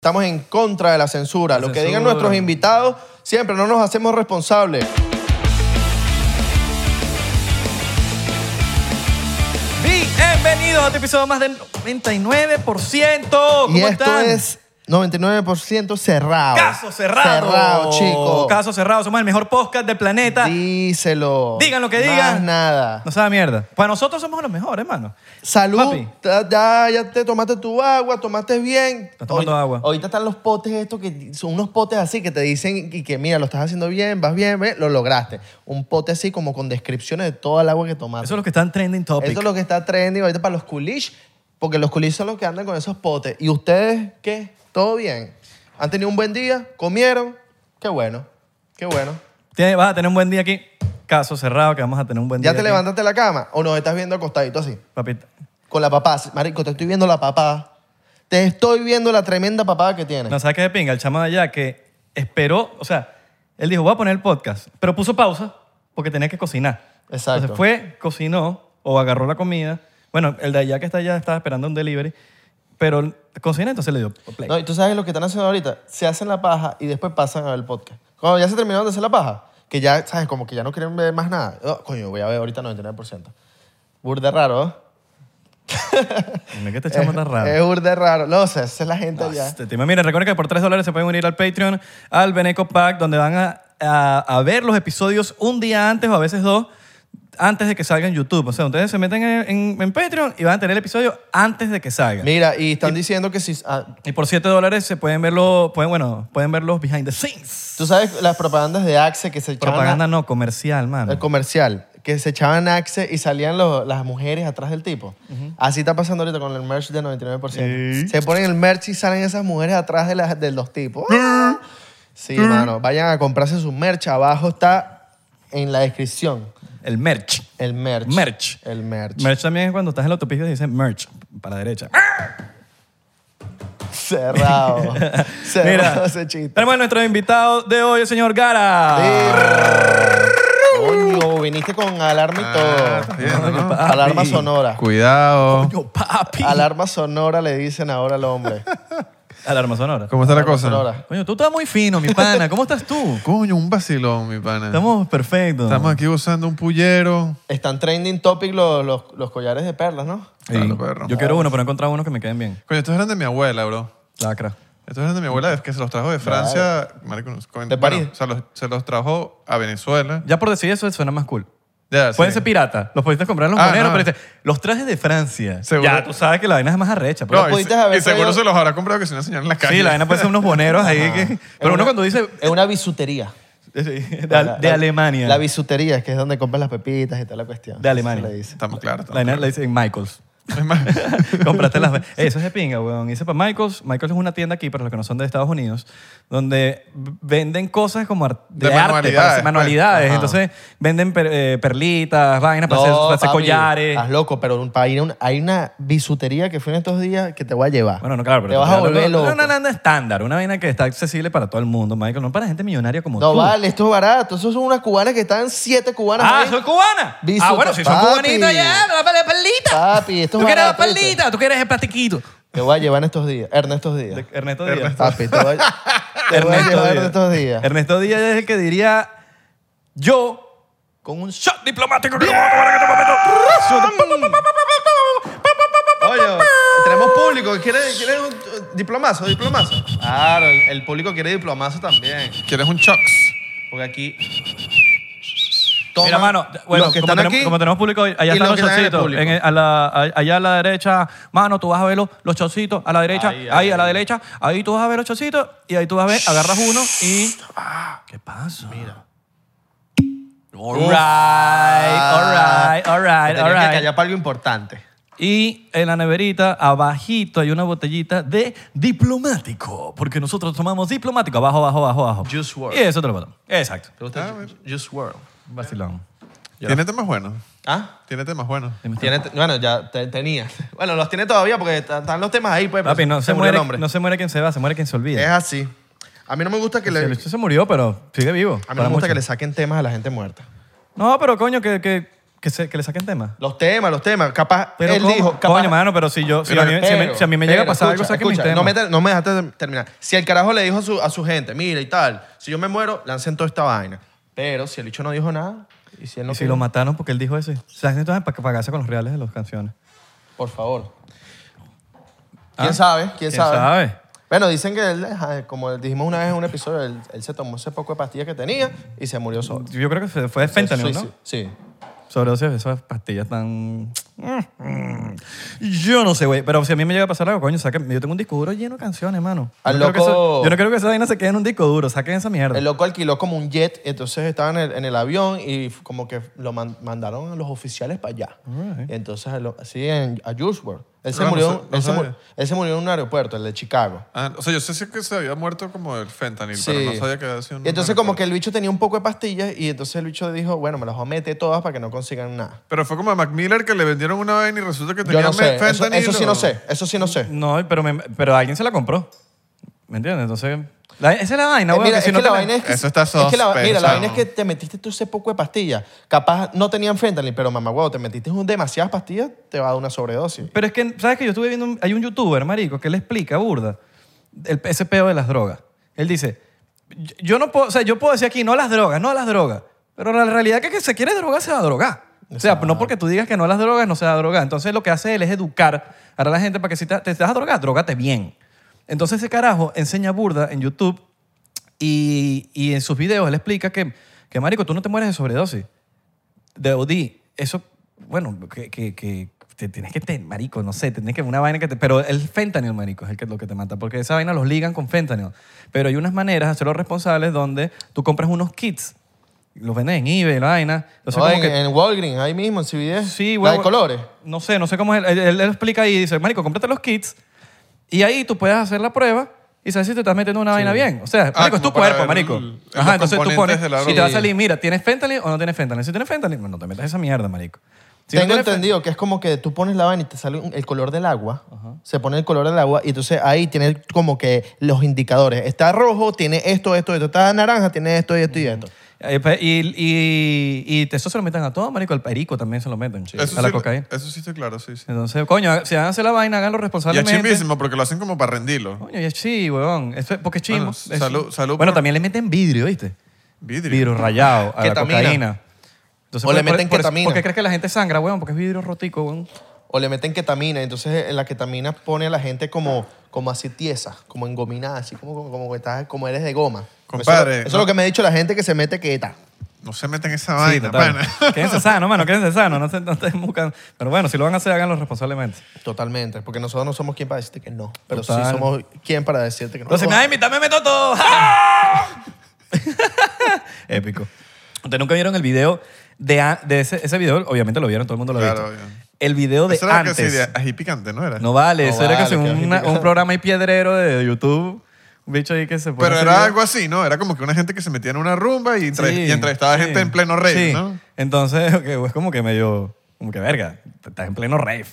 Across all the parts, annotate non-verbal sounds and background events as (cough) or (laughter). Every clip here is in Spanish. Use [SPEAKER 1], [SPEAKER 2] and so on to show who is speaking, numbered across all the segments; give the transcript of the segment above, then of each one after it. [SPEAKER 1] Estamos en contra de la censura. Lo que digan
[SPEAKER 2] censura.
[SPEAKER 1] nuestros invitados, siempre no nos hacemos responsables.
[SPEAKER 2] Bienvenidos a este episodio más del 99%. ¿Cómo
[SPEAKER 1] y esto
[SPEAKER 2] están?
[SPEAKER 1] es 99% cerrado.
[SPEAKER 2] Caso cerrado.
[SPEAKER 1] Cerrado, chicos.
[SPEAKER 2] Caso cerrado. Somos el mejor podcast del planeta.
[SPEAKER 1] Díselo.
[SPEAKER 2] Digan lo que
[SPEAKER 1] Más
[SPEAKER 2] digan.
[SPEAKER 1] nada.
[SPEAKER 2] No sabe mierda. Pues nosotros somos los mejores, hermano.
[SPEAKER 1] Salud.
[SPEAKER 2] Papi.
[SPEAKER 1] Ta- Ya, ya te tomaste tu agua, tomaste bien.
[SPEAKER 2] Estás tomando
[SPEAKER 1] Ahorita-
[SPEAKER 2] agua.
[SPEAKER 1] Ahorita están los potes estos que son unos potes así que te dicen y que mira, lo estás haciendo bien, vas bien, ve, lo lograste. Un pote así como con descripciones de todo el agua que tomaste.
[SPEAKER 2] Eso es lo que está en trending topic.
[SPEAKER 1] Ah. Eso es lo que está trending ahorita para los culish, porque los culish son los que andan con esos potes. ¿Y ustedes qué? ¿Todo bien? ¿Han tenido un buen día? ¿Comieron? Qué bueno, qué bueno.
[SPEAKER 2] Tienes- Vas a tener un buen día aquí. Caso cerrado, que vamos a tener un buen
[SPEAKER 1] ¿Ya
[SPEAKER 2] día.
[SPEAKER 1] te
[SPEAKER 2] aquí.
[SPEAKER 1] levantaste de la cama o nos estás viendo acostadito así?
[SPEAKER 2] Papita.
[SPEAKER 1] Con la papá. Marico, te estoy viendo la papá. Te estoy viendo la tremenda papá que tienes.
[SPEAKER 2] No, ¿sabes qué de pinga? El chamo de allá que esperó, o sea, él dijo, voy a poner el podcast, pero puso pausa porque tenía que cocinar.
[SPEAKER 1] Exacto.
[SPEAKER 2] Entonces fue, cocinó o agarró la comida. Bueno, el de allá que está allá estaba esperando un delivery, pero cocina, entonces le dio play.
[SPEAKER 1] No, y tú sabes lo que están haciendo ahorita. Se hacen la paja y después pasan a ver el podcast. Cuando ya se terminaron de hacer la paja, que ya, ¿sabes? Como que ya no quieren ver más nada. Oh, coño, voy a ver ahorita 99%. Burda raro, ¿eh?
[SPEAKER 2] Dime que este chamo está
[SPEAKER 1] (laughs)
[SPEAKER 2] raro.
[SPEAKER 1] Es burda de raro. No, o sea, esa es la gente allá.
[SPEAKER 2] Este tema, Miren, recuerden que por 3 dólares se pueden unir al Patreon, al Beneco Pack, donde van a, a- a ver los episodios un día antes o a veces dos, antes de que salga en YouTube. O sea, ustedes se meten en, en- en Patreon y van a tener el episodio antes de que salga.
[SPEAKER 1] Mira, y están diciendo que si... ah,
[SPEAKER 2] Y por 7 dólares se pueden ver los, pueden, bueno, pueden ver los behind the scenes.
[SPEAKER 1] tú sabes las propagandas de Axe que se echaban...
[SPEAKER 2] Propaganda no, comercial,
[SPEAKER 1] a- El
[SPEAKER 2] mano.
[SPEAKER 1] comercial. Que se echaban Axe y salían los- las mujeres atrás del tipo. Así está pasando ahorita con el merch de 99%. Se ponen el merch y salen esas mujeres atrás de, las, de los tipos. Sí, mano. Vayan a comprarse su merch. Abajo está en la descripción.
[SPEAKER 2] El merch.
[SPEAKER 1] El merch.
[SPEAKER 2] Merch.
[SPEAKER 1] El merch.
[SPEAKER 2] Merch también es cuando estás en la autopista y dicen merch, para la derecha.
[SPEAKER 1] Cerrado. Cerrado
[SPEAKER 2] (laughs) Mira,
[SPEAKER 1] (laughs) ese chiste.
[SPEAKER 2] tenemos a nuestro invitado de hoy, el señor Gara.
[SPEAKER 1] Ah, Coño, viniste con alarma y todo. Alarma sonora.
[SPEAKER 3] Cuidado.
[SPEAKER 2] Yo, papi.
[SPEAKER 1] Alarma sonora le dicen ahora al
[SPEAKER 2] (laughs)
[SPEAKER 1] hombre.
[SPEAKER 2] Alarma sonora.
[SPEAKER 3] ¿Cómo está la
[SPEAKER 1] Alarma
[SPEAKER 3] cosa?
[SPEAKER 1] sonora.
[SPEAKER 2] Coño, tú estás muy fino, mi pana. ¿Cómo estás tú?
[SPEAKER 3] Coño, un vacilón, mi pana.
[SPEAKER 2] Estamos perfectos.
[SPEAKER 3] Estamos aquí usando un pullero.
[SPEAKER 1] Están trending topic los, los- los collares de perlas, ¿no?
[SPEAKER 2] Sí.
[SPEAKER 3] Claro, perro.
[SPEAKER 2] Yo quiero uno, pero he encontrado uno que me queden bien.
[SPEAKER 3] Coño, estos eran de mi abuela, bro.
[SPEAKER 2] Lacra.
[SPEAKER 3] Estos eran de mi abuela, es que se los trajo de Francia. marico, nos- coño,
[SPEAKER 1] ¿De
[SPEAKER 3] bueno,
[SPEAKER 1] París?
[SPEAKER 3] se, los, se los trajo a Venezuela.
[SPEAKER 2] Ya por decir eso, suena más cool.
[SPEAKER 3] Ya,
[SPEAKER 2] Pueden
[SPEAKER 3] sí.
[SPEAKER 2] ser pirata. Los pudiste comprar en los
[SPEAKER 3] Ah,
[SPEAKER 2] moneros,
[SPEAKER 3] no.
[SPEAKER 2] pero dice, los trajes de Francia.
[SPEAKER 3] Seguro.
[SPEAKER 2] Ya, tú sabes que la vaina es más arrecha. pero-
[SPEAKER 3] No,
[SPEAKER 1] Lo
[SPEAKER 3] y,
[SPEAKER 1] pudiste
[SPEAKER 3] se-
[SPEAKER 1] haber
[SPEAKER 3] y seguro
[SPEAKER 1] traído-
[SPEAKER 3] se los habrá comprado que si no señalan en la calle.
[SPEAKER 2] sí, la vaina puede ser unos boneros ahí. que- pero
[SPEAKER 1] Es
[SPEAKER 2] uno
[SPEAKER 1] una-
[SPEAKER 2] cuando dice
[SPEAKER 1] Es una bisutería.
[SPEAKER 2] de,
[SPEAKER 1] La-
[SPEAKER 2] de
[SPEAKER 1] la-
[SPEAKER 2] Alemania.
[SPEAKER 1] La bisutería, es que es donde compras las pepitas y toda la cuestión.
[SPEAKER 2] De Alemania.
[SPEAKER 1] Eso le dice.
[SPEAKER 3] Estamos claros.
[SPEAKER 2] la vaina le dicen Michaels.
[SPEAKER 3] estamos-
[SPEAKER 1] (laughs)
[SPEAKER 3] Es más,
[SPEAKER 2] Compraste las... Ey, eso es de pinga, weón. Hice para Michaels. Michaels es una tienda aquí, para los que no son de Estados Unidos, donde v- venden cosas como ar- de,
[SPEAKER 3] De
[SPEAKER 2] arte, para hacer
[SPEAKER 3] manualidades,
[SPEAKER 2] manualidades.
[SPEAKER 3] pues. Ajá.
[SPEAKER 2] Entonces, venden per- eh, perlitas, vainas para hacer, para hacer
[SPEAKER 1] papi,
[SPEAKER 2] collares.
[SPEAKER 1] Estás loco, pero un- para ir a un- hay una bisutería que fue en estos días que te voy a llevar.
[SPEAKER 2] Bueno, no, claro, pero...
[SPEAKER 1] Te vas a volver
[SPEAKER 2] No,
[SPEAKER 1] loco.
[SPEAKER 2] no, no, no, no, estándar. Una vaina que está accesible para todo el mundo, Michael. No para gente millonaria como
[SPEAKER 1] No
[SPEAKER 2] tú.
[SPEAKER 1] vale, esto es barato. Esos son unas cubanas que están siete cubanas.
[SPEAKER 2] Ah,
[SPEAKER 1] ahí.
[SPEAKER 2] soy cubana.
[SPEAKER 1] Bisu-
[SPEAKER 2] ah, bueno, si son
[SPEAKER 1] papi.
[SPEAKER 2] cubanitas ya, la la perlita.
[SPEAKER 1] Papi, esto
[SPEAKER 2] Tú
[SPEAKER 1] es
[SPEAKER 2] quieres la
[SPEAKER 1] barato, ¿viste?
[SPEAKER 2] perlita, tú quieres el plastiquito.
[SPEAKER 1] Te voy a llevar en estos días. Ernesto estos días.
[SPEAKER 2] Ernesto
[SPEAKER 3] Díaz.
[SPEAKER 2] Díaz.
[SPEAKER 1] Papi,
[SPEAKER 2] (laughs)
[SPEAKER 1] te voy a, te voy a llevar en estos días.
[SPEAKER 2] Ernesto Díaz es el que diría yo con un shot diplomático que lo voy a tomar en este momento.
[SPEAKER 1] Oye, tenemos público. ¿Quiere, quiere un eh, diplomazo? ¿Diplomazo? Claro, el, el público quiere diplomazo también.
[SPEAKER 3] ¿Quieres un Chucks?
[SPEAKER 1] Porque aquí.
[SPEAKER 2] Mira,
[SPEAKER 1] toman
[SPEAKER 2] mano, bueno,
[SPEAKER 1] los que
[SPEAKER 2] como,
[SPEAKER 1] están
[SPEAKER 2] tenemos,
[SPEAKER 1] aquí,
[SPEAKER 2] como tenemos público, hoy, allá
[SPEAKER 1] y
[SPEAKER 2] están
[SPEAKER 1] los
[SPEAKER 2] los
[SPEAKER 1] que están en el
[SPEAKER 2] chocitos.
[SPEAKER 1] público.
[SPEAKER 2] En el- a la- a- allá a la derecha, mano, tú vas a ver los, los chocitos a la derecha, ahí,
[SPEAKER 1] Ahí, ahí.
[SPEAKER 2] a la derecha, ahí tú vas a ver los chocitos y ahí tú vas a ver, agarras uno y.
[SPEAKER 1] Ah.
[SPEAKER 2] ¿Qué pasa? Mira. All right, all right,
[SPEAKER 1] se
[SPEAKER 2] all right,
[SPEAKER 1] tenían
[SPEAKER 2] all
[SPEAKER 1] que
[SPEAKER 2] right.
[SPEAKER 1] callar para algo importante.
[SPEAKER 2] Y en la neverita, abajito, hay una botellita de diplomático. Porque nosotros tomamos diplomático. Abajo, abajo, abajo, abajo.
[SPEAKER 1] Juice WRLD.
[SPEAKER 2] Y eso te lo botamos. Exacto.
[SPEAKER 1] ¿Te gusta Ju- Juice World?
[SPEAKER 2] Vacilón.
[SPEAKER 3] Tiene temas buenos.
[SPEAKER 1] ¿Ah?
[SPEAKER 3] Tiene temas buenos.
[SPEAKER 1] Tiene, bueno, ya te- tenía. (laughs) Bueno, los tiene todavía porque t- están los temas ahí, pues. pero
[SPEAKER 2] Papi, no se,
[SPEAKER 1] murió
[SPEAKER 2] muere,
[SPEAKER 1] el hombre.
[SPEAKER 2] no se muere quien se va, se muere quien se
[SPEAKER 1] Es
[SPEAKER 2] olvida.
[SPEAKER 1] así. A mí no me gusta que le. A
[SPEAKER 2] El
[SPEAKER 1] mí
[SPEAKER 2] bicho se murió, pero sigue vivo.
[SPEAKER 1] no me
[SPEAKER 2] Para
[SPEAKER 1] gusta
[SPEAKER 2] muchos.
[SPEAKER 1] que le saquen temas a la gente muerta.
[SPEAKER 2] No, pero coño, que, que que, se- que le saquen temas.
[SPEAKER 1] Los temas, los temas. Capaz,
[SPEAKER 2] Pero
[SPEAKER 1] él
[SPEAKER 2] ¿cómo?
[SPEAKER 1] dijo. capaz-
[SPEAKER 2] Coño, mano, pero si yo, si,
[SPEAKER 1] Pero,
[SPEAKER 2] a, mí, si me,
[SPEAKER 1] pero,
[SPEAKER 2] si a mí me
[SPEAKER 1] pero,
[SPEAKER 2] llega a pasar algo,
[SPEAKER 1] escucha,
[SPEAKER 2] saquen mis
[SPEAKER 1] escucha,
[SPEAKER 2] temas.
[SPEAKER 1] No me, te- no me dejaste de- terminar. Si el carajo le dijo a su, a su gente, mira y tal, si yo me muero, lancen toda esta vaina. Pero si el bicho no dijo nada, y si él no
[SPEAKER 2] Y si
[SPEAKER 1] quiere-
[SPEAKER 2] lo mataron porque él dijo eso. ¿Sabes? Entonces, para que pagarse con los reales de las canciones.
[SPEAKER 1] Por favor.
[SPEAKER 2] Ah.
[SPEAKER 1] ¿Quién sabe? ¿Quién,
[SPEAKER 2] ¿Quién sabe?
[SPEAKER 1] Bueno, dicen que él, ajá, como dijimos una vez en un episodio, él, él se tomó ese poco de pastillas que tenía y se murió solo.
[SPEAKER 2] Yo creo que fue fue de fentanyl,
[SPEAKER 1] Sí,
[SPEAKER 2] ¿no?
[SPEAKER 1] sí, Sí.
[SPEAKER 2] Sobredosis de esas pastillas tan... Yo no sé, güey. Pero si a mí me llega a pasar algo, coño, saquen... Yo tengo un disco duro lleno de canciones, mano.
[SPEAKER 1] Al
[SPEAKER 2] yo, no creo
[SPEAKER 1] loco-
[SPEAKER 2] que esa- yo no creo que esa vaina se quede en un disco duro. Saquen esa mierda.
[SPEAKER 1] El loco alquiló como un jet, entonces estaba en el, en el avión y f- como que lo man- mandaron a los oficiales para allá.
[SPEAKER 2] Alright.
[SPEAKER 1] Y entonces, el- así en, a Julesburg. Él, se
[SPEAKER 3] Ah, no
[SPEAKER 1] murió,
[SPEAKER 3] sé- no
[SPEAKER 1] él, se
[SPEAKER 3] sabía.
[SPEAKER 1] murió- él se murió en un aeropuerto, el de Chicago.
[SPEAKER 3] Ah, o sea, yo sé si es que se había muerto como el fentanil,
[SPEAKER 1] Sí.
[SPEAKER 3] pero no sabía que había sido un
[SPEAKER 1] y entonces como que el bicho tenía un poco de pastillas y entonces el bicho dijo, bueno, me las voy a meter todas para que no consigan nada.
[SPEAKER 3] Pero fue como a Mac Miller que le vendieron una vaina y resulta que tenía
[SPEAKER 1] Yo no sé,
[SPEAKER 3] me-
[SPEAKER 1] eso,
[SPEAKER 3] fentanil.
[SPEAKER 1] eso sí no
[SPEAKER 3] o-
[SPEAKER 1] sé, eso sí no sé.
[SPEAKER 2] No, pero, me- pero alguien se la compró. ¿Me entiendes? Entonces... la- esa es la vaina,
[SPEAKER 1] Eh,
[SPEAKER 2] güey.
[SPEAKER 1] mira,
[SPEAKER 2] que si
[SPEAKER 1] es
[SPEAKER 2] no
[SPEAKER 1] que la
[SPEAKER 2] te
[SPEAKER 1] vaina es que,
[SPEAKER 3] Eso está
[SPEAKER 1] es que la- Mira,
[SPEAKER 3] sospechoso.
[SPEAKER 1] la vaina es que te metiste tú ese poco de pastillas. Capaz no tenían fentanyl, pero mamá, huevo, te metiste un- demasiadas pastillas, te va a dar una sobredosis.
[SPEAKER 2] Pero es que, ¿sabes que Yo estuve viendo, un- hay un youtuber, marico, que le explica, burda, el, ese pedo de las drogas. Él dice, yo, yo no puedo, o sea, yo puedo decir aquí, no a las drogas, no a las drogas. Pero la realidad es que, que se quiere drogar, se va a drogar. O sea, no porque tú digas que no a las drogas, no se va a drogar. Entonces lo que hace él es educar a la gente para que si te, te vas a drogar, drogate bien. Entonces ese carajo enseña burda en YouTube y, y en sus videos él explica que, que, marico, tú no te mueres de sobredosis de OD, eso, bueno, que, que, que te tienes que, te, marico, no sé, tienes que una vaina que te... Pero el fentanyl, marico, es el que, lo que te mata, porque esa vaina los ligan con fentanyl. Pero hay unas maneras de hacerlos responsables donde tú compras unos kits, los vendes en eBay, la vaina. Entonces,
[SPEAKER 1] No,
[SPEAKER 2] como
[SPEAKER 1] en,
[SPEAKER 2] que-
[SPEAKER 1] en Walgreens, ahí mismo, en CBD.
[SPEAKER 2] Sí,
[SPEAKER 1] La
[SPEAKER 2] huevo.
[SPEAKER 1] de colores.
[SPEAKER 2] No sé, no sé cómo es. Él, él- él explica ahí, dice, marico, cómprate los kits y ahí tú puedes hacer la prueba y sabes si te estás metiendo una vaina bien. O sea,
[SPEAKER 3] Ah,
[SPEAKER 2] marico, es tu
[SPEAKER 3] como para
[SPEAKER 2] cuerpo,
[SPEAKER 3] ver el-
[SPEAKER 2] marico.
[SPEAKER 3] los
[SPEAKER 2] Ajá, entonces tú
[SPEAKER 3] componentes
[SPEAKER 2] pones
[SPEAKER 3] de la
[SPEAKER 2] y te va a
[SPEAKER 1] droga.
[SPEAKER 2] salir, mira, ¿tienes fentanyl o no tienes fentanyl? Si tienes fentanyl, bueno, no te metas esa mierda, marico. Si no
[SPEAKER 1] Tengo
[SPEAKER 2] tienes
[SPEAKER 1] entendido que es como que tú pones la vaina y te sale un- el color del agua. Se pone el color del agua y entonces ahí tiene como que los indicadores. Está rojo, tiene esto, esto, esto. Está naranja, tiene esto, esto y esto.
[SPEAKER 2] Eh, pe- Y, y, y te- eso se lo meten a todo, marico. Al perico también se lo meten.
[SPEAKER 3] Eso
[SPEAKER 2] a la
[SPEAKER 3] sí-
[SPEAKER 2] cocaína.
[SPEAKER 3] Eso sí está claro, sí, sí.
[SPEAKER 2] Entonces, coño, ha- si van a hacer la vaina, háganlo
[SPEAKER 3] Y es
[SPEAKER 2] responsablemente.
[SPEAKER 3] chimbísimo porque lo hacen como para rendirlo.
[SPEAKER 2] Coño, y es chi, weón. Eso es- porque es chimbo.
[SPEAKER 3] Bueno,
[SPEAKER 2] Es-
[SPEAKER 3] salud- salud
[SPEAKER 2] Bueno,
[SPEAKER 3] por-
[SPEAKER 2] también le meten vidrio, ¿viste?
[SPEAKER 3] Vidrio.
[SPEAKER 2] Vidrio rayado a la
[SPEAKER 1] Ketamina.
[SPEAKER 2] cocaína. Entonces,
[SPEAKER 1] O
[SPEAKER 2] por-
[SPEAKER 1] le
[SPEAKER 2] por-
[SPEAKER 1] meten
[SPEAKER 2] por eso-
[SPEAKER 1] ketamina.
[SPEAKER 2] ¿Por qué crees que la gente sangra, weón? Porque es vidrio rotico, weón.
[SPEAKER 1] O le meten ketamina. Entonces eh, la ketamina pone a la gente como, como así tiesa, como engominada, así como, como, como que estás, como eres de goma. Eso,
[SPEAKER 3] Compadre,
[SPEAKER 1] eso
[SPEAKER 3] ¿no?
[SPEAKER 1] es lo que me ha dicho la gente que se mete queta.
[SPEAKER 3] No se meten esa
[SPEAKER 2] Sí,
[SPEAKER 3] vaina,
[SPEAKER 2] total. (laughs)
[SPEAKER 3] pana.
[SPEAKER 2] Quédense sanos, mano. Quédense sanos. No se no estén buscando. Pero bueno, si lo van a hacer, háganlo responsablemente.
[SPEAKER 1] Totalmente. Porque nosotros no somos quien para decirte que no. Pero sí
[SPEAKER 2] Total.
[SPEAKER 1] somos quien para decirte que no.
[SPEAKER 2] Entonces,
[SPEAKER 1] No,
[SPEAKER 2] me invitado, me meto todo. ¡Ah! (laughs) Épico. Ustedes nunca vieron el video de, a- de ese, ese video, obviamente lo vieron, todo el mundo lo vio.
[SPEAKER 3] Claro, obvio.
[SPEAKER 2] El video de
[SPEAKER 3] Eso era casi
[SPEAKER 2] antes.
[SPEAKER 3] de ají picante, ¿no era?
[SPEAKER 2] ah, No vale,
[SPEAKER 1] No
[SPEAKER 2] eso era casi
[SPEAKER 1] vale, que
[SPEAKER 2] una-
[SPEAKER 1] ají-
[SPEAKER 2] un programa y piedrero de YouTube. Un bicho ahí que se pone
[SPEAKER 3] Pero
[SPEAKER 2] ese
[SPEAKER 3] era
[SPEAKER 2] video.
[SPEAKER 3] algo así, ¿no? Era como que una gente que se metía en una rumba y, entre-
[SPEAKER 2] Sí,
[SPEAKER 3] y entrevistaba
[SPEAKER 2] sí,
[SPEAKER 3] gente en pleno rave,
[SPEAKER 2] sí.
[SPEAKER 3] ¿no?
[SPEAKER 2] Entonces, (laughs) ok, es como que medio, como que verga, estás en pleno rave.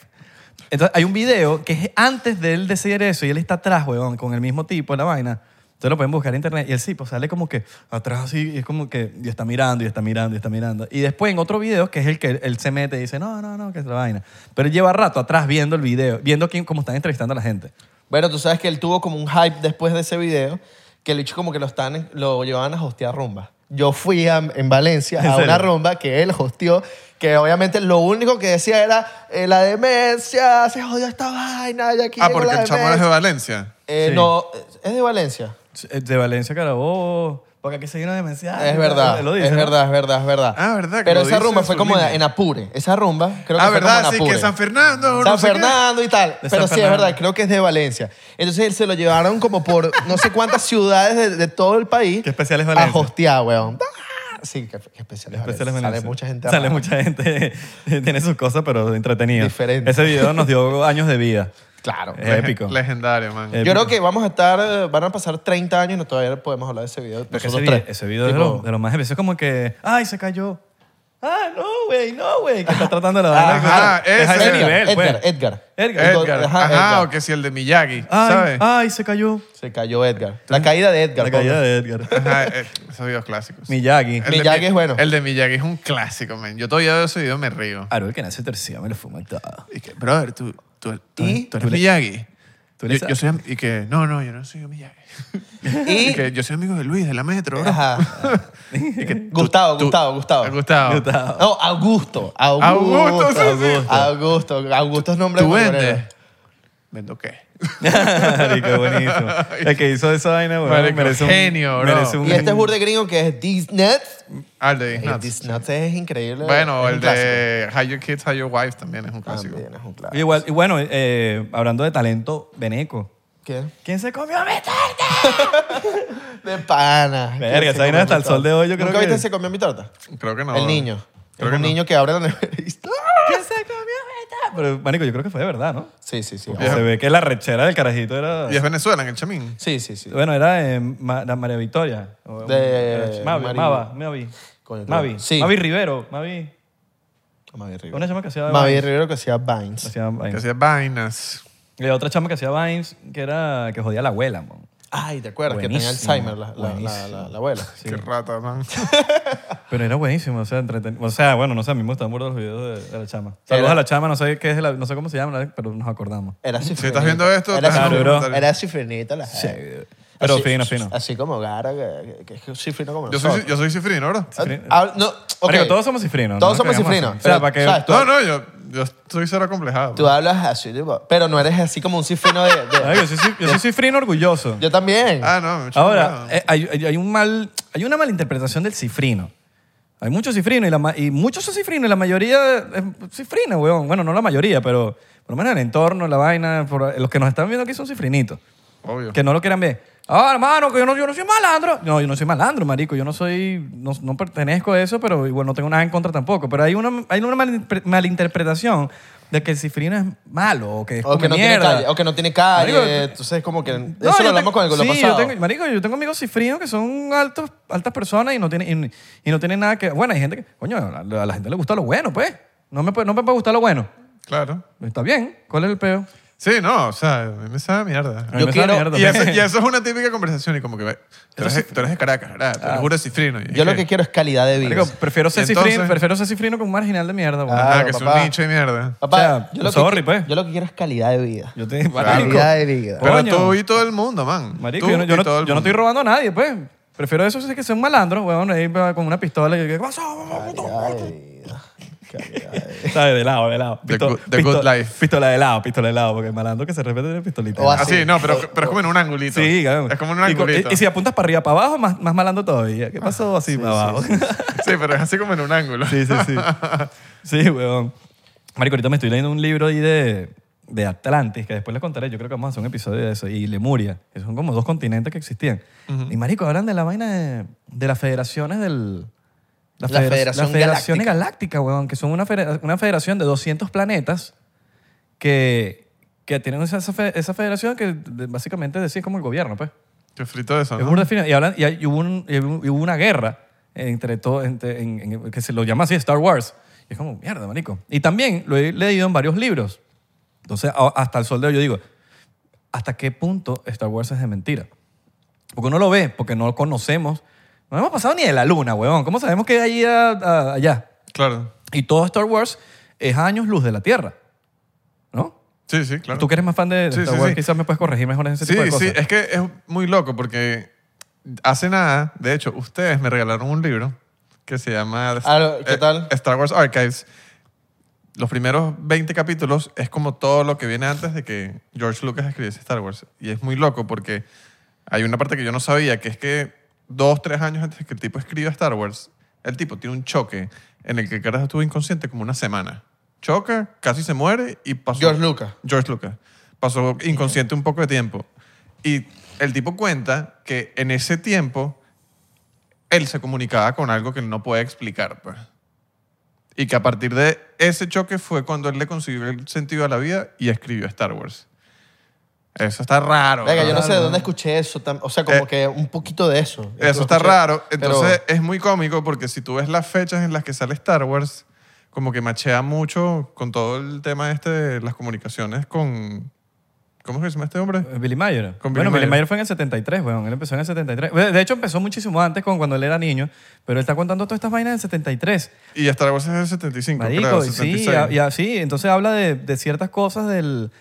[SPEAKER 2] Entonces, hay un video que es antes de él decir eso y él está atrás, weón, con el mismo tipo en la vaina. Entonces lo pueden buscar en internet y él sí, pues sale como que atrás así y es como que y está mirando y está mirando y está mirando. Y después en otro video que es el que él, él se mete y dice, no, no, no, que es la vaina. Pero él lleva rato atrás viendo el video, viendo quién, cómo están entrevistando a la gente.
[SPEAKER 1] Bueno, tú sabes que él tuvo como un hype después de ese video, que el bicho como que lo, están, lo llevaban a hostear rumba. Yo fui a- en Valencia
[SPEAKER 2] ¿En
[SPEAKER 1] a
[SPEAKER 2] serio?
[SPEAKER 1] una rumba que él hosteó, que obviamente lo único que decía era eh, la demencia, se jodió esta vaina, y aquí
[SPEAKER 3] Ah,
[SPEAKER 1] llegó
[SPEAKER 3] porque
[SPEAKER 1] la
[SPEAKER 3] el chamo es de
[SPEAKER 1] demencia".
[SPEAKER 3] Valencia.
[SPEAKER 1] Eh,
[SPEAKER 2] Sí.
[SPEAKER 1] No, es de Valencia.
[SPEAKER 2] Eh, De Valencia Carabobo, porque aquí se vino demencial.
[SPEAKER 1] es verdad,
[SPEAKER 2] Lo dice,
[SPEAKER 1] es
[SPEAKER 2] ¿no?
[SPEAKER 1] verdad, es verdad, es verdad.
[SPEAKER 3] Ah, ¿verdad? Que
[SPEAKER 1] Pero
[SPEAKER 3] lo
[SPEAKER 1] esa
[SPEAKER 3] dice
[SPEAKER 1] rumba
[SPEAKER 3] en
[SPEAKER 1] fue
[SPEAKER 3] sus
[SPEAKER 1] como
[SPEAKER 3] líneas.
[SPEAKER 1] en Apure. Esa rumba creo que
[SPEAKER 3] Ah,
[SPEAKER 1] fue como en
[SPEAKER 3] ¿verdad? Sí,
[SPEAKER 1] Apure.
[SPEAKER 3] que San Fernando. no
[SPEAKER 1] San
[SPEAKER 3] sé qué.
[SPEAKER 1] Fernando y tal.
[SPEAKER 2] De
[SPEAKER 1] pero
[SPEAKER 2] San
[SPEAKER 1] sí, es verdad,
[SPEAKER 2] Fernando.
[SPEAKER 1] creo que es de Valencia. Entonces él se lo llevaron como por no sé cuántas ciudades de, de todo el país.
[SPEAKER 2] Qué especial es Valencia.
[SPEAKER 1] A hostear, weón. Ah, Sí, qué, qué especial es
[SPEAKER 2] Especiales
[SPEAKER 1] Valencia. Sale
[SPEAKER 2] Venecia.
[SPEAKER 1] mucha gente.
[SPEAKER 2] Sale
[SPEAKER 1] rara.
[SPEAKER 2] mucha gente. (laughs) Tiene sus cosas, pero entretenido.
[SPEAKER 1] Diferente.
[SPEAKER 2] Ese video nos dio años de vida.
[SPEAKER 1] Claro.
[SPEAKER 2] Eh, Es épico.
[SPEAKER 3] Legendario, man.
[SPEAKER 2] Eh,
[SPEAKER 1] Yo creo que vamos a estar, eh, van a pasar 30 años y no todavía podemos hablar de ese video.
[SPEAKER 2] Porque
[SPEAKER 1] nosotros
[SPEAKER 2] ese, video,
[SPEAKER 1] tres.
[SPEAKER 2] ese video es
[SPEAKER 1] Tipo,
[SPEAKER 2] de lo- de lo más... Eso es como que... ¡Ay, se cayó! Ah, no, güey, no, güey. Que está tratando la
[SPEAKER 1] Ajá,
[SPEAKER 2] vaina. que-
[SPEAKER 3] ah,
[SPEAKER 2] es a
[SPEAKER 3] ese.
[SPEAKER 2] ese
[SPEAKER 1] Edgar,
[SPEAKER 2] nivel,
[SPEAKER 1] Edgar,
[SPEAKER 2] pues.
[SPEAKER 1] Edgar.
[SPEAKER 2] Edgar.
[SPEAKER 1] Entonces,
[SPEAKER 3] Edgar.
[SPEAKER 1] ajá,
[SPEAKER 3] Ajá,
[SPEAKER 1] Edgar.
[SPEAKER 3] o que si el de Miyagi,
[SPEAKER 2] Ay, ah.
[SPEAKER 3] ¿sabes?
[SPEAKER 2] ay, se cayó.
[SPEAKER 1] Se cayó Edgar. La caída de Edgar.
[SPEAKER 2] La caída
[SPEAKER 1] pobre.
[SPEAKER 2] de Edgar. (laughs)
[SPEAKER 3] Ajá, eh, esos videos clásicos.
[SPEAKER 2] Miyagi.
[SPEAKER 3] El de
[SPEAKER 1] Miyagi
[SPEAKER 3] Mi-
[SPEAKER 1] es bueno.
[SPEAKER 3] El de Miyagi es un clásico, man. Yo todavía veo ese video y me río.
[SPEAKER 2] Aruel que nace tercero me lo fuma todo. (laughs)
[SPEAKER 3] Y que, brother, tú, tú, tú,
[SPEAKER 1] ¿Y?
[SPEAKER 3] tú eres Miyagi.
[SPEAKER 2] tú le
[SPEAKER 3] Yo, yo soy, y que, no, no, yo no soy Miyagi. Y,
[SPEAKER 1] Y
[SPEAKER 3] que yo soy amigo de Luis, de la Metro.
[SPEAKER 2] (laughs)
[SPEAKER 3] bro.
[SPEAKER 1] ajá.
[SPEAKER 3] Y que tú-
[SPEAKER 1] Gustavo,
[SPEAKER 3] tú-
[SPEAKER 1] Gustavo, Gustavo.
[SPEAKER 3] Ah, Gustavo.
[SPEAKER 2] Gustavo.
[SPEAKER 1] No, Augusto. Augusto.
[SPEAKER 3] Augusto, sí, sí.
[SPEAKER 1] Augusto. Augusto. Augusto es nombre
[SPEAKER 3] ¿Tú
[SPEAKER 1] de
[SPEAKER 3] vendes?
[SPEAKER 1] bolero.
[SPEAKER 3] ¿Vendo qué?
[SPEAKER 1] (laughs)
[SPEAKER 2] Marico, buenísimo. El que hizo esa vaina, weón.
[SPEAKER 3] Marico,
[SPEAKER 2] merece un,
[SPEAKER 3] genio, bro.
[SPEAKER 2] merece un-
[SPEAKER 1] Y este es burde gringo que es These Nuts.
[SPEAKER 3] Ah, el de Disney.
[SPEAKER 1] Eh, These Nuts es increíble.
[SPEAKER 3] Bueno,
[SPEAKER 1] es un
[SPEAKER 3] el de How Your Kids, How Your Wives también es un
[SPEAKER 1] clásico.
[SPEAKER 3] clásico.
[SPEAKER 1] También es un clásico.
[SPEAKER 2] Igual, y bueno, eh, hablando de talento, Beneco.
[SPEAKER 1] ¿Qué?
[SPEAKER 2] ¿Quién se comió a mi torta?
[SPEAKER 1] De pana.
[SPEAKER 2] Verga,
[SPEAKER 1] Que se
[SPEAKER 2] esa vaina
[SPEAKER 1] comió
[SPEAKER 2] hasta
[SPEAKER 1] mi
[SPEAKER 2] el sol
[SPEAKER 1] torta.
[SPEAKER 2] de hoy, yo creo
[SPEAKER 1] ¿Nunca
[SPEAKER 2] que-
[SPEAKER 1] viste se comió mi torta?
[SPEAKER 3] Creo que no.
[SPEAKER 1] el niño.
[SPEAKER 3] Creo
[SPEAKER 1] Es
[SPEAKER 3] que
[SPEAKER 1] un
[SPEAKER 3] no.
[SPEAKER 1] niño que abre la (laughs) nevera y está-
[SPEAKER 2] ¿Quién se comió a mi torta? Pero, Marico, yo creo que fue de verdad, ¿no?
[SPEAKER 1] Sí, sí, sí.
[SPEAKER 3] Ya.
[SPEAKER 2] Se ve que la rechera del carajito era...
[SPEAKER 3] Y es Venezuela, en el chamín.
[SPEAKER 1] Sí, sí, sí.
[SPEAKER 2] Bueno, era eh, Ma- la María Victoria. O-
[SPEAKER 1] De-
[SPEAKER 2] Mavi,
[SPEAKER 1] Mari-
[SPEAKER 2] Mava, Mavi.
[SPEAKER 1] Coño, creo-
[SPEAKER 2] Mavi.
[SPEAKER 1] Sí.
[SPEAKER 2] Mavi Rivero. Mavi.
[SPEAKER 1] Mavi Rivero.
[SPEAKER 2] Una chama que hacía
[SPEAKER 1] Mavi
[SPEAKER 2] Vines.
[SPEAKER 1] Rivero que hacía Vines.
[SPEAKER 2] Hacía
[SPEAKER 3] Que
[SPEAKER 2] Vines.
[SPEAKER 3] hacía vainas.
[SPEAKER 2] Y otra chama que hacía Vines, que era... Que jodía a la abuela, mon.
[SPEAKER 1] Ay, ¿te acuerdas? Que
[SPEAKER 2] Buenísimo,
[SPEAKER 1] tenía Alzheimer la, la, la, la- la abuela.
[SPEAKER 3] Qué
[SPEAKER 1] (laughs)
[SPEAKER 3] rata, man.
[SPEAKER 2] Pero era buenísimo, o sea, entretenido. O sea, bueno, no sé, a mí me gustan burdos los videos de, de la chama. Saludos
[SPEAKER 1] Era- Eh,
[SPEAKER 2] a la chama, no sé qué es, la- no sé cómo se llama, pero nos acordamos.
[SPEAKER 1] Era
[SPEAKER 3] Si
[SPEAKER 1] cifrinita.
[SPEAKER 3] estás viendo esto,
[SPEAKER 1] era,
[SPEAKER 3] estás
[SPEAKER 2] Claro,
[SPEAKER 1] cifrinita.
[SPEAKER 2] bro.
[SPEAKER 3] comentario.
[SPEAKER 1] era cifrinita la
[SPEAKER 2] Sí,
[SPEAKER 1] gente.
[SPEAKER 2] pero
[SPEAKER 1] Así-
[SPEAKER 2] fino, fino.
[SPEAKER 1] Así como Gara, que, que es cifrino como
[SPEAKER 3] Yo soy,
[SPEAKER 1] nosotros.
[SPEAKER 3] yo soy cifrino, ¿verdad?
[SPEAKER 2] cifrino.
[SPEAKER 1] Ah, no, ok.
[SPEAKER 2] Marico, todos somos cifrinos.
[SPEAKER 1] Todos
[SPEAKER 2] ¿no?
[SPEAKER 1] somos
[SPEAKER 2] Digamos
[SPEAKER 1] cifrinos.
[SPEAKER 2] así. O sea,
[SPEAKER 1] pero,
[SPEAKER 2] para que...
[SPEAKER 1] ¿sabes? Tú-
[SPEAKER 3] No, no, yo, yo estoy cero complejado.
[SPEAKER 1] Tú hablas así, tipo, pero no eres así como un cifrino de... de-
[SPEAKER 2] Ay, yo, soy, cif- yo soy cifrino orgulloso.
[SPEAKER 1] yo también.
[SPEAKER 3] Ah, no, mucho
[SPEAKER 2] Ahora,
[SPEAKER 3] cuidado.
[SPEAKER 2] eh, hay, hay- hay un mal, hay una mala interpretación del cifrino. Hay muchos cifrinos y, la ma- y muchos son cifrinos y la mayoría es cifrina, weón. Bueno, no la mayoría, pero por lo menos el entorno, la vaina, por- los que nos están viendo aquí son cifrinitos.
[SPEAKER 3] Obvio.
[SPEAKER 2] Que no lo quieran ver. Ah, hermano, que yo no, yo no soy malandro. No, yo no soy malandro, marico. Yo no soy, no, no pertenezco a eso, pero igual no tengo nada en contra tampoco. Pero hay una, hay una malinterpre- malinterpretación de que el cifrino es malo o que es
[SPEAKER 1] o, que
[SPEAKER 2] come
[SPEAKER 1] no tiene
[SPEAKER 2] mierda.
[SPEAKER 1] calle, o que no tiene calle.
[SPEAKER 2] Marico,
[SPEAKER 1] entonces, como que...
[SPEAKER 2] No,
[SPEAKER 1] eso
[SPEAKER 2] yo
[SPEAKER 1] lo hablamos
[SPEAKER 2] tengo-
[SPEAKER 1] con el con lo
[SPEAKER 2] sí,
[SPEAKER 1] pasado.
[SPEAKER 2] Yo tengo, marico, yo tengo amigos cifrinos que son altos, altas personas y no tienen, y, y no tienen nada que... Bueno, hay gente que... Coño, a la, a la gente le gusta lo bueno, pues. No me, puede- no me puede gustar lo bueno.
[SPEAKER 3] Claro.
[SPEAKER 2] Está bien. ¿Cuál es el peo?
[SPEAKER 3] Sí, no, o sea, a mí me sabe a mierda. pues.
[SPEAKER 2] A mí
[SPEAKER 1] Yo
[SPEAKER 2] me sabe
[SPEAKER 1] quiero-
[SPEAKER 2] mierda
[SPEAKER 3] Y eso,
[SPEAKER 2] también.
[SPEAKER 3] y eso es una típica conversación y como que ve, tú eres, tú eres de Caracas, ¿verdad? Tú
[SPEAKER 2] Ah.
[SPEAKER 3] eres juro cifrino. Y
[SPEAKER 1] Yo lo que quiero es calidad de vida.
[SPEAKER 2] Marico, prefiero ser,
[SPEAKER 3] Y entonces-
[SPEAKER 2] cifrino, prefiero ser cifrino con un marginal de mierda, weón.
[SPEAKER 3] Ajá,
[SPEAKER 1] Claro,
[SPEAKER 3] que es un
[SPEAKER 1] papá.
[SPEAKER 3] nicho de mierda.
[SPEAKER 1] Papá,
[SPEAKER 2] O sea,
[SPEAKER 1] yo, lo
[SPEAKER 2] sorry,
[SPEAKER 1] que,
[SPEAKER 2] pues.
[SPEAKER 1] yo lo que quiero es calidad de vida.
[SPEAKER 2] Yo te marico,
[SPEAKER 1] Calidad de vida.
[SPEAKER 2] Coño.
[SPEAKER 3] Pero tú y todo el mundo, man.
[SPEAKER 2] Marico,
[SPEAKER 3] Tú
[SPEAKER 2] yo, no, yo
[SPEAKER 3] y
[SPEAKER 2] no-
[SPEAKER 3] todo el
[SPEAKER 2] yo no
[SPEAKER 3] mundo.
[SPEAKER 2] estoy robando a nadie, pues. Prefiero eso sí que sea un malandro, weón, ahí va con una pistola y que, ¿qué pasó?
[SPEAKER 1] Calidad de vida. Calidad de vida.
[SPEAKER 2] ¿Sabes? De lado, de lado.
[SPEAKER 3] The good- the good life.
[SPEAKER 2] Pistola de lado, pistola de lado, porque el malandro que se respete tiene pistolita.
[SPEAKER 1] O
[SPEAKER 2] de
[SPEAKER 1] así.
[SPEAKER 2] lado.
[SPEAKER 3] Así, Ah, no, pero, pero es como en un angulito.
[SPEAKER 2] Sí, claro.
[SPEAKER 3] Es como en un
[SPEAKER 2] Y co-
[SPEAKER 3] angulito. Ah,
[SPEAKER 2] Y, y si apuntas para arriba, para abajo, más, más malando todavía. ¿Qué pasó así para abajo?
[SPEAKER 3] Sí, pero es así como en un ángulo.
[SPEAKER 2] (laughs) Sí, sí, sí. Sí, weón. Marico, ahorita me estoy leyendo un libro ahí de, de Atlantis, que después les contaré. Yo creo que vamos a hacer un episodio de eso. Y Lemuria, que son como dos continentes que existían. Y Marico, hablan de la vaina de, de las federaciones del... las
[SPEAKER 1] La
[SPEAKER 2] federa-
[SPEAKER 1] Federación
[SPEAKER 2] Las federaciones galácticas, weón, que son una, federa- una federación de 200 planetas que, que tienen esa, esa fe- esa federación que de- básicamente decís como el gobierno, pues.
[SPEAKER 3] Qué frito eso,
[SPEAKER 2] Es
[SPEAKER 3] ¿no?
[SPEAKER 2] burda de fino. Y, hablan- y hay- y hubo, un- y hubo- y hubo una guerra entre todo, entre- en- en- que se lo llama así Star Wars. Y es como, mierda, marico. Y también lo he leído en varios libros. Entonces, a- hasta el sol de hoy yo digo, ¿hasta qué punto Star Wars es de mentira? Porque uno lo ve, porque no lo conocemos. No hemos pasado ni de la luna, huevón. ¿Cómo sabemos que hay ahí a- a- allá?
[SPEAKER 3] Claro.
[SPEAKER 2] Y todo Star Wars es años luz de la Tierra. ¿No?
[SPEAKER 3] Sí, sí, claro.
[SPEAKER 2] Tú que eres más fan de
[SPEAKER 3] Sí,
[SPEAKER 2] Star
[SPEAKER 3] sí,
[SPEAKER 2] Wars,
[SPEAKER 3] sí.
[SPEAKER 2] quizás me puedes corregir mejor en ese tipo de
[SPEAKER 3] Sí,
[SPEAKER 2] cosas.
[SPEAKER 3] sí, es que es muy loco porque hace nada, de hecho, ustedes me regalaron un libro que se llama
[SPEAKER 1] Ah, ¿qué
[SPEAKER 3] eh,
[SPEAKER 1] tal?
[SPEAKER 3] Star Wars Archives. Los primeros 20 capítulos es como todo lo que viene antes de que George Lucas escribiese Star Wars. Y es muy loco porque hay una parte que yo no sabía, que es que dos, tres años antes de que el tipo escriba Star Wars, el tipo tiene un choque en el que el carajo estuvo inconsciente como una semana. Choca, casi se muere y pasó...
[SPEAKER 1] George Lucas.
[SPEAKER 3] George Lucas. Pasó inconsciente un poco de tiempo. Y el tipo cuenta que en ese tiempo él se comunicaba con algo que él no puede explicar. pues. Y que a partir de ese choque fue cuando él le consiguió el sentido a la vida y escribió Star Wars. Eso está raro.
[SPEAKER 1] Venga, yo no
[SPEAKER 3] ¿no?
[SPEAKER 1] sé de dónde escuché eso. tam- O sea, como
[SPEAKER 3] Eh,
[SPEAKER 1] que un poquito de eso.
[SPEAKER 3] Eso
[SPEAKER 1] Lo
[SPEAKER 3] está
[SPEAKER 1] escuché,
[SPEAKER 3] raro.
[SPEAKER 1] pero-
[SPEAKER 3] Entonces es muy cómico porque si tú ves las fechas en las que sale Star Wars, como que machea mucho con todo el tema este de las comunicaciones con... ¿Cómo es que se llama este hombre?
[SPEAKER 2] Eh, Billy Mayer.
[SPEAKER 3] Con Billy
[SPEAKER 2] bueno, Billy
[SPEAKER 3] Mayer.
[SPEAKER 2] Mayer fue en el 73, weón. Él empezó en el 73. Bueno, De hecho, empezó muchísimo antes, con cuando él era niño. Pero él está contando todas estas vainas del 73.
[SPEAKER 3] Y Star Wars es del 75, creo,
[SPEAKER 2] Marico, y sí,
[SPEAKER 3] 76.
[SPEAKER 2] a- y así. Entonces habla de, de ciertas cosas del,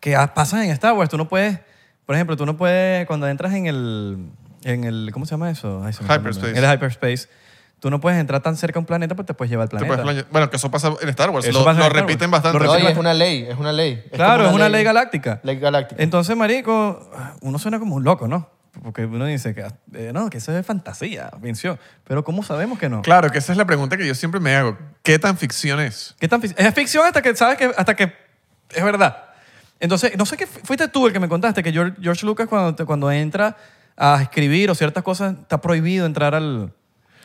[SPEAKER 2] que a- pasan en Star Wars. Tú no puedes, por ejemplo, tú no puedes, cuando entras en el, en el ¿cómo se llama eso? Ay, se me fue el nombre.
[SPEAKER 3] Hyperspace.
[SPEAKER 2] En el hyperspace. Tú no puedes entrar tan cerca a un planeta porque te puedes llevar el
[SPEAKER 3] Te
[SPEAKER 2] planeta.
[SPEAKER 3] puedes planear- Bueno, que eso pasa en Star Wars.
[SPEAKER 2] Eso
[SPEAKER 3] Lo,
[SPEAKER 2] pasa en
[SPEAKER 3] lo
[SPEAKER 2] Star Wars.
[SPEAKER 3] repiten
[SPEAKER 2] Lo
[SPEAKER 3] bastante.
[SPEAKER 1] No, y
[SPEAKER 2] repito-
[SPEAKER 1] es una ley, es una ley. Es
[SPEAKER 2] Claro,
[SPEAKER 1] como
[SPEAKER 2] es una ley galáctica.
[SPEAKER 1] Ley galáctica.
[SPEAKER 2] Entonces, marico, uno suena como un loco, ¿no? Porque uno dice que, eh, no, que eso es fantasía, ficción. Pero ¿cómo sabemos que no?
[SPEAKER 3] Claro, que esa es la pregunta que yo siempre me hago. ¿Qué tan ficción es?
[SPEAKER 2] ¿Qué tan fic- es ficción hasta que sabes que hasta que es verdad. Entonces, no sé qué fu- fuiste tú el que me contaste que George, George Lucas cuando, te- cuando entra a escribir o ciertas cosas está prohibido entrar al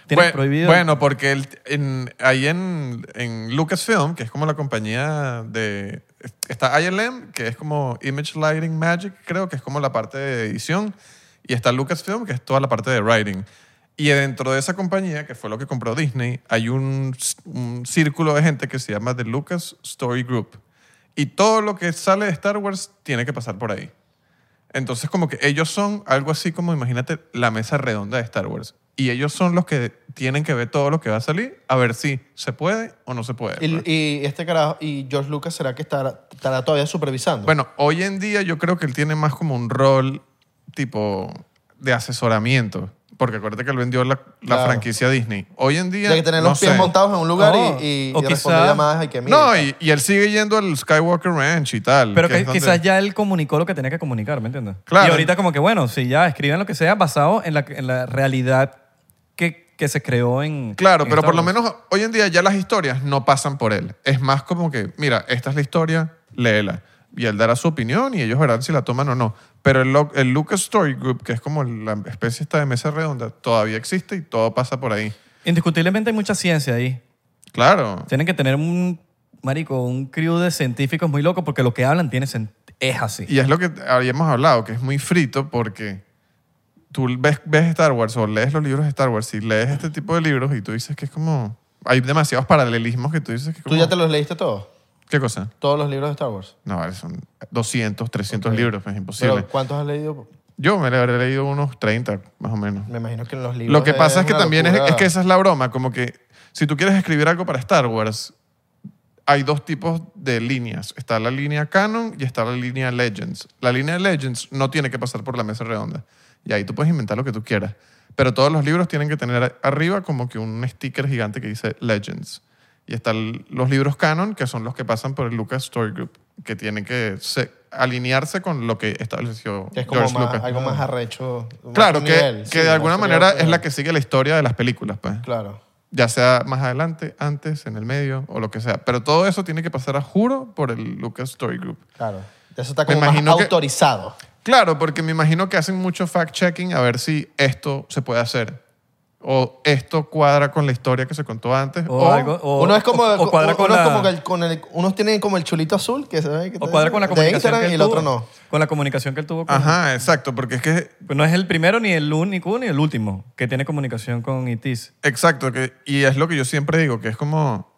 [SPEAKER 2] tiene
[SPEAKER 3] Bue-
[SPEAKER 2] prohibido.
[SPEAKER 3] Bueno, porque el- en- ahí en, en Lucasfilm, que es como la compañía de... Está ILM, que es como Image Lighting Magic, creo que es como la parte de edición. Y está Lucasfilm, que es toda la parte de writing. Y dentro de esa compañía, que fue lo que compró Disney, hay un, s- un círculo de gente que se llama The Lucas Story Group. Y todo lo que sale de Star Wars tiene que pasar por ahí. Entonces, como que ellos son algo así como, imagínate, la mesa redonda de Star Wars. Y ellos son los que tienen que ver todo lo que va a salir, a ver si se puede o no se puede.
[SPEAKER 1] Y, y este carajo, y George Lucas, ¿será que estará, estará todavía supervisando?
[SPEAKER 3] bueno, hoy en día yo creo que él tiene más como un rol tipo de asesoramiento. Porque acuérdate que él vendió la, la
[SPEAKER 1] Claro.
[SPEAKER 3] franquicia Disney. Hoy en día.
[SPEAKER 1] Tiene que tener los
[SPEAKER 3] no
[SPEAKER 1] pies
[SPEAKER 3] sé.
[SPEAKER 1] montados en un lugar
[SPEAKER 2] No,
[SPEAKER 1] y, y,
[SPEAKER 2] o
[SPEAKER 1] y
[SPEAKER 2] quizá-
[SPEAKER 1] responder llamadas y que mira.
[SPEAKER 3] No, y, y él sigue yendo al Skywalker Ranch y tal.
[SPEAKER 2] pero
[SPEAKER 3] que
[SPEAKER 2] que,
[SPEAKER 3] es donde-
[SPEAKER 2] quizás ya él comunicó lo que tenía que comunicar, ¿me entiendes?
[SPEAKER 3] Claro.
[SPEAKER 2] Y ahorita como que bueno, si ya escriben lo que sea basado en la, en la realidad que, que se creó en
[SPEAKER 3] Claro,
[SPEAKER 2] en
[SPEAKER 3] pero
[SPEAKER 2] Star
[SPEAKER 3] por lo
[SPEAKER 2] Wars.
[SPEAKER 3] menos hoy en día ya las historias no pasan por él. Es más como que, mira, esta es la historia, léela. Y él dará su opinión y ellos verán si la toman o no. Pero el, lo- el Lucas Story Group, que es como la especie esta de mesa redonda, todavía existe y todo pasa por ahí.
[SPEAKER 2] indiscutiblemente hay mucha ciencia ahí.
[SPEAKER 3] Claro.
[SPEAKER 2] Tienen que tener un marico, un crew de científicos muy locos porque lo que hablan tiene sen- es así.
[SPEAKER 3] Y es lo que habíamos hablado, que es muy frito porque tú ves, ves Star Wars o lees los libros de Star Wars y lees este tipo de libros y tú dices que es como... Hay demasiados paralelismos que tú dices que es
[SPEAKER 1] ¿Tú
[SPEAKER 3] como...
[SPEAKER 1] ya te los leíste todos?
[SPEAKER 3] ¿Qué cosa?
[SPEAKER 1] Todos los libros de Star Wars.
[SPEAKER 3] No, vale, son 200, 300
[SPEAKER 1] Ok.
[SPEAKER 3] libros, pues, es imposible.
[SPEAKER 1] Pero, ¿cuántos has leído?
[SPEAKER 3] Yo me le habré leído unos 30, más o menos.
[SPEAKER 1] Me imagino que en los libros.
[SPEAKER 3] Lo que pasa es que
[SPEAKER 1] una
[SPEAKER 3] también es,
[SPEAKER 1] locura.
[SPEAKER 3] es que esa es la broma, como que si tú quieres escribir algo para Star Wars, hay dos tipos de líneas. Está la línea canon y está la línea Legends. La línea Legends no tiene que pasar por la mesa redonda. Y ahí tú puedes inventar lo que tú quieras. Pero todos los libros tienen que tener a- arriba como que un sticker gigante que dice Legends. Y están los libros canon, que son los que pasan por el Lucas Story Group, que tienen que se- alinearse con lo que estableció
[SPEAKER 1] Que es como
[SPEAKER 3] George
[SPEAKER 1] más-
[SPEAKER 3] Lucas. Ah.
[SPEAKER 1] algo más arrecho. más
[SPEAKER 3] Claro,
[SPEAKER 1] un
[SPEAKER 3] que,
[SPEAKER 1] nivel,
[SPEAKER 3] que
[SPEAKER 1] sí,
[SPEAKER 3] de
[SPEAKER 1] más
[SPEAKER 3] alguna
[SPEAKER 1] otro
[SPEAKER 3] manera
[SPEAKER 1] nivel,
[SPEAKER 3] es la que sigue la historia de las películas, pues.
[SPEAKER 1] Claro.
[SPEAKER 3] Ya sea más adelante, antes, en el medio o lo que sea. Pero todo eso tiene que pasar a juro por el Lucas Story Group.
[SPEAKER 1] Claro. Eso está
[SPEAKER 3] Me
[SPEAKER 1] como más
[SPEAKER 3] imagino que-
[SPEAKER 1] autorizado.
[SPEAKER 3] Claro, porque me imagino que hacen mucho fact-checking a ver si esto se puede hacer. O esto cuadra con la historia que se contó antes.
[SPEAKER 2] O algo- o-
[SPEAKER 1] uno es como,
[SPEAKER 2] o cuadra
[SPEAKER 1] uno
[SPEAKER 2] con
[SPEAKER 1] es
[SPEAKER 2] la-
[SPEAKER 1] como que el- con el- unos tienen como el chulito azul que se ve que
[SPEAKER 2] O
[SPEAKER 1] está-
[SPEAKER 2] cuadra con la
[SPEAKER 1] de
[SPEAKER 2] comunicación que
[SPEAKER 1] Instagram
[SPEAKER 2] él
[SPEAKER 1] y el otro
[SPEAKER 2] tuvo.
[SPEAKER 1] no.
[SPEAKER 2] Con la comunicación que él tuvo con...
[SPEAKER 3] Ajá, exacto, porque es que
[SPEAKER 2] Pues no es el primero, ni el único, ni el último que tiene comunicación con ITIS.
[SPEAKER 3] Exacto, que, y es lo que yo siempre digo, que es como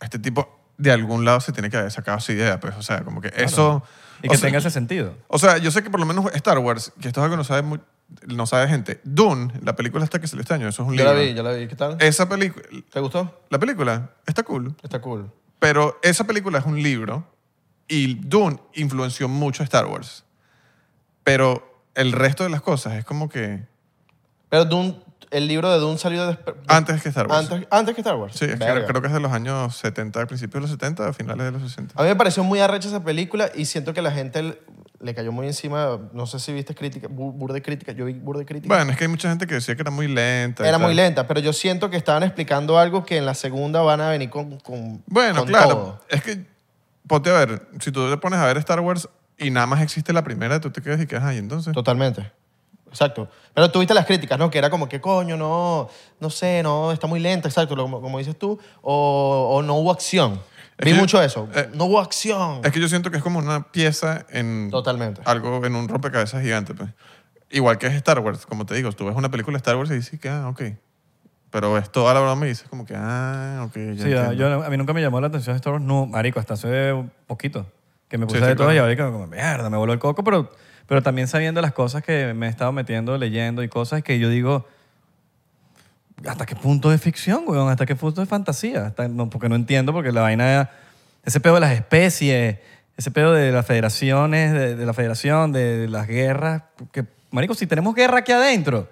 [SPEAKER 3] este tipo de algún lado se tiene que haber sacado esa idea, pues, o sea, como que eso...
[SPEAKER 2] Y
[SPEAKER 3] o
[SPEAKER 2] que
[SPEAKER 3] sea,
[SPEAKER 2] tenga ese sentido.
[SPEAKER 3] O sea, yo sé que por lo menos Star Wars, que esto es algo que no sabe, mu- no sabe gente, Dune, la película esta que se le extrañó, eso es un
[SPEAKER 1] Yo
[SPEAKER 3] libro.
[SPEAKER 1] la vi, yo la vi. ¿Qué tal?
[SPEAKER 3] Esa película,
[SPEAKER 1] ¿Te gustó?
[SPEAKER 3] la película está cool,
[SPEAKER 1] Está cool.
[SPEAKER 3] pero esa película es un libro y Dune influenció mucho a Star Wars. Pero el resto de las cosas es como que
[SPEAKER 1] Pero Dune- el libro de Dune salió desp- de-
[SPEAKER 3] antes que Star Wars.
[SPEAKER 1] antes, antes que Star Wars.
[SPEAKER 3] Sí, es que
[SPEAKER 1] Verga.
[SPEAKER 3] creo, creo que es de los años 70, al principio de los 70, a finales de los 60.
[SPEAKER 1] A mí me pareció muy arrecha esa película y siento que la gente le- le cayó muy encima. No sé si viste crítica, bu- burde crítica. Yo vi burde crítica.
[SPEAKER 3] Bueno, es que hay mucha gente que decía que era muy lenta. y
[SPEAKER 1] Era
[SPEAKER 3] tal.
[SPEAKER 1] muy lenta, pero yo siento que estaban explicando algo que en la segunda van a venir con, con
[SPEAKER 3] Bueno,
[SPEAKER 1] con
[SPEAKER 3] claro.
[SPEAKER 1] todo.
[SPEAKER 3] Es que, ponte a ver, si tú te pones a ver Star Wars y nada más existe la primera, tú te quedas y quedas ahí entonces.
[SPEAKER 1] Totalmente. Exacto. Pero tuviste las críticas, ¿no? Que era como que, coño, no, no sé, no, está muy lenta, exacto, lo- como, como dices tú, o, o no hubo acción.
[SPEAKER 3] Es
[SPEAKER 1] Vi
[SPEAKER 3] que yo-
[SPEAKER 1] mucho eso.
[SPEAKER 3] eh,
[SPEAKER 1] no hubo acción.
[SPEAKER 3] Es que yo siento que es como una pieza en.
[SPEAKER 1] Totalmente.
[SPEAKER 3] Algo en un rompecabezas gigante, pues. Igual que es Star Wars, como te digo, tú ves una película de Star Wars y dices que, ah, ok. Pero ves toda la broma y dices como que, ah, ok. ya
[SPEAKER 2] Sí, a,
[SPEAKER 3] entiendo.
[SPEAKER 2] yo- a mí nunca me llamó la atención Star Wars. No, marico, hasta hace poquito. Que me puse
[SPEAKER 3] Sí, sí,
[SPEAKER 2] de todo
[SPEAKER 3] claro.
[SPEAKER 2] y ahorita como, mierda, me voló el coco. Pero, pero también sabiendo las cosas que me he estado metiendo, leyendo y cosas que yo digo... ¿Hasta qué punto es ficción, weón? ¿Hasta qué punto es fantasía? Hasta- no, porque no entiendo, porque la vaina... Ese pedo de las especies, ese pedo de las federaciones, de, de la federación, de, las guerras... Que, marico, si tenemos guerra aquí adentro...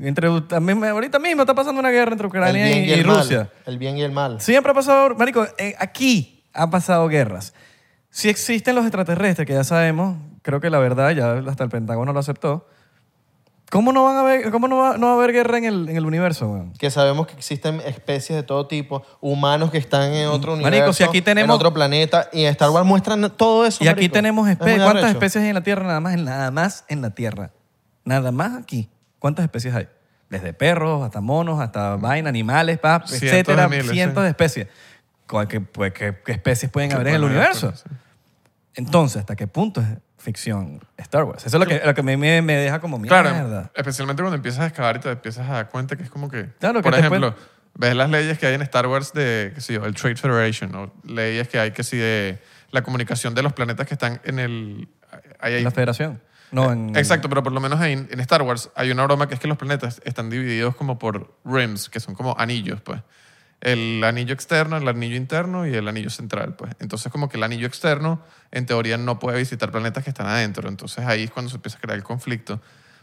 [SPEAKER 2] Entre, también- ahorita mismo está pasando una guerra entre
[SPEAKER 1] El
[SPEAKER 2] Ucrania
[SPEAKER 1] bien
[SPEAKER 2] y,
[SPEAKER 1] y el
[SPEAKER 2] y Rusia.
[SPEAKER 1] mal. El bien y el mal.
[SPEAKER 2] Siempre ha pasado, marico, eh, aquí han pasado guerras. Si existen los extraterrestres, que ya sabemos, creo que la verdad, ya hasta el Pentágono lo aceptó, ¿cómo no, van a haber, cómo no, va, no va a haber guerra en el, en el universo, weón?
[SPEAKER 1] Que sabemos que existen especies de todo tipo, humanos que están en otro
[SPEAKER 2] Marico,
[SPEAKER 1] universo,
[SPEAKER 2] si aquí tenemos-
[SPEAKER 1] en otro planeta, y en Star Wars muestran todo eso.
[SPEAKER 2] Y aquí
[SPEAKER 1] marico.
[SPEAKER 2] tenemos
[SPEAKER 1] Es muy
[SPEAKER 2] especies. ¿Cuántas
[SPEAKER 1] arrecho.
[SPEAKER 2] especies hay en la Tierra? Nada más, en- nada más en la Tierra. Nada más aquí. ¿Cuántas especies hay? Desde perros hasta monos, hasta vainas, animales, pa,
[SPEAKER 3] Cientos de
[SPEAKER 2] etcétera.
[SPEAKER 3] miles,
[SPEAKER 2] cientos
[SPEAKER 3] sí.
[SPEAKER 2] de especies. ¿Cuál- ¿Qué, pues, qué- qué especies pueden
[SPEAKER 3] Que
[SPEAKER 2] haber en el
[SPEAKER 3] pueden haber
[SPEAKER 2] universo?
[SPEAKER 3] cosas, sí.
[SPEAKER 2] Entonces, ¿hasta qué punto es ficción Star Wars? Eso es lo que, lo que me, me- me deja como mierda.
[SPEAKER 3] Claro, especialmente cuando empiezas a excavar y te empiezas a dar cuenta que es como que,
[SPEAKER 2] Claro, que
[SPEAKER 3] por
[SPEAKER 2] te
[SPEAKER 3] ejemplo, ves las leyes que hay en Star Wars de, qué sé yo, el Trade Federation, o leyes que hay que sí de la comunicación de los planetas que están en el... ahí hay-
[SPEAKER 2] En la federación. No, en...
[SPEAKER 3] Exacto, pero por lo menos en, en Star Wars hay una broma que es que los planetas están divididos como por rims, que son como anillos, pues. El anillo externo, el anillo interno y el anillo central, pues. Entonces como que el anillo externo en teoría no puede visitar planetas que están adentro, entonces ahí es cuando se empieza a crear el conflicto.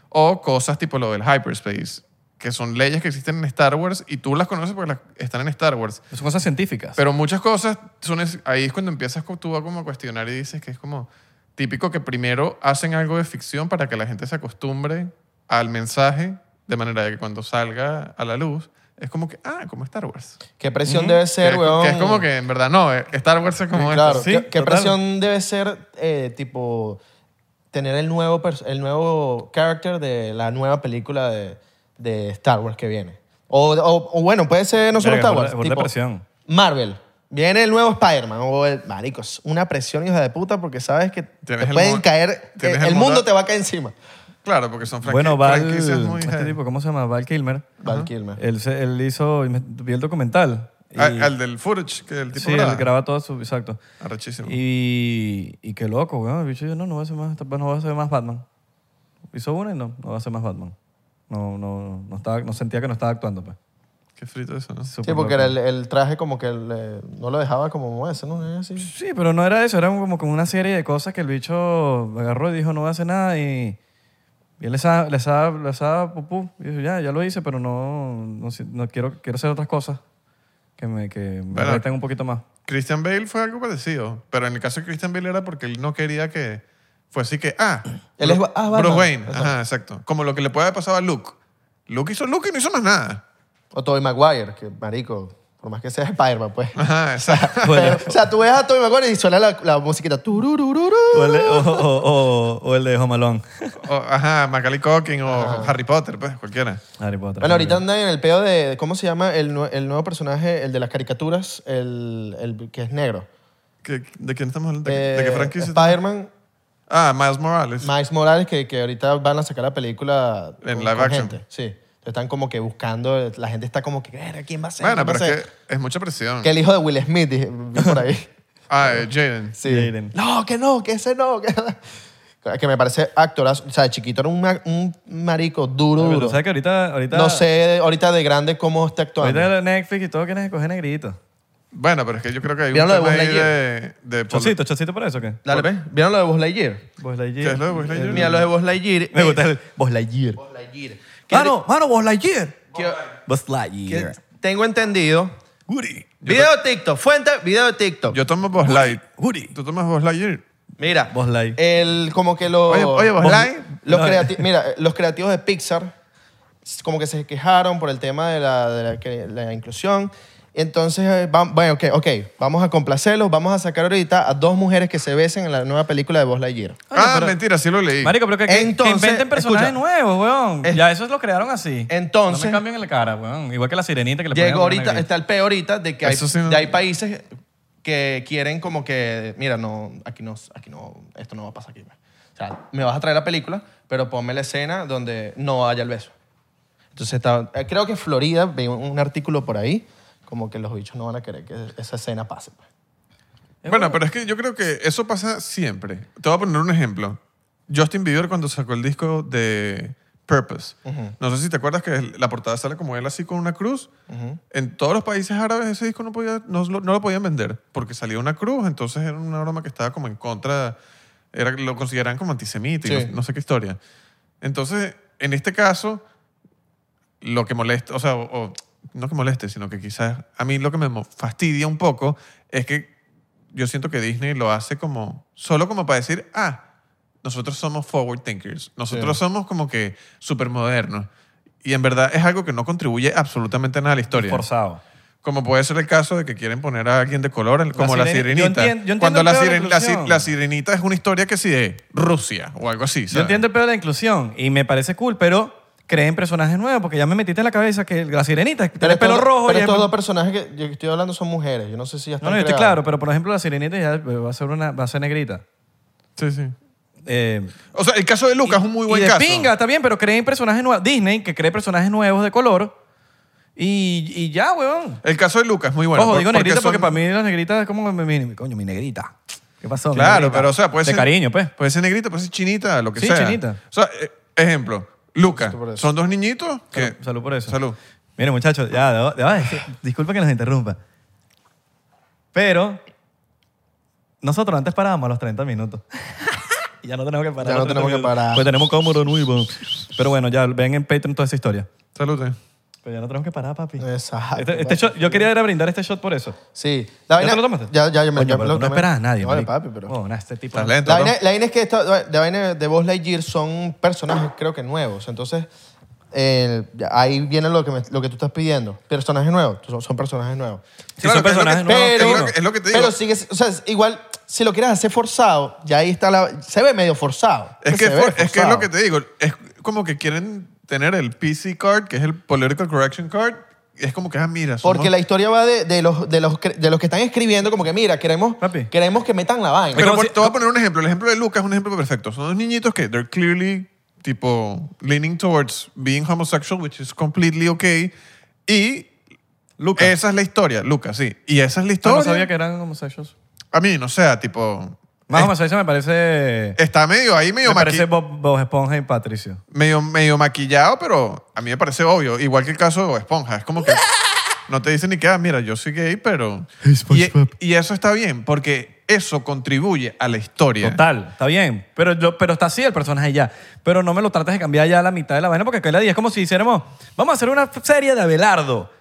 [SPEAKER 3] O cosas tipo lo del hyperspace, que son leyes que existen en Star Wars y tú las conoces porque las están en Star Wars.
[SPEAKER 2] Son cosas científicas.
[SPEAKER 3] Pero muchas cosas son es- ahí es cuando empiezas co- tú a como a cuestionar y dices que es como típico que primero hacen algo de ficción para que la gente se acostumbre al mensaje de manera de que cuando salga a la luz es como que ah como Star Wars
[SPEAKER 1] Qué presión debe ser,
[SPEAKER 3] que,
[SPEAKER 1] weón.
[SPEAKER 3] que es como que en verdad no eh, Star Wars es como
[SPEAKER 1] Claro,
[SPEAKER 3] esto.
[SPEAKER 2] Sí,
[SPEAKER 1] qué, qué
[SPEAKER 2] total.
[SPEAKER 1] presión debe ser, eh, tipo, tener el nuevo, pers- el nuevo character de la nueva película de, de Star Wars que viene. O, o- o bueno, puede ser no solo
[SPEAKER 2] Verga,
[SPEAKER 1] Star
[SPEAKER 2] burda-
[SPEAKER 1] Wars.
[SPEAKER 2] burda
[SPEAKER 1] tipo,
[SPEAKER 2] presión.
[SPEAKER 1] Marvel. Viene el nuevo Spider-Man o el marico, es una presión hija de puta porque sabes que te
[SPEAKER 3] Tienes el
[SPEAKER 1] pueden
[SPEAKER 3] mu-
[SPEAKER 1] caer, eh,
[SPEAKER 3] tienes
[SPEAKER 1] el,
[SPEAKER 3] el
[SPEAKER 1] mundo
[SPEAKER 3] mundo-
[SPEAKER 1] te va a caer encima.
[SPEAKER 3] claro porque son franqui-
[SPEAKER 2] bueno, Val...
[SPEAKER 3] franquicias muy eh,
[SPEAKER 2] Este
[SPEAKER 3] heavy.
[SPEAKER 2] tipo, ¿cómo se llama? Val Kilmer.
[SPEAKER 1] Val Kilmer.
[SPEAKER 2] Él, se- él hizo... Vi el documental. y-
[SPEAKER 3] Ah, al del footage que el tipo
[SPEAKER 2] Sí,
[SPEAKER 3] graba.
[SPEAKER 2] él graba todo su... Exacto.
[SPEAKER 3] arrechísimo
[SPEAKER 2] Y, y qué loco, weón. El bicho dijo, no, no voy a hacer más, no voy a hacer más Batman. Hizo una y no, no va a hacer más Batman. No, no, no, estaba, no sentía que no estaba actuando, pues.
[SPEAKER 3] qué frito eso no
[SPEAKER 1] Sí, porque era el, el traje como que le- no lo dejaba como moverse, ¿no? Era así.
[SPEAKER 2] Sí, pero no era eso, era como, como una serie de cosas que el bicho agarró y dijo no voy a hacer nada y, y él les ha, les ha, les ha pupú. Y dijo, ya, ya lo hice, pero no, no, si- no quiero, quiero hacer otras cosas que me, que me
[SPEAKER 3] Bueno.
[SPEAKER 2] reten un poquito más.
[SPEAKER 3] Christian Bale fue algo parecido, pero en el caso de Christian Bale era porque él no quería que fue así que, ah,
[SPEAKER 1] Él es Ba- ah, Batman.
[SPEAKER 3] Bruce Wayne,
[SPEAKER 1] Exacto.
[SPEAKER 3] ajá, exacto. Como lo que le puede haber pasado a Luke. Luke hizo Luke y no hizo más nada.
[SPEAKER 1] O Tobey Maguire, que marico, por más que sea Spider-Man, pues.
[SPEAKER 3] Ajá, exacto.
[SPEAKER 1] (laughs)
[SPEAKER 2] Bueno.
[SPEAKER 1] Pero, o sea, tú ves a Tobey Maguire y suena la, la musiquita. tururururu.
[SPEAKER 2] O el de, o, o- o- o el de Home Alone. (laughs)
[SPEAKER 3] O, ajá, Macaulay Culkin o Harry Potter, pues, cualquiera.
[SPEAKER 2] Harry Potter.
[SPEAKER 1] Bueno, ahorita andan en el pedo de. ¿Cómo se llama el, nue- el nuevo personaje, el de las caricaturas, el, el que es negro? Eh,
[SPEAKER 3] ¿Qué- ¿De quién estamos hablando? ¿De, de qué franquicia?
[SPEAKER 1] Spider-Man,
[SPEAKER 3] Ah, Miles Morales.
[SPEAKER 1] Miles Morales, que, que ahorita van a sacar la película.
[SPEAKER 3] En
[SPEAKER 1] con-
[SPEAKER 3] live
[SPEAKER 1] con
[SPEAKER 3] action.
[SPEAKER 1] gente. Sí. Entonces Están como que buscando. La gente está como que. "Verga, ¿Quién va a ser?
[SPEAKER 3] bueno,
[SPEAKER 1] ¿Quién va
[SPEAKER 3] pero
[SPEAKER 1] a
[SPEAKER 3] es
[SPEAKER 1] ser?".
[SPEAKER 3] que es mucha presión.
[SPEAKER 1] Que el hijo de Will Smith, dije, vi por
[SPEAKER 2] (laughs)
[SPEAKER 1] ahí.
[SPEAKER 3] Ah, eh, Jaden.
[SPEAKER 1] Sí.
[SPEAKER 2] Jaden.
[SPEAKER 1] No, que no, que ese no. Que, (laughs) que me parece actorazo. O sea, de chiquito era un, ma- un marico duro,
[SPEAKER 2] Pero tú
[SPEAKER 1] duro.
[SPEAKER 2] sabes que ahorita, ahorita,
[SPEAKER 1] No sé ahorita de grande cómo está actuando.
[SPEAKER 2] ahorita Netflix y todo quieren escoger negrito.
[SPEAKER 3] Bueno, pero es que yo creo que hay un
[SPEAKER 1] Mira lo de
[SPEAKER 3] tema
[SPEAKER 1] Buzz
[SPEAKER 3] ahí
[SPEAKER 1] Lightyear.
[SPEAKER 3] de... de por-
[SPEAKER 2] Chocito, chocito por eso, o ¿qué?
[SPEAKER 1] Dale, ve. ¿Vieron lo de Buzz Lightyear?
[SPEAKER 2] Buzz Lightyear.
[SPEAKER 3] ¿Qué es lo de Buzz Lightyear?
[SPEAKER 1] Mira, lo de Buzz Lightyear.
[SPEAKER 2] Me
[SPEAKER 1] eh,
[SPEAKER 2] gusta el Ah, Buzz Lightyear.
[SPEAKER 1] Buzz Lightyear.
[SPEAKER 3] Ah,
[SPEAKER 1] Que-
[SPEAKER 2] Mano, mano, Buzz Lightyear.
[SPEAKER 1] que-
[SPEAKER 2] Buzz
[SPEAKER 1] que
[SPEAKER 2] Lightyear.
[SPEAKER 1] tengo entendido.
[SPEAKER 2] Woody.
[SPEAKER 1] Video de TikTok, fuente, video de TikTok.
[SPEAKER 3] Yo tomo Buzz Light.
[SPEAKER 2] Woody.
[SPEAKER 3] ¿Tú tomas Buzz Lightyear?
[SPEAKER 1] Mira,
[SPEAKER 2] Buzz Lightyear.
[SPEAKER 1] el como que los
[SPEAKER 3] Oye, oye, Buzz
[SPEAKER 2] Buzz-
[SPEAKER 3] Lightyear.
[SPEAKER 1] los
[SPEAKER 2] No.
[SPEAKER 1] creati- mira, los creativos de Pixar s- como que se quejaron por el tema de la, de la, que- la inclusión. Entonces, eh, vam- bueno, ok, ok, vamos a complacerlos, vamos a sacar ahorita a dos mujeres que se besen en la nueva película de Buzz Lightyear.
[SPEAKER 2] Oye,
[SPEAKER 3] Ah,
[SPEAKER 2] pero-
[SPEAKER 3] mentira, sí lo leí.
[SPEAKER 2] Marico, pero que, que-
[SPEAKER 1] Entonces,
[SPEAKER 2] que inventen personajes
[SPEAKER 1] escucha.
[SPEAKER 2] nuevos, weón.
[SPEAKER 1] Es-
[SPEAKER 2] ya, esos los crearon así.
[SPEAKER 1] Entonces-
[SPEAKER 2] No me cambian la cara, weón. Igual que la sirenita que le ponían
[SPEAKER 1] Llegó
[SPEAKER 2] una
[SPEAKER 1] ahorita,
[SPEAKER 2] negrita.
[SPEAKER 1] está el peor ahorita de que hay,
[SPEAKER 3] Eso sí no-
[SPEAKER 1] de hay países que quieren como que, mira, no, aquí no, aquí no, esto no va a pasar aquí. pues. O sea, me vas a traer la película, pero ponme la escena donde no haya el beso. Entonces, está- eh, creo que en Florida, vi un- un artículo por ahí, como que los bichos no van a querer que esa escena pase. pues.
[SPEAKER 3] este- Bueno, pero es que yo creo que eso pasa siempre. Te voy a poner un ejemplo. Justin Bieber cuando sacó el disco de Purpose. No sé si te acuerdas que la portada sale como él así con una cruz. En todos los países árabes ese disco no, podía, no, lo- no lo podían vender porque salía una cruz, entonces era una broma que estaba como en contra, era, lo consideran como antisemita y
[SPEAKER 1] Sí.
[SPEAKER 3] no, no sé qué historia. Entonces, en este caso, lo que molesta, o sea, o- o, no que moleste, sino que quizás a mí lo que me mo- fastidia un poco es que yo siento que Disney lo hace como, solo como para decir, ah, nosotros somos forward thinkers, nosotros
[SPEAKER 1] Sí.
[SPEAKER 3] somos como que súper modernos. Y en verdad es algo que no contribuye absolutamente nada a la historia.
[SPEAKER 2] Forzado.
[SPEAKER 3] Como puede ser el caso de que quieren poner a alguien de color, como la,
[SPEAKER 2] sireni-
[SPEAKER 3] sirenita.
[SPEAKER 2] yo entien- yo entiendo
[SPEAKER 3] Cuando
[SPEAKER 2] el
[SPEAKER 3] la,
[SPEAKER 2] pedo de la
[SPEAKER 3] siren- la si-
[SPEAKER 2] inclusión.
[SPEAKER 3] la sirenita es una historia que sí de Rusia o algo así.
[SPEAKER 2] Yo
[SPEAKER 3] ¿sabes?
[SPEAKER 2] entiendo el pedo de la inclusión y me parece cool, pero creen personajes nuevos porque ya me metiste en la cabeza que la sirenita tiene el
[SPEAKER 1] estos-
[SPEAKER 2] pelo rojo
[SPEAKER 1] Pero
[SPEAKER 2] y es-
[SPEAKER 1] estos dos personajes que yo estoy hablando son mujeres. Yo no sé si ya
[SPEAKER 2] No,
[SPEAKER 1] están
[SPEAKER 2] no, yo estoy
[SPEAKER 1] creadas.
[SPEAKER 2] claro, pero por ejemplo la sirenita ya va a ser, una, va a ser negrita.
[SPEAKER 3] Sí, sí.
[SPEAKER 2] Eh,
[SPEAKER 3] O sea, el caso de Lucas es un muy buen
[SPEAKER 2] y de
[SPEAKER 3] caso.
[SPEAKER 2] pinga, está bien, pero creen personajes nuevos. Disney, que cree personajes nuevos de color. Y, y ya, weón.
[SPEAKER 3] El caso de Lucas es muy bueno.
[SPEAKER 2] Ojo,
[SPEAKER 3] por-
[SPEAKER 2] digo negrita porque
[SPEAKER 3] son-
[SPEAKER 2] para mí las negritas es como mi, mi- coño, mi negrita. ¿Qué pasó? mi
[SPEAKER 3] Claro,
[SPEAKER 2] negrita?
[SPEAKER 3] pero o sea, puede
[SPEAKER 2] De
[SPEAKER 3] ser...
[SPEAKER 2] cariño, pues.
[SPEAKER 3] Puede ser negrita, puede ser chinita, lo que
[SPEAKER 2] Sí,
[SPEAKER 3] sea.
[SPEAKER 2] chinita.
[SPEAKER 3] O sea, eh, ejemplo, Lucas.
[SPEAKER 1] Salud por eso.
[SPEAKER 3] Son dos niñitos que...
[SPEAKER 2] Salud, salud por eso.
[SPEAKER 3] Salud.
[SPEAKER 2] Miren, muchachos, ya, debo- debo decir- disculpa que nos interrumpa. Pero nosotros antes parábamos a los
[SPEAKER 1] (laughs)
[SPEAKER 2] 30 minutos. y ya no tenemos que parar.
[SPEAKER 1] Ya
[SPEAKER 2] a los
[SPEAKER 1] no tenemos
[SPEAKER 2] 30
[SPEAKER 1] que parar.
[SPEAKER 2] minutos. Pues tenemos cómodo nuevo. Pero bueno, ya ven en Patreon toda esa historia.
[SPEAKER 3] Salud. eh.
[SPEAKER 2] Pero ya no tenemos que parar, papi.
[SPEAKER 1] Exacto,
[SPEAKER 2] Este-
[SPEAKER 1] papi.
[SPEAKER 2] este shot- yo quería ir a brindar este shot por eso.
[SPEAKER 1] Sí. La
[SPEAKER 2] ¿Ya te lo tomaste?
[SPEAKER 1] Ya, ya, yo me
[SPEAKER 2] Coño,
[SPEAKER 1] ya me
[SPEAKER 2] pero
[SPEAKER 1] lo
[SPEAKER 2] tú No
[SPEAKER 1] tomé.
[SPEAKER 2] esperas a nadie.
[SPEAKER 1] No, vale,
[SPEAKER 2] marico.
[SPEAKER 1] papi, pero...
[SPEAKER 2] Oh, nah, este tipo.
[SPEAKER 3] Estás
[SPEAKER 2] no-
[SPEAKER 3] lento,
[SPEAKER 1] La
[SPEAKER 3] ¿no?
[SPEAKER 1] vaina, la vaina es que esto, la vaina de Buzz Lightyear son personajes, creo que nuevos. Entonces, eh, ahí viene lo que, me- lo que tú estás pidiendo. Personajes nuevos. Son, son personajes nuevos.
[SPEAKER 2] Sí,
[SPEAKER 3] Claro,
[SPEAKER 2] son
[SPEAKER 3] que es lo que-
[SPEAKER 2] personajes nuevos.
[SPEAKER 1] Pero,
[SPEAKER 3] es lo que- es lo que te digo.
[SPEAKER 1] Pero sigue, o sea, es igual, si lo quieres hacer forzado, ya ahí está la. Se ve medio forzado.
[SPEAKER 3] Es que,
[SPEAKER 1] se ve
[SPEAKER 3] for- es que es
[SPEAKER 1] forzado.
[SPEAKER 3] lo que te digo. Es como que quieren tener el PC card, que es el Political Correction Card. y Es como que, ah, mira, somos-
[SPEAKER 1] Porque la historia va de, de los, de, los, cre- de los que están escribiendo, como que mira, queremos,
[SPEAKER 2] Papi.
[SPEAKER 1] queremos que metan la vaina.
[SPEAKER 3] Pero
[SPEAKER 2] como
[SPEAKER 3] por-
[SPEAKER 2] si-
[SPEAKER 3] te voy a poner un ejemplo. El ejemplo de Lucas es un ejemplo perfecto. Son dos niñitos que they're clearly tipo leaning towards being homosexual, which is completely okay. Y
[SPEAKER 2] Lucas.
[SPEAKER 3] esa es la historia, Lucas, sí. Y esa es la
[SPEAKER 2] Yo
[SPEAKER 3] historia.
[SPEAKER 2] no sabía que eran homosexuales.
[SPEAKER 3] A mí, no sea, tipo.
[SPEAKER 2] Más
[SPEAKER 3] es-
[SPEAKER 2] homosexuales me parece.
[SPEAKER 3] Está medio ahí, medio,
[SPEAKER 2] Me parece
[SPEAKER 3] maqui-
[SPEAKER 2] Bob, Bob Esponja y Patricio.
[SPEAKER 3] medio, medio maquillado, pero a mí me parece obvio. Igual que el caso de Bob Esponja. Es como
[SPEAKER 2] (laughs)
[SPEAKER 3] que. No te dicen ni que, ah, mira, yo soy gay, pero. Y, y eso está bien, porque eso contribuye a la historia.
[SPEAKER 2] Total, está bien. Pero, yo- pero está así el personaje ya. Pero no me lo trates de cambiar ya a la mitad de la vaina porque aquel día es como si hiciéramos, vamos a hacer una f- serie de Abelardo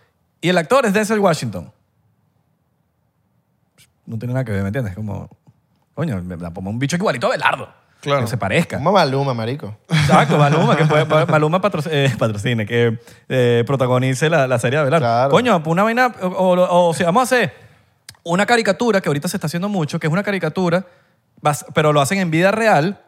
[SPEAKER 2] y el actor es Denzel Washington. No tiene nada que ver, ¿me entiendes? Como, coño, me la pongo un bicho igualito a Abelardo.
[SPEAKER 3] Claro.
[SPEAKER 2] Que se parezca.
[SPEAKER 1] Como Maluma, marico.
[SPEAKER 2] Exacto, Maluma, que puede, Maluma patro- eh, (laughs) patrocine, que eh, protagonice la, la serie de Abelardo.
[SPEAKER 1] Claro.
[SPEAKER 2] Coño, una vaina, o, o- o si vamos a hacer una caricatura que ahorita se está haciendo mucho, que es una caricatura, bas- pero lo hacen en vida real,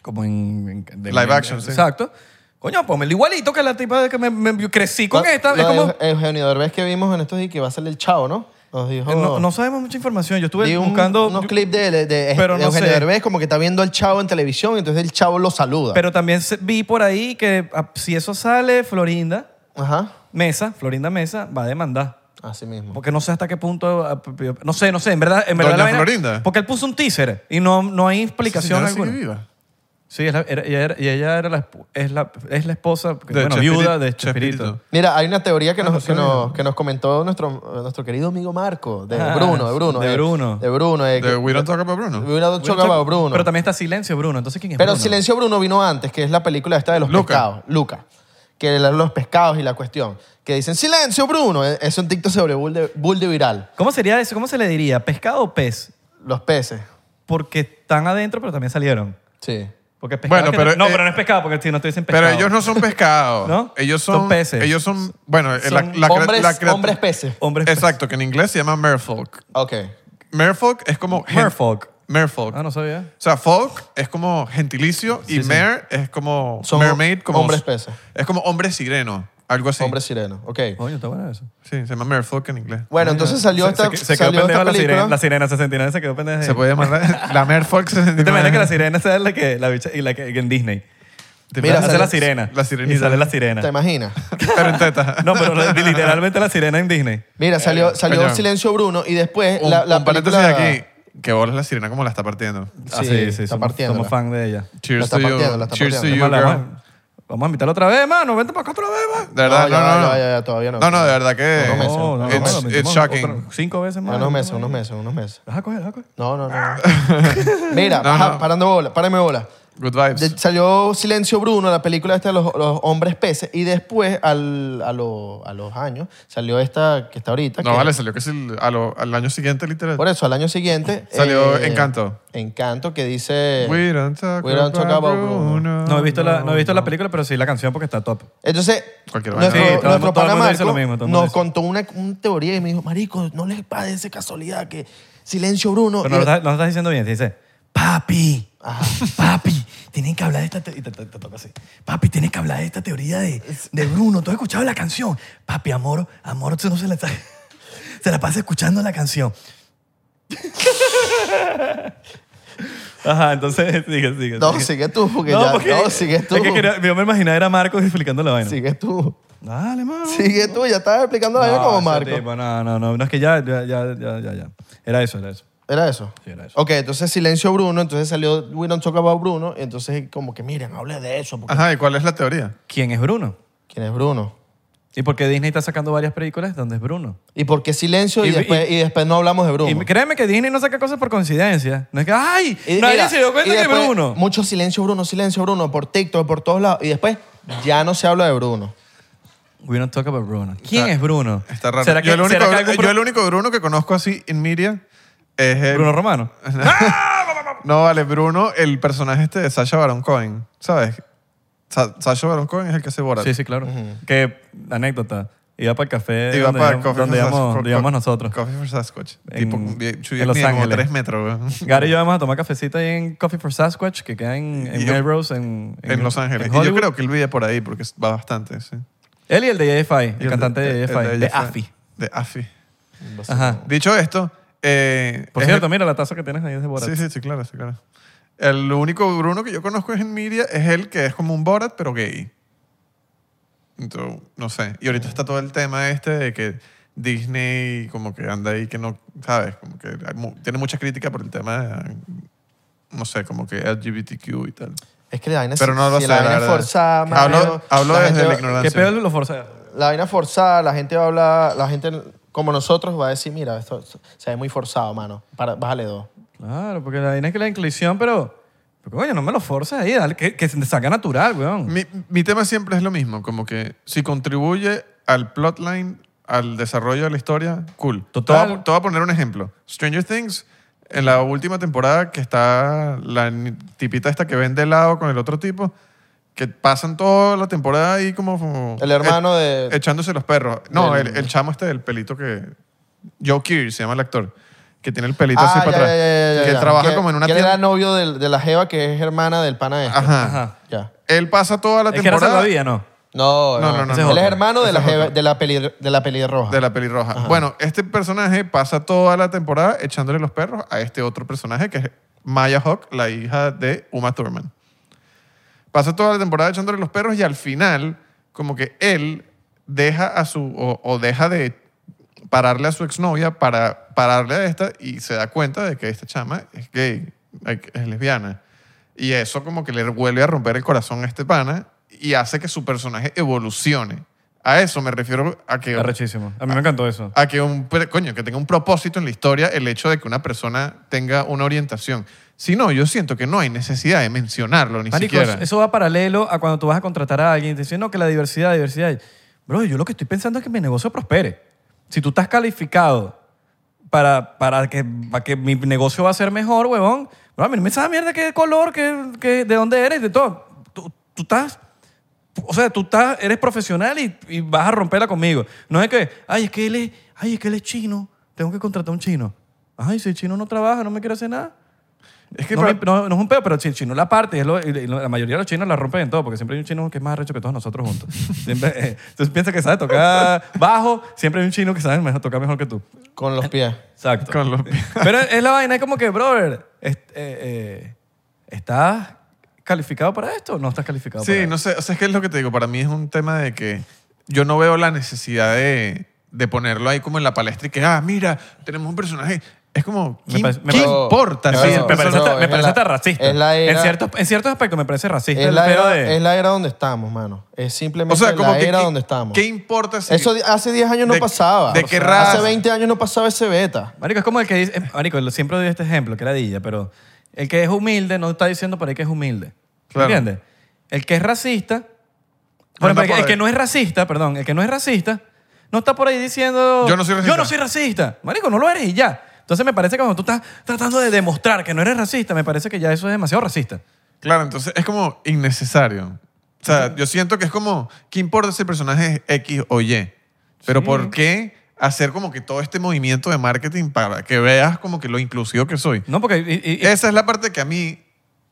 [SPEAKER 2] como en... en- de-
[SPEAKER 3] Live
[SPEAKER 2] en-
[SPEAKER 3] action, sí.
[SPEAKER 2] Exacto. Coño, ponme el igualito que la tipa de que me, me- yo crecí con
[SPEAKER 1] Lo-
[SPEAKER 2] esta.
[SPEAKER 1] lo
[SPEAKER 2] es como-
[SPEAKER 1] de Eugenio Derbez que vimos en estos días que va a ser el chavo, ¿no? Nos dijo.
[SPEAKER 2] Eh, no, no sabemos mucha información. Yo estuve
[SPEAKER 1] eh, vi un-
[SPEAKER 2] buscando...
[SPEAKER 1] unos
[SPEAKER 2] yo-
[SPEAKER 1] clips de, de- de
[SPEAKER 2] pero no
[SPEAKER 1] Eugenio
[SPEAKER 2] sé.
[SPEAKER 1] Derbez como que está viendo al chavo en televisión y entonces el chavo lo saluda.
[SPEAKER 2] Pero también se- vi por ahí que ah, si eso sale, Florinda
[SPEAKER 1] Ajá.
[SPEAKER 2] Mesa, Florinda Mesa va a demandar.
[SPEAKER 1] Así mismo.
[SPEAKER 2] Porque no sé hasta qué punto. ah, p- p- No sé, no sé. En verdad, en verdad.
[SPEAKER 3] Doña
[SPEAKER 2] la vaina-
[SPEAKER 3] Florinda.
[SPEAKER 2] Porque él puso un teaser y no, no hay
[SPEAKER 3] Esa
[SPEAKER 2] explicación
[SPEAKER 3] señora sigue
[SPEAKER 2] alguna.
[SPEAKER 3] viva.
[SPEAKER 2] Sí, es la- era- ella era, y ella era la, esp- es, la, es la esposa, porque,
[SPEAKER 3] De
[SPEAKER 2] bueno,
[SPEAKER 3] Chespirito-
[SPEAKER 2] viuda de
[SPEAKER 3] Chespirito.
[SPEAKER 2] Chespirito.
[SPEAKER 1] Mira, hay una teoría que
[SPEAKER 2] no
[SPEAKER 1] nos, que
[SPEAKER 2] sabía.
[SPEAKER 1] nos, que nos comentó nuestro, nuestro querido amigo Marco, de
[SPEAKER 2] Ah,
[SPEAKER 1] Bruno, de Bruno.
[SPEAKER 2] de
[SPEAKER 1] eh,
[SPEAKER 2] Bruno.
[SPEAKER 1] De Bruno. eh,
[SPEAKER 3] De
[SPEAKER 1] que-
[SPEAKER 3] We Don't Talk About Bruno.
[SPEAKER 1] We Don't Talk About Bruno.
[SPEAKER 2] Pero también está Silencio Bruno. Entonces, ¿quién es
[SPEAKER 1] Pero
[SPEAKER 2] Bruno?
[SPEAKER 1] Silencio Bruno vino antes, que es la película esta de los
[SPEAKER 3] Luca.
[SPEAKER 1] pescados, Luca. Que era los pescados y la cuestión. Que dicen, silencio Bruno, eh, es un TikTok sobre bull de, bull de viral.
[SPEAKER 2] ¿Cómo sería eso? ¿Cómo se le diría? ¿Pescado o pez?
[SPEAKER 1] Los peces.
[SPEAKER 2] Porque están adentro, pero también salieron.
[SPEAKER 1] Sí.
[SPEAKER 2] Porque pescado.
[SPEAKER 3] Bueno,
[SPEAKER 2] que-
[SPEAKER 3] pero,
[SPEAKER 2] no,
[SPEAKER 3] eh,
[SPEAKER 2] pero no es pescado, porque si no te dicen pescado.
[SPEAKER 3] Pero ellos no son pescados.
[SPEAKER 2] ¿No?
[SPEAKER 3] Ellos son,
[SPEAKER 2] Son peces.
[SPEAKER 3] Ellos son, bueno, eh,
[SPEAKER 2] Son
[SPEAKER 3] la, la, cre-
[SPEAKER 1] hombres,
[SPEAKER 3] la cre-
[SPEAKER 1] hombres peces.
[SPEAKER 2] Hombres pez.
[SPEAKER 3] Exacto, que en inglés se llama merfolk.
[SPEAKER 1] Ok.
[SPEAKER 3] Merfolk es como... gen-
[SPEAKER 2] Merfolk.
[SPEAKER 3] Merfolk.
[SPEAKER 2] Ah, no sabía.
[SPEAKER 3] O sea, folk es como gentilicio y mer es como
[SPEAKER 1] Son
[SPEAKER 3] mermaid, como
[SPEAKER 1] hombres peces.
[SPEAKER 3] Es como hombre sireno. Algo así.
[SPEAKER 1] Hombre sireno. Ok.
[SPEAKER 2] Coño, está bueno eso.
[SPEAKER 3] Sí, se llama Merfolk en inglés.
[SPEAKER 1] Bueno, entonces salió
[SPEAKER 2] Se-
[SPEAKER 1] esta,
[SPEAKER 2] se, que- se quedó
[SPEAKER 1] salió
[SPEAKER 2] pendeja
[SPEAKER 1] esta
[SPEAKER 2] la sirena,
[SPEAKER 1] película.
[SPEAKER 2] la sirena 69 se quedó pendeja.
[SPEAKER 3] Se puede llamar la,
[SPEAKER 1] eh.
[SPEAKER 3] la Merfolk.
[SPEAKER 1] (laughs)
[SPEAKER 2] ¿Tú te imaginas que la sirena sea la que, la bicha, y la que, que en Disney?
[SPEAKER 1] Mira,
[SPEAKER 2] Mira, sale la
[SPEAKER 1] sale-
[SPEAKER 2] sirena.
[SPEAKER 3] la sirenita.
[SPEAKER 2] Y sale la
[SPEAKER 1] ¿Te
[SPEAKER 2] sirena.
[SPEAKER 1] imaginas?
[SPEAKER 3] Pero en
[SPEAKER 1] (laughs)
[SPEAKER 3] teta.
[SPEAKER 2] No, pero literalmente la sirena en Disney.
[SPEAKER 1] Mira, salió, salió
[SPEAKER 3] Coño.
[SPEAKER 1] Silencio Bruno y después
[SPEAKER 3] Eh, Un,
[SPEAKER 1] la, la
[SPEAKER 3] un paréntesis
[SPEAKER 1] película...
[SPEAKER 3] aquí. Que bolas la sirena como la está partiendo.
[SPEAKER 2] Ah,
[SPEAKER 1] Sí,
[SPEAKER 2] sí, sí,
[SPEAKER 1] está
[SPEAKER 2] somos,
[SPEAKER 1] partiéndola.
[SPEAKER 2] somos fan de ella.
[SPEAKER 3] Cheers
[SPEAKER 1] está
[SPEAKER 3] to you.
[SPEAKER 1] partiendo, la está
[SPEAKER 3] Cheers to
[SPEAKER 1] partiendo.
[SPEAKER 3] you,
[SPEAKER 2] Además, la
[SPEAKER 3] girl.
[SPEAKER 2] vamos, vamos a invitarla otra vez, mano. Vente para acá otra vez, man.
[SPEAKER 3] De verdad,
[SPEAKER 1] ya
[SPEAKER 3] no,
[SPEAKER 1] va, ya
[SPEAKER 3] no, no.
[SPEAKER 1] va, ya va, todavía no.
[SPEAKER 3] No, no, de verdad que.
[SPEAKER 1] Unos meses,
[SPEAKER 2] No, no,
[SPEAKER 1] unos
[SPEAKER 3] it's,
[SPEAKER 1] meses.
[SPEAKER 2] no,
[SPEAKER 3] it's
[SPEAKER 2] no,
[SPEAKER 3] shocking.
[SPEAKER 2] otra- cinco veces más.
[SPEAKER 1] Ah, Unos meses, unos meses, unos meses.
[SPEAKER 2] Vas a coger, vas a coger.
[SPEAKER 1] No, no,
[SPEAKER 3] (laughs)
[SPEAKER 1] no. no. Mira,
[SPEAKER 3] No,
[SPEAKER 1] ajá,
[SPEAKER 3] no.
[SPEAKER 1] parando bola, párame bola.
[SPEAKER 3] Good vibes.
[SPEAKER 1] De- salió Silencio Bruno, la película esta de los, los hombres peces, y después, al, a, lo- a los años, salió esta que está ahorita.
[SPEAKER 3] no,
[SPEAKER 1] que-
[SPEAKER 3] vale, salió que es el- a lo- al año siguiente, literal.
[SPEAKER 1] Por eso, al año siguiente... eh,
[SPEAKER 3] Salió Encanto.
[SPEAKER 1] Encanto, que dice...
[SPEAKER 3] We don't talk
[SPEAKER 1] We don't talk about Bruno.
[SPEAKER 2] No he visto, la, no he visto la película, pero sí la canción porque está top.
[SPEAKER 1] Entonces,
[SPEAKER 3] Cualquier vaina.
[SPEAKER 1] nuestro,
[SPEAKER 2] Sí, todo
[SPEAKER 1] nuestro
[SPEAKER 2] el mundo- todo el
[SPEAKER 1] pana
[SPEAKER 2] mundo dice
[SPEAKER 1] Marco
[SPEAKER 2] lo mismo, todo el mundo
[SPEAKER 1] nos
[SPEAKER 2] dice.
[SPEAKER 1] contó una, una teoría y me dijo, marico, no les padece casualidad que Silencio Bruno...
[SPEAKER 2] Pero no
[SPEAKER 1] y-
[SPEAKER 2] lo estás, no lo estás diciendo bien. Te dice, papi,
[SPEAKER 1] Ajá.
[SPEAKER 2] papi, tienen que hablar de esta... te- Y te, te- te toca así. Papi, tienen que hablar de esta teoría de, de Bruno. ¿Tú has escuchado la canción? Papi, amor, amor, tú no se la está... (laughs) Se la pasa escuchando la canción. (laughs) Ajá, entonces sigue, sigue.
[SPEAKER 1] No, sigue tú, porque ya... no, sigue tú.
[SPEAKER 2] Es que quería- yo me imaginaba era Marcos explicando la vaina.
[SPEAKER 1] Sigue tú.
[SPEAKER 2] Dale, mano.
[SPEAKER 1] Sigue tú, ya estabas explicando la vaina como
[SPEAKER 2] ese
[SPEAKER 1] Marco.
[SPEAKER 2] tipo, no, no, no, no, es que ya, ya, ya, ya, ya, ya. Era eso, era eso.
[SPEAKER 1] ¿Era eso?
[SPEAKER 2] Sí, era eso.
[SPEAKER 1] Ok, entonces silencio Bruno, entonces salió We Don't Talk About Bruno, y entonces como que miren, hable de eso. porque-
[SPEAKER 3] Ajá, ¿y cuál es la teoría?
[SPEAKER 2] ¿Quién es Bruno?
[SPEAKER 1] ¿Quién es Bruno?
[SPEAKER 2] ¿Y por qué Disney está sacando varias películas donde es Bruno?
[SPEAKER 1] ¿Y por qué silencio y,
[SPEAKER 2] Y-
[SPEAKER 1] después, y, después no hablamos de Bruno?
[SPEAKER 2] Y créeme que Disney no saca cosas por coincidencia. No es que, ¡ay!
[SPEAKER 1] Y
[SPEAKER 2] nadie
[SPEAKER 1] mira,
[SPEAKER 2] se dio cuenta
[SPEAKER 1] y
[SPEAKER 2] que es
[SPEAKER 1] después,
[SPEAKER 2] Bruno.
[SPEAKER 1] Mucho silencio Bruno, silencio Bruno, por TikTok, por todos lados, y después ya no se habla de Bruno.
[SPEAKER 2] We don't talk about Bruno. ¿Quién
[SPEAKER 3] Está-
[SPEAKER 2] es Bruno?
[SPEAKER 3] Está raro.
[SPEAKER 2] ¿Será que,
[SPEAKER 3] yo, el único,
[SPEAKER 2] será que algún
[SPEAKER 3] yo
[SPEAKER 2] Bru-
[SPEAKER 3] el único Bruno que conozco así en media es el-
[SPEAKER 2] Bruno Romano?
[SPEAKER 3] Eh, No, vale, Bruno, el personaje este de Sasha Baron Cohen, ¿sabes? Sa- Sasha Baron Cohen es el que hace Borat.
[SPEAKER 2] Sí, sí, claro. Que, anécdota, iba para el café
[SPEAKER 3] Iba
[SPEAKER 2] donde,
[SPEAKER 3] para
[SPEAKER 2] íbamos-
[SPEAKER 3] Coffee
[SPEAKER 2] donde
[SPEAKER 3] for
[SPEAKER 2] íbamos-
[SPEAKER 3] Sasquatch.
[SPEAKER 2] donde íbamos nosotros.
[SPEAKER 3] Coffee for Sasquatch.
[SPEAKER 2] En-
[SPEAKER 3] tipo,
[SPEAKER 2] en
[SPEAKER 3] chuyo,
[SPEAKER 2] Los
[SPEAKER 3] tiene como
[SPEAKER 2] Ángeles.
[SPEAKER 3] tres metros, weón.
[SPEAKER 2] Gary y yo vamos a tomar cafecito ahí en Coffee for Sasquatch, que queda en, en
[SPEAKER 3] Y yo-
[SPEAKER 2] Melrose, en,
[SPEAKER 3] En Los Ángeles.
[SPEAKER 2] en
[SPEAKER 3] Y yo
[SPEAKER 2] Hollywood.
[SPEAKER 3] creo que él vive por ahí porque va bastante, sí.
[SPEAKER 2] Él y el de AFI,
[SPEAKER 3] Y
[SPEAKER 2] el cantante
[SPEAKER 3] el
[SPEAKER 2] de AFI,
[SPEAKER 3] el
[SPEAKER 2] de
[SPEAKER 3] Jaffa-
[SPEAKER 2] AFI.
[SPEAKER 3] De AFI.
[SPEAKER 2] Ajá.
[SPEAKER 3] Dicho esto, eh,
[SPEAKER 2] Por
[SPEAKER 3] es-
[SPEAKER 2] cierto, mira la taza que tienes ahí es de Borat.
[SPEAKER 3] Sí, sí, sí, claro, sí, claro. El único Bruno que yo conozco es en media es el que es como un Borat, pero gay. Entonces, no sé. Y ahorita está todo el tema este de que Disney como que anda ahí que no, ¿sabes? Como que hay mu- tiene mucha crítica por el tema, de, no sé, como que LGBTQ y tal.
[SPEAKER 1] Es que la vaina,
[SPEAKER 3] Pero no lo
[SPEAKER 1] si
[SPEAKER 3] sé,
[SPEAKER 1] la
[SPEAKER 3] la
[SPEAKER 1] vaina es
[SPEAKER 3] verdad.
[SPEAKER 1] forzada,
[SPEAKER 3] Hablo-
[SPEAKER 1] mano,
[SPEAKER 3] hablo
[SPEAKER 1] la
[SPEAKER 3] desde
[SPEAKER 1] gente
[SPEAKER 3] la
[SPEAKER 1] va-
[SPEAKER 3] ignorancia.
[SPEAKER 2] Qué peor lo forzada.
[SPEAKER 1] La vaina forzada, la gente va a hablar, la gente como nosotros va a decir, mira, esto esto se ve muy forzado, mano, para, bájale dos.
[SPEAKER 2] Claro, porque la vaina es que la inclusión, pero, pero coño, no me lo forces ahí, dale, que, que se te saca natural, weón.
[SPEAKER 3] Mi, mi tema siempre es lo mismo, como que si contribuye al plotline, al desarrollo de la historia, cool.
[SPEAKER 2] Total.
[SPEAKER 3] Te voy a- Te voy a poner un ejemplo. Stranger Things, en la última temporada que está la ni- tipita esta que vende helado con el otro tipo, que pasan toda la temporada ahí como... como-
[SPEAKER 1] El hermano
[SPEAKER 3] e-
[SPEAKER 1] de...
[SPEAKER 3] Echándose los perros. No,
[SPEAKER 1] del-
[SPEAKER 3] el, el chamo este del pelito que... Joe Keery se llama el actor. Que tiene el pelito
[SPEAKER 1] Ah,
[SPEAKER 3] así
[SPEAKER 1] ya,
[SPEAKER 3] para atrás.
[SPEAKER 1] ya, ya, ya,
[SPEAKER 3] que
[SPEAKER 1] ya.
[SPEAKER 3] trabaja como en una
[SPEAKER 1] que él
[SPEAKER 3] tienda.
[SPEAKER 1] era novio del- de, la jeva que es hermana del pana este.
[SPEAKER 3] Ajá.
[SPEAKER 2] Ajá.
[SPEAKER 1] Ya.
[SPEAKER 3] Él pasa toda la
[SPEAKER 2] Es que era
[SPEAKER 3] temporada...
[SPEAKER 2] salvavidas, ¿no?
[SPEAKER 1] No,
[SPEAKER 3] No,
[SPEAKER 1] no,
[SPEAKER 3] no, no,
[SPEAKER 1] Ese
[SPEAKER 3] no.
[SPEAKER 1] Él es
[SPEAKER 3] Otra.
[SPEAKER 1] hermano de la,
[SPEAKER 3] Esa es
[SPEAKER 1] jeva-
[SPEAKER 3] otra.
[SPEAKER 1] de la, peli, de la pelirroja.
[SPEAKER 3] De la pelirroja. Bueno, este personaje pasa toda la temporada echándole los perros a este otro personaje que es Maya Hawk, la hija de Uma Thurman. Pasa toda la temporada echándole los perros y al final, como que él deja a su. o, o deja de pararle a su exnovia para pararle a esta y se da cuenta de que esta chama es gay, es lesbiana. Y eso como que le vuelve a romper el corazón a este pana y hace que su personaje evolucione. A eso me refiero a que
[SPEAKER 2] Arrechísimo. A mí me encantó eso.
[SPEAKER 3] a que un pre- coño que tenga un propósito en la historia el hecho de que una persona tenga una orientación si no yo siento que no hay necesidad de mencionarlo ni
[SPEAKER 2] Marico,
[SPEAKER 3] siquiera
[SPEAKER 2] eso- eso va paralelo a cuando tú vas a contratar a alguien y te dicen, no, que la diversidad, diversidad. Bro, yo lo que estoy pensando es que mi negocio prospere. Si tú estás calificado para, para, que, para que mi negocio va a ser mejor, huevón, bro, a mí no me sabe mierda qué color, qué, qué- de dónde eres, de todo. Tú, tú estás... O sea, tú estás, eres profesional y, y vas a romperla conmigo. No es que, ay, es que él es, ay, es que él es chino, tengo que contratar a un chino. Ay, si el chino no trabaja, no me quiere hacer nada.
[SPEAKER 3] Es que
[SPEAKER 2] no,
[SPEAKER 3] para-
[SPEAKER 2] me- no- no es un peo, pero si el chino la parte, y es lo- y lo- la mayoría de los chinos la rompen en todo, porque siempre hay un chino que es más arrecho que todos nosotros
[SPEAKER 1] (laughs)
[SPEAKER 2] juntos. Siempre, eh, tú piensas que sabe tocar bajo, siempre hay un chino que sabe mejor, tocar mejor que tú.
[SPEAKER 1] Con los pies.
[SPEAKER 2] Exacto.
[SPEAKER 3] Con los pies.
[SPEAKER 2] (laughs) Pero es la vaina, es como que, brother, es- eh, eh, ¿estás calificado para esto o no estás calificado para
[SPEAKER 3] Sí,
[SPEAKER 2] esto?
[SPEAKER 3] no sé, o sea, es que es lo que te digo, para mí es un tema de que yo no veo la necesidad de, de ponerlo ahí como en la palestra y que, ah, mira, tenemos un personaje. Es como, ¿qué,
[SPEAKER 2] Me parece- me
[SPEAKER 3] qué
[SPEAKER 2] parece-
[SPEAKER 3] importa?
[SPEAKER 1] No,
[SPEAKER 3] si
[SPEAKER 2] Sí,
[SPEAKER 3] el
[SPEAKER 1] no,
[SPEAKER 2] me parece,
[SPEAKER 3] personaje-
[SPEAKER 1] no,
[SPEAKER 2] hasta, me
[SPEAKER 1] es
[SPEAKER 2] parece
[SPEAKER 1] la-
[SPEAKER 2] hasta racista.
[SPEAKER 1] es la era-
[SPEAKER 2] en, ciertos, en ciertos aspectos me parece racista.
[SPEAKER 1] Es
[SPEAKER 2] el
[SPEAKER 1] la,
[SPEAKER 2] peo
[SPEAKER 1] era,
[SPEAKER 2] de-
[SPEAKER 1] es la era donde estamos, mano. Es simplemente
[SPEAKER 3] o sea, como
[SPEAKER 1] la
[SPEAKER 3] que,
[SPEAKER 1] era
[SPEAKER 3] ¿qué-
[SPEAKER 1] donde estamos.
[SPEAKER 3] ¿Qué importa si-
[SPEAKER 1] Eso di- hace 10 años no
[SPEAKER 3] de-
[SPEAKER 1] pasaba.
[SPEAKER 3] de qué raza?
[SPEAKER 1] Hace 20 años no pasaba ese beta.
[SPEAKER 2] Marico, es como el que dice, eh, Marico, lo- siempre doy este ejemplo, que era Dilla, pero el que es humilde no está diciendo por ahí que es humilde. ¿Me
[SPEAKER 3] Claro.
[SPEAKER 2] ¿Entiendes? El que es racista, por ejemplo,
[SPEAKER 3] está por
[SPEAKER 2] el,
[SPEAKER 3] ahí.
[SPEAKER 2] que no es racista, perdón, el que no es racista, no está por ahí diciendo...
[SPEAKER 3] Yo no soy racista.
[SPEAKER 2] Yo no soy racista. Marico, no lo eres y ya. Entonces me parece que cuando tú estás tratando de demostrar que no eres racista, me parece que ya eso es demasiado racista.
[SPEAKER 3] Claro, entonces es como innecesario. O sea, yo siento que es como, ¿qué importa si el personaje es X o Y? Pero ¿por qué hacer como que todo este movimiento de marketing para que veas como que lo inclusivo que soy?
[SPEAKER 2] No, porque... y- y- y-
[SPEAKER 3] Esa es la parte que a mí,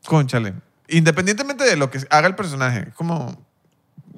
[SPEAKER 3] conchale, independientemente de lo que haga el personaje, es como,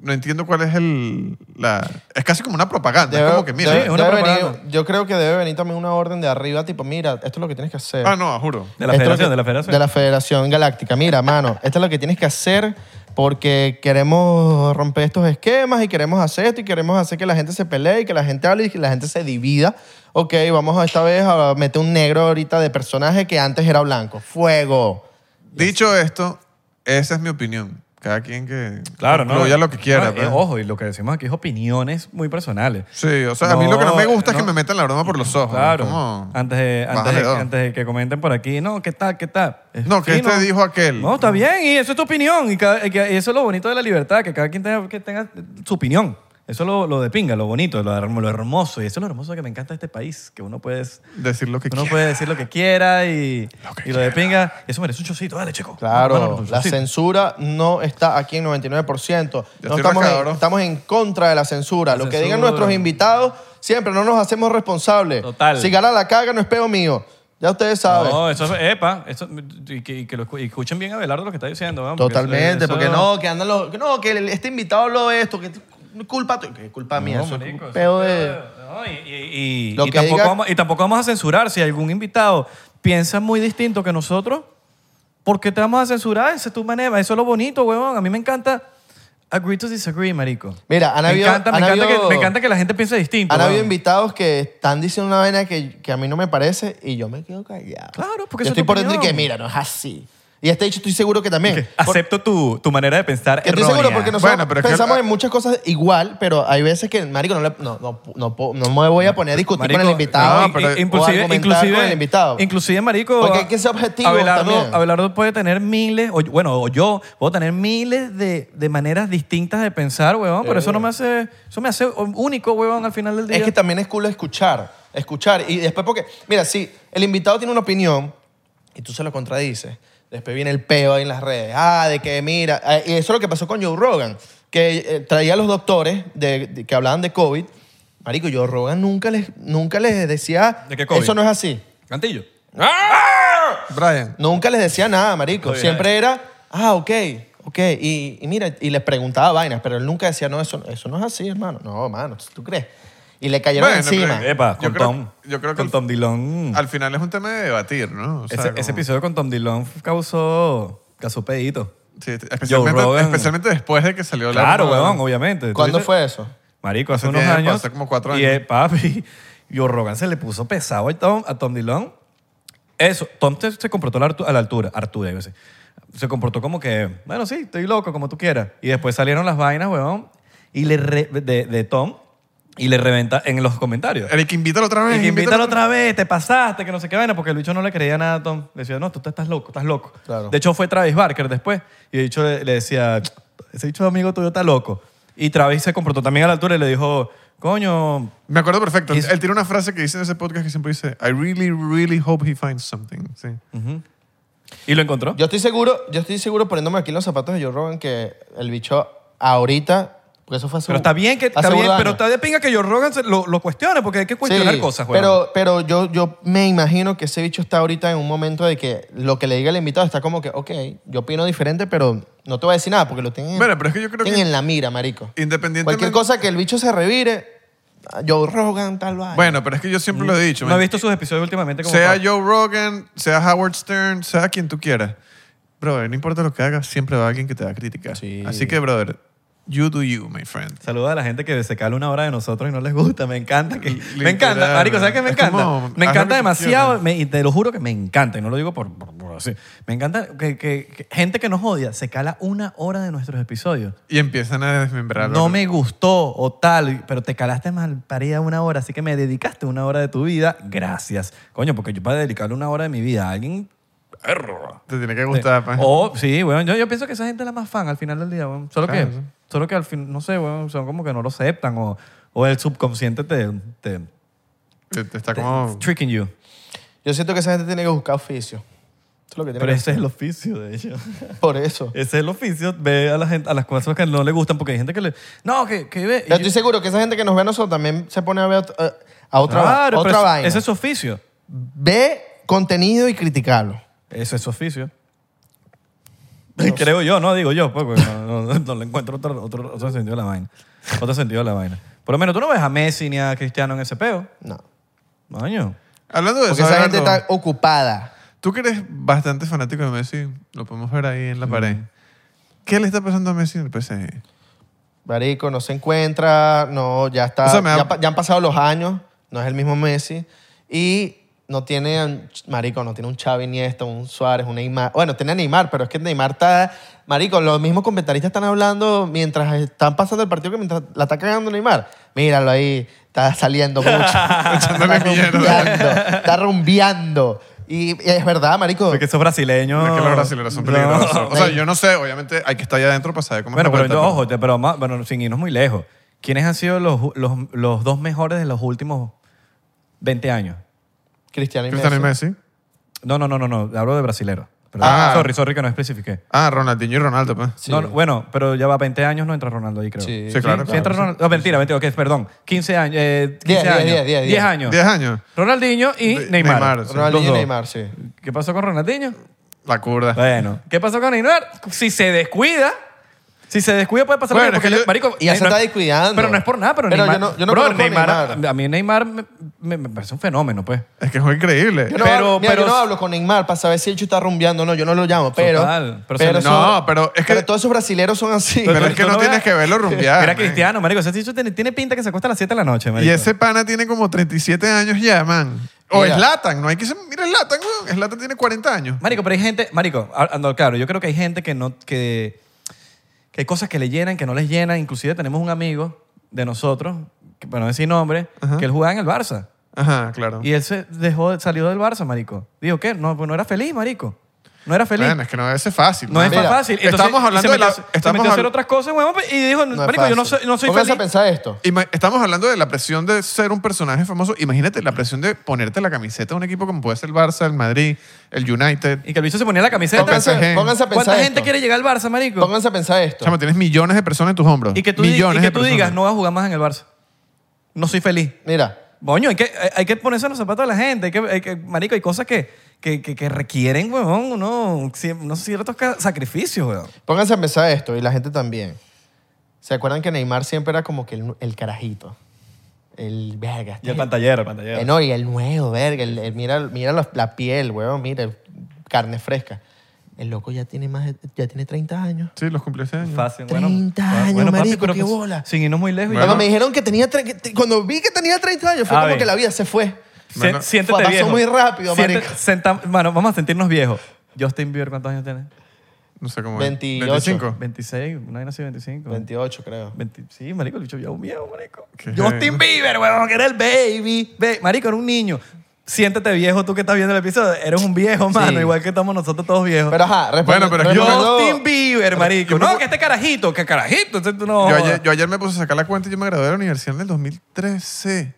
[SPEAKER 3] no entiendo cuál es el, la, es casi como una propaganda, es como que mira,
[SPEAKER 1] debe-
[SPEAKER 2] Sí, es una
[SPEAKER 1] debe venir-
[SPEAKER 2] propaganda.
[SPEAKER 1] yo creo que debe venir también una orden de arriba, tipo, mira, esto es lo que tienes que hacer.
[SPEAKER 3] ah no, juro.
[SPEAKER 2] de
[SPEAKER 1] Esto es lo
[SPEAKER 2] la federación,
[SPEAKER 1] que-
[SPEAKER 2] de la federación.
[SPEAKER 1] De la Federación Galáctica. Mira, mano, esto es lo que tienes que hacer porque queremos romper estos esquemas y queremos hacer esto y queremos hacer que la gente se pelee y que la gente hable y que la gente se divida. Ok, vamos a esta vez a meter un negro ahorita de personaje que antes era blanco. Fuego.
[SPEAKER 3] Dicho esto, esa es mi opinión. Cada quien que
[SPEAKER 2] Claro, ¿no?
[SPEAKER 3] ya lo que quiera.
[SPEAKER 2] No,
[SPEAKER 3] pues.
[SPEAKER 2] eh, ojo, y lo que decimos aquí es opiniones muy personales.
[SPEAKER 3] Sí, o sea, a mí
[SPEAKER 2] No,
[SPEAKER 3] lo que no me gusta es que
[SPEAKER 2] no.
[SPEAKER 3] me metan la broma por los ojos.
[SPEAKER 2] Claro. Ah,
[SPEAKER 3] Como,
[SPEAKER 2] Antes, de, antes,
[SPEAKER 3] bájale
[SPEAKER 2] de,
[SPEAKER 3] dos.
[SPEAKER 2] antes de que comenten por aquí, no, ¿qué tal? ¿Qué tal? Es
[SPEAKER 3] No, que
[SPEAKER 2] fino.
[SPEAKER 3] este dijo aquel.
[SPEAKER 2] No, está bien, y eso es tu opinión. Y, cada- y que- y eso es lo bonito de la libertad, que cada quien tenga, que tenga su opinión. Eso es lo, lo de pinga, lo bonito, lo, her- lo hermoso. Y eso es lo hermoso que me encanta de este país, que uno puede,
[SPEAKER 3] Decir lo que
[SPEAKER 2] uno
[SPEAKER 3] quiera.
[SPEAKER 2] puede decir lo que quiera y lo,
[SPEAKER 3] Lo que
[SPEAKER 2] y lo de pinga. Eso merece un chocito, dale, chico. Bueno,
[SPEAKER 1] Claro,
[SPEAKER 2] un
[SPEAKER 1] la
[SPEAKER 2] chocito.
[SPEAKER 1] censura no está aquí en 99%.
[SPEAKER 3] Ya
[SPEAKER 1] No
[SPEAKER 3] estoy
[SPEAKER 1] estamos,
[SPEAKER 3] rascado,
[SPEAKER 1] en,
[SPEAKER 3] ¿no?
[SPEAKER 1] estamos en contra de la censura. Lo
[SPEAKER 2] La
[SPEAKER 1] que digan
[SPEAKER 2] censura.
[SPEAKER 1] nuestros invitados, siempre no nos hacemos responsables.
[SPEAKER 2] Total.
[SPEAKER 1] Si gana la caga, no es peo mío. Ya ustedes saben.
[SPEAKER 3] eh.
[SPEAKER 2] No, eso es, epa, eso- y que, y que lo escu- y escuchen bien a Belardo lo que está diciendo. ¿no? Porque
[SPEAKER 1] Totalmente,
[SPEAKER 2] eso-
[SPEAKER 1] porque
[SPEAKER 2] eso-
[SPEAKER 1] no, que andan los. que No, que el- este invitado habló de esto, que es culpa tuya. Que es culpa mía. eso es
[SPEAKER 2] marico,
[SPEAKER 1] peo
[SPEAKER 2] eso es
[SPEAKER 1] de-
[SPEAKER 2] peo de- no, y, y- y-
[SPEAKER 1] Lo
[SPEAKER 2] y
[SPEAKER 1] que
[SPEAKER 2] tampoco
[SPEAKER 1] diga-
[SPEAKER 2] vamos, y tampoco vamos a censurar si algún invitado piensa muy distinto que nosotros. ¿Por qué te vamos a censurar? Esa es tu manera. Eso es lo bonito, huevón. A mí me encanta agree to disagree, marico.
[SPEAKER 1] Mira, han
[SPEAKER 2] me,
[SPEAKER 1] habido-
[SPEAKER 2] encanta, me,
[SPEAKER 1] han
[SPEAKER 2] encanta que,
[SPEAKER 1] habido-
[SPEAKER 2] me encanta que la gente piense distinto.
[SPEAKER 1] Han habido
[SPEAKER 2] huevón.
[SPEAKER 1] invitados que están diciendo una vaina que, que a mí no me parece y yo me quedo callado.
[SPEAKER 2] Claro, porque
[SPEAKER 1] Yo
[SPEAKER 2] eso es tu
[SPEAKER 1] estoy por dentro y que,
[SPEAKER 2] opinión.
[SPEAKER 1] mira, no es así. Y este hecho estoy seguro que también. Por-
[SPEAKER 2] Acepto tu, tu manera de pensar
[SPEAKER 1] Que estoy
[SPEAKER 2] errónea.
[SPEAKER 1] seguro porque nosotros
[SPEAKER 3] Bueno, pero es que-
[SPEAKER 1] pensamos en muchas cosas igual, pero hay veces que, marico, no, le- no, no, no puedo- no me voy a poner a discutir
[SPEAKER 2] Marico,
[SPEAKER 1] con el invitado
[SPEAKER 2] no,
[SPEAKER 3] pero-
[SPEAKER 1] o
[SPEAKER 2] i- inclusive,
[SPEAKER 1] argumentar
[SPEAKER 2] inclusive,
[SPEAKER 1] con el invitado.
[SPEAKER 2] inclusive, marico,
[SPEAKER 1] Porque hay que ser objetivo
[SPEAKER 2] Abelardo,
[SPEAKER 1] también.
[SPEAKER 2] Abelardo puede tener miles, o, yo- bueno, o yo puedo tener miles de, de maneras distintas de pensar, huevón, pero
[SPEAKER 3] Eh.
[SPEAKER 2] eso no me hace, eso me hace único, huevón, al final del día.
[SPEAKER 1] Es que también es cool escuchar, escuchar. Y después porque, mira, si el invitado tiene una opinión y tú se lo contradices, después viene el peo ahí en las redes. Ah, de que mira, eh, y eso es lo que pasó con Joe Rogan, que eh, traía a los doctores de, de- que hablaban de COVID. Marico, Joe Rogan nunca les, nunca les decía,
[SPEAKER 2] ¿De qué COVID? ¡Ah!
[SPEAKER 1] eso no es así.
[SPEAKER 2] Cantillo.
[SPEAKER 3] Brian.
[SPEAKER 1] Nunca les decía nada, marico.
[SPEAKER 2] Estoy
[SPEAKER 1] Siempre era, ah, ok, ok. Y, y mira, y les preguntaba vainas, pero él nunca decía, no, eso, eso no es así, hermano. No, hermano, ¿tú crees? Y le cayeron
[SPEAKER 3] Bueno,
[SPEAKER 1] encima.
[SPEAKER 3] pero-
[SPEAKER 2] Epa,
[SPEAKER 3] Yo
[SPEAKER 2] con
[SPEAKER 3] creo-
[SPEAKER 2] Tom.
[SPEAKER 3] yo creo que
[SPEAKER 2] con
[SPEAKER 3] el-
[SPEAKER 2] Tom Dillon.
[SPEAKER 3] Al final es un tema de debatir, ¿no? O sea,
[SPEAKER 2] Mm. ese,
[SPEAKER 3] como-
[SPEAKER 2] ese episodio con Tom Dillon causó, causó pedito.
[SPEAKER 3] Sí, este, especialmente,
[SPEAKER 2] Joe Rogan.
[SPEAKER 3] especialmente después de que salió la
[SPEAKER 2] Claro,
[SPEAKER 3] broma.
[SPEAKER 2] huevón, obviamente. ¿Tú
[SPEAKER 1] ¿Cuándo
[SPEAKER 2] dices?
[SPEAKER 1] fue eso?
[SPEAKER 2] Marico, hace
[SPEAKER 3] Hace
[SPEAKER 2] unos
[SPEAKER 3] tiempo,
[SPEAKER 2] años.
[SPEAKER 3] hace como cuatro
[SPEAKER 2] Y
[SPEAKER 3] años.
[SPEAKER 2] eh, papi, (laughs) Joe Rogan se le puso pesado a Tom, a Tom Dillon. Eso, Tom se, se comportó a la, altu- a la altura, Artura, iba a decir. Se comportó como que, bueno, sí, estoy loco, como tú quieras. Y después salieron las vainas, weón, y le re- de, de Tom y le reventa en los comentarios.
[SPEAKER 3] Eric, invítalo otra vez.
[SPEAKER 2] Y que invítalo
[SPEAKER 3] invítalo
[SPEAKER 2] otra vez, te pasaste, que no sé qué vaina, porque el bicho no le creía nada a Tom. Le decía, no, tú te estás loco, estás loco.
[SPEAKER 1] Claro.
[SPEAKER 2] De hecho, fue Travis Barker después. Y el bicho le, le decía, ese bicho amigo tuyo está loco. Y Travis se comportó también a la altura y le dijo, coño,
[SPEAKER 3] Me acuerdo perfecto.
[SPEAKER 2] Y-
[SPEAKER 3] Él tiene una frase que dice en ese podcast que siempre dice, I really, really hope he finds something. Sí.
[SPEAKER 2] Ah, y lo encontró.
[SPEAKER 1] Yo estoy seguro, yo estoy seguro poniéndome aquí en los zapatos de Joe Rogan que el bicho ahorita Porque eso fue hace
[SPEAKER 2] Pero está bien que
[SPEAKER 1] hace
[SPEAKER 2] está
[SPEAKER 1] burda
[SPEAKER 2] bien,
[SPEAKER 1] de
[SPEAKER 2] pero
[SPEAKER 1] años.
[SPEAKER 2] está de pinga que George Rogan se- lo, lo cuestione porque hay que cuestionar
[SPEAKER 1] Sí,
[SPEAKER 2] cosas, güey.
[SPEAKER 1] pero, pero yo, yo me imagino que ese bicho está ahorita en un momento de que lo que le diga el invitado está como que, ok, yo opino diferente, pero no te voy a decir nada porque lo tienen,
[SPEAKER 3] Bueno, pero es que yo creo
[SPEAKER 1] tienen
[SPEAKER 3] que-
[SPEAKER 1] en la mira, marico.
[SPEAKER 3] Independientemente-
[SPEAKER 1] Cualquier cosa que el bicho se revire, Joe Rogan, tal vaina.
[SPEAKER 3] Bueno, pero es que yo siempre lo he dicho.
[SPEAKER 2] no he
[SPEAKER 3] man.
[SPEAKER 2] visto sus episodios últimamente como
[SPEAKER 3] Sea
[SPEAKER 2] para-
[SPEAKER 3] Joe Rogan, sea Howard Stern, sea quien tú quieras. Brother, no importa lo que hagas, siempre va a alguien que te va a criticar.
[SPEAKER 1] Sí.
[SPEAKER 3] Así que, brother, you do you, my friend.
[SPEAKER 2] Saluda a la gente que se cala una hora de nosotros y no les gusta. Me encanta. Que,
[SPEAKER 3] Literal,
[SPEAKER 2] me encanta, Marico. ¿Sabes qué me
[SPEAKER 3] es
[SPEAKER 2] encanta?
[SPEAKER 3] como,
[SPEAKER 2] me
[SPEAKER 3] haz lo que
[SPEAKER 2] encanta
[SPEAKER 3] tú
[SPEAKER 2] demasiado.
[SPEAKER 3] quieras.
[SPEAKER 2] me- y te lo juro que me encanta. Y no lo digo por, por- por así. Me encanta que, que- que gente que nos odia se cala una hora de nuestros episodios.
[SPEAKER 3] Y empiezan a desmembrarlo.
[SPEAKER 2] No me gustó o tal, pero te calaste mal parida una hora, así que me dedicaste una hora de tu vida. Gracias. Coño, porque yo para dedicarle una hora de mi vida a alguien. erro.
[SPEAKER 3] Te tiene que gustar, pues. pa.
[SPEAKER 2] O, sí, weón. Yo, yo pienso que esa gente es la más fan al final del día, weón. Solo
[SPEAKER 3] Claro,
[SPEAKER 2] que,
[SPEAKER 3] sí.
[SPEAKER 2] solo que al fin, no sé, weón, son como que no lo aceptan o, o el subconsciente te, te,
[SPEAKER 3] Te, te está
[SPEAKER 2] te-
[SPEAKER 3] como...
[SPEAKER 2] tricking you.
[SPEAKER 1] Yo siento que esa gente tiene que buscar oficio. Eso es lo que tiene
[SPEAKER 2] Pero
[SPEAKER 1] que
[SPEAKER 2] ese es el oficio, de hecho.
[SPEAKER 1] hacer. Por eso.
[SPEAKER 2] Ese es el oficio, ve a la gente, a las cosas que no le gustan, porque hay gente que le... No, que, que ve...
[SPEAKER 1] Yo estoy seguro que esa gente que nos ve a nosotros también se pone a ver ot- eh, a otra,
[SPEAKER 2] Claro,
[SPEAKER 1] otra
[SPEAKER 2] pero ese-
[SPEAKER 1] vaina.
[SPEAKER 2] Ese es su oficio.
[SPEAKER 1] Ve contenido y criticarlo.
[SPEAKER 2] Ese es su oficio. (laughs) Creo yo, no digo yo, pues, porque no, no- no le encuentro otro, otro, otro sentido a la vaina. Otro sentido a la vaina. Por lo menos tú no ves a Messi ni a Cristiano en ese peo.
[SPEAKER 1] No.
[SPEAKER 2] Maño.
[SPEAKER 3] Hablando de
[SPEAKER 1] Porque
[SPEAKER 3] eso,
[SPEAKER 1] esa gente
[SPEAKER 3] Alberto,
[SPEAKER 1] está ocupada.
[SPEAKER 3] tú que eres bastante fanático de Messi, lo podemos ver ahí en la pared. ¿Qué le está pasando a Messi en el PSG?
[SPEAKER 1] Marico, no se encuentra, no, ya está.
[SPEAKER 3] O sea, me da-
[SPEAKER 1] ya, pa- ya han pasado los años, no es el mismo Messi. Y no tiene, un- Marico, no tiene un Xavi Iniesta, un Suárez, un Neymar. Bueno, tiene a Neymar, pero es que Neymar está. Marico, los mismos comentaristas están hablando mientras están pasando el partido que mientras la está cagando Neymar. Míralo ahí, está saliendo
[SPEAKER 3] (laughs)
[SPEAKER 1] mucho. está
[SPEAKER 3] Echándole mierda.
[SPEAKER 1] rumbeando, está rumbeando. Y y es verdad, Marico.
[SPEAKER 2] Porque esos brasileños.
[SPEAKER 3] Es que los brasileños son
[SPEAKER 2] No.
[SPEAKER 3] peligrosos. O sea, yo no sé, obviamente hay que estar allá adentro para saber cómo
[SPEAKER 2] Bueno,
[SPEAKER 3] está
[SPEAKER 2] pero
[SPEAKER 3] la vuelta,
[SPEAKER 2] ojo, te- pero más- bueno, sin irnos muy lejos. ¿Quiénes han sido los, los- los dos mejores de los últimos 20 años?
[SPEAKER 1] Cristiano y
[SPEAKER 3] Cristiano y Messi.
[SPEAKER 2] No, no, no, no, no. Hablo de brasileros. Perdón.
[SPEAKER 3] Ah.
[SPEAKER 2] Sorry, sorry que no especifiqué.
[SPEAKER 3] Ah, Ronaldinho y Ronaldo, pues.
[SPEAKER 1] Sí.
[SPEAKER 2] No, no, bueno, pero ya va 20 años, no entra Ronaldo ahí, creo.
[SPEAKER 1] Sí.
[SPEAKER 3] Sí, claro,
[SPEAKER 2] entra
[SPEAKER 3] claro.
[SPEAKER 2] Ronaldo. No, mentira, mentira, ok, perdón. 15 años. Eh, 15
[SPEAKER 1] 10, 10,
[SPEAKER 2] años.
[SPEAKER 1] 10, 10,
[SPEAKER 2] 10 años.
[SPEAKER 3] 10 años.
[SPEAKER 2] Ronaldinho y
[SPEAKER 3] Ne-
[SPEAKER 2] Neymar.
[SPEAKER 3] Neymar, sí.
[SPEAKER 1] Ronaldinho
[SPEAKER 2] Los
[SPEAKER 1] y
[SPEAKER 2] dos.
[SPEAKER 1] Neymar, sí.
[SPEAKER 2] ¿Qué pasó con Ronaldinho?
[SPEAKER 3] La curda.
[SPEAKER 2] Bueno, (laughs) ¿qué pasó con Neymar? Si se descuida, si se descuida puede pasar
[SPEAKER 3] Bueno,
[SPEAKER 2] algo, porque
[SPEAKER 3] es que
[SPEAKER 2] le-
[SPEAKER 3] yo-
[SPEAKER 2] marico, eh,
[SPEAKER 1] Y ya se
[SPEAKER 2] no-
[SPEAKER 1] está descuidando.
[SPEAKER 2] Pero no es por nada, pero,
[SPEAKER 1] Pero yo
[SPEAKER 2] Neymar,
[SPEAKER 1] no- yo no
[SPEAKER 2] Bro,
[SPEAKER 1] conozco a
[SPEAKER 2] Neymar,
[SPEAKER 1] Neymar.
[SPEAKER 2] a mí Neymar me, me- me parece un fenómeno, pues.
[SPEAKER 3] Es que es muy increíble.
[SPEAKER 1] Yo no,
[SPEAKER 2] Pero-
[SPEAKER 1] hablo, mira,
[SPEAKER 2] pero-
[SPEAKER 1] yo no hablo con Neymar para saber si el chico está rumbeando o no. Yo no lo llamo, pero...
[SPEAKER 2] Total, pero se-
[SPEAKER 1] eso-
[SPEAKER 3] No, pero es que-
[SPEAKER 1] pero todos esos brasileros son así.
[SPEAKER 3] Pero,
[SPEAKER 2] Pero
[SPEAKER 3] es que
[SPEAKER 2] tú
[SPEAKER 3] no,
[SPEAKER 2] no
[SPEAKER 3] tienes
[SPEAKER 2] veas-
[SPEAKER 3] que verlo
[SPEAKER 2] Era
[SPEAKER 3] rumbear. Ah, man.
[SPEAKER 2] cristiano, marico. Ese chicho tiene, tiene pinta que se acuesta a las 7 de la noche, marico.
[SPEAKER 3] Y ese pana tiene como 37 años ya, man. O
[SPEAKER 1] Mira.
[SPEAKER 3] es Latan, no hay que ser. Mira, es Latan, weón. Es Latan tiene 40 años.
[SPEAKER 2] Marico, pero hay gente, Marico, ah, ah, no, claro, yo creo que hay gente que no, que, que hay cosas que le llenan, que no les llenan. Inclusive tenemos un amigo de nosotros, que, para no decir nombre, que él jugaba en el Barça.
[SPEAKER 3] Ajá, claro.
[SPEAKER 2] Y él se dejó, salió del Barça, Marico. Dijo, ¿qué? No, pues no era feliz, Marico. No era feliz.
[SPEAKER 3] Bueno, es que no debe ser fácil.
[SPEAKER 2] no
[SPEAKER 3] man.
[SPEAKER 2] es
[SPEAKER 1] mira,
[SPEAKER 2] fácil. Entonces,
[SPEAKER 3] estamos
[SPEAKER 2] y
[SPEAKER 3] hablando
[SPEAKER 2] se
[SPEAKER 3] de la-
[SPEAKER 2] metió- se
[SPEAKER 3] estamos
[SPEAKER 2] metió a hacer
[SPEAKER 3] habl-
[SPEAKER 2] otras cosas, huevón, pues, y dijo,
[SPEAKER 1] (laughs) No es
[SPEAKER 2] Marico, yo no
[SPEAKER 1] fácil.
[SPEAKER 2] soy, no soy
[SPEAKER 1] Pónganse a
[SPEAKER 2] feliz.
[SPEAKER 1] pensar esto.
[SPEAKER 3] Ima- Estamos hablando de la presión de ser un personaje famoso. Imagínate la presión de ponerte la camiseta de un equipo como puede ser el Barça, el Madrid, el United.
[SPEAKER 2] Y que el bicho se ponía la camiseta.
[SPEAKER 1] Pónganse,
[SPEAKER 3] PSG.
[SPEAKER 1] pónganse a pensar
[SPEAKER 2] ¿Cuánta gente
[SPEAKER 1] esto.
[SPEAKER 2] quiere llegar al Barça, Marico?
[SPEAKER 1] Pónganse a pensar esto.
[SPEAKER 3] Chamo, tienes millones de personas en tus hombros.
[SPEAKER 2] Y que tú, di- y que
[SPEAKER 3] millones de
[SPEAKER 2] tú
[SPEAKER 3] personas.
[SPEAKER 2] digas, no vas a jugar más en el Barça. No soy feliz.
[SPEAKER 1] Mira,
[SPEAKER 2] Boño, hay que, hay- hay que ponerse en los zapatos de la gente. Hay que, hay que- marico, hay cosas que, que, que, que requieren, weón, uno, cie- unos ciertos ca- sacrificios, weón.
[SPEAKER 1] pónganse a pensar esto y la gente también. ¿Se acuerdan que Neymar siempre era como que el, el carajito? El verga. este es
[SPEAKER 2] pantallero, el
[SPEAKER 1] Eh, no, y el nuevo, verga. el- el- mira mira la, la piel, weón. Mira, carne fresca. El loco ya tiene más, de- ya tiene 30 años.
[SPEAKER 3] Sí, los cumplió ese año.
[SPEAKER 2] Fácil,
[SPEAKER 1] 30 años,
[SPEAKER 2] papi,
[SPEAKER 1] marico,
[SPEAKER 2] pero
[SPEAKER 1] qué
[SPEAKER 2] pues,
[SPEAKER 1] bola.
[SPEAKER 2] Sin irnos muy lejos.
[SPEAKER 3] Bueno.
[SPEAKER 1] Cuando me dijeron que tenía... tre- que te- Cuando vi que tenía 30 años, fue
[SPEAKER 2] A
[SPEAKER 1] como
[SPEAKER 2] ver.
[SPEAKER 1] que la vida se fue.
[SPEAKER 2] Se-
[SPEAKER 3] Bueno.
[SPEAKER 2] siéntete
[SPEAKER 1] Fue- pasó
[SPEAKER 2] viejo.
[SPEAKER 1] muy rápido,
[SPEAKER 2] Siente-
[SPEAKER 1] marico.
[SPEAKER 2] senta- mano, vamos a sentirnos viejos. Justin Bieber, ¿cuántos años tiene?
[SPEAKER 3] No sé cómo. es.
[SPEAKER 1] 28.
[SPEAKER 3] 25.
[SPEAKER 2] 26, una vez nació 25.
[SPEAKER 1] 28, creo.
[SPEAKER 2] 20 sí, marico, el bicho ya un viejo, marico.
[SPEAKER 3] Qué heavy.
[SPEAKER 2] Justin Bieber, weón, que era el baby. Ve- marico, era un niño. Siéntete viejo, tú que estás viendo el episodio. Eres un viejo, mano, igual que estamos nosotros todos viejos.
[SPEAKER 1] Pero ajá, respondo-
[SPEAKER 3] Bueno, pero es que yo-
[SPEAKER 1] respondo-
[SPEAKER 2] Justin Bieber, marico.
[SPEAKER 3] yo me-
[SPEAKER 2] No, que este carajito, que carajito. Entonces tú no.
[SPEAKER 3] Yo ayer, yo ayer me puse a sacar la cuenta y yo me gradué de la universidad en el 2013.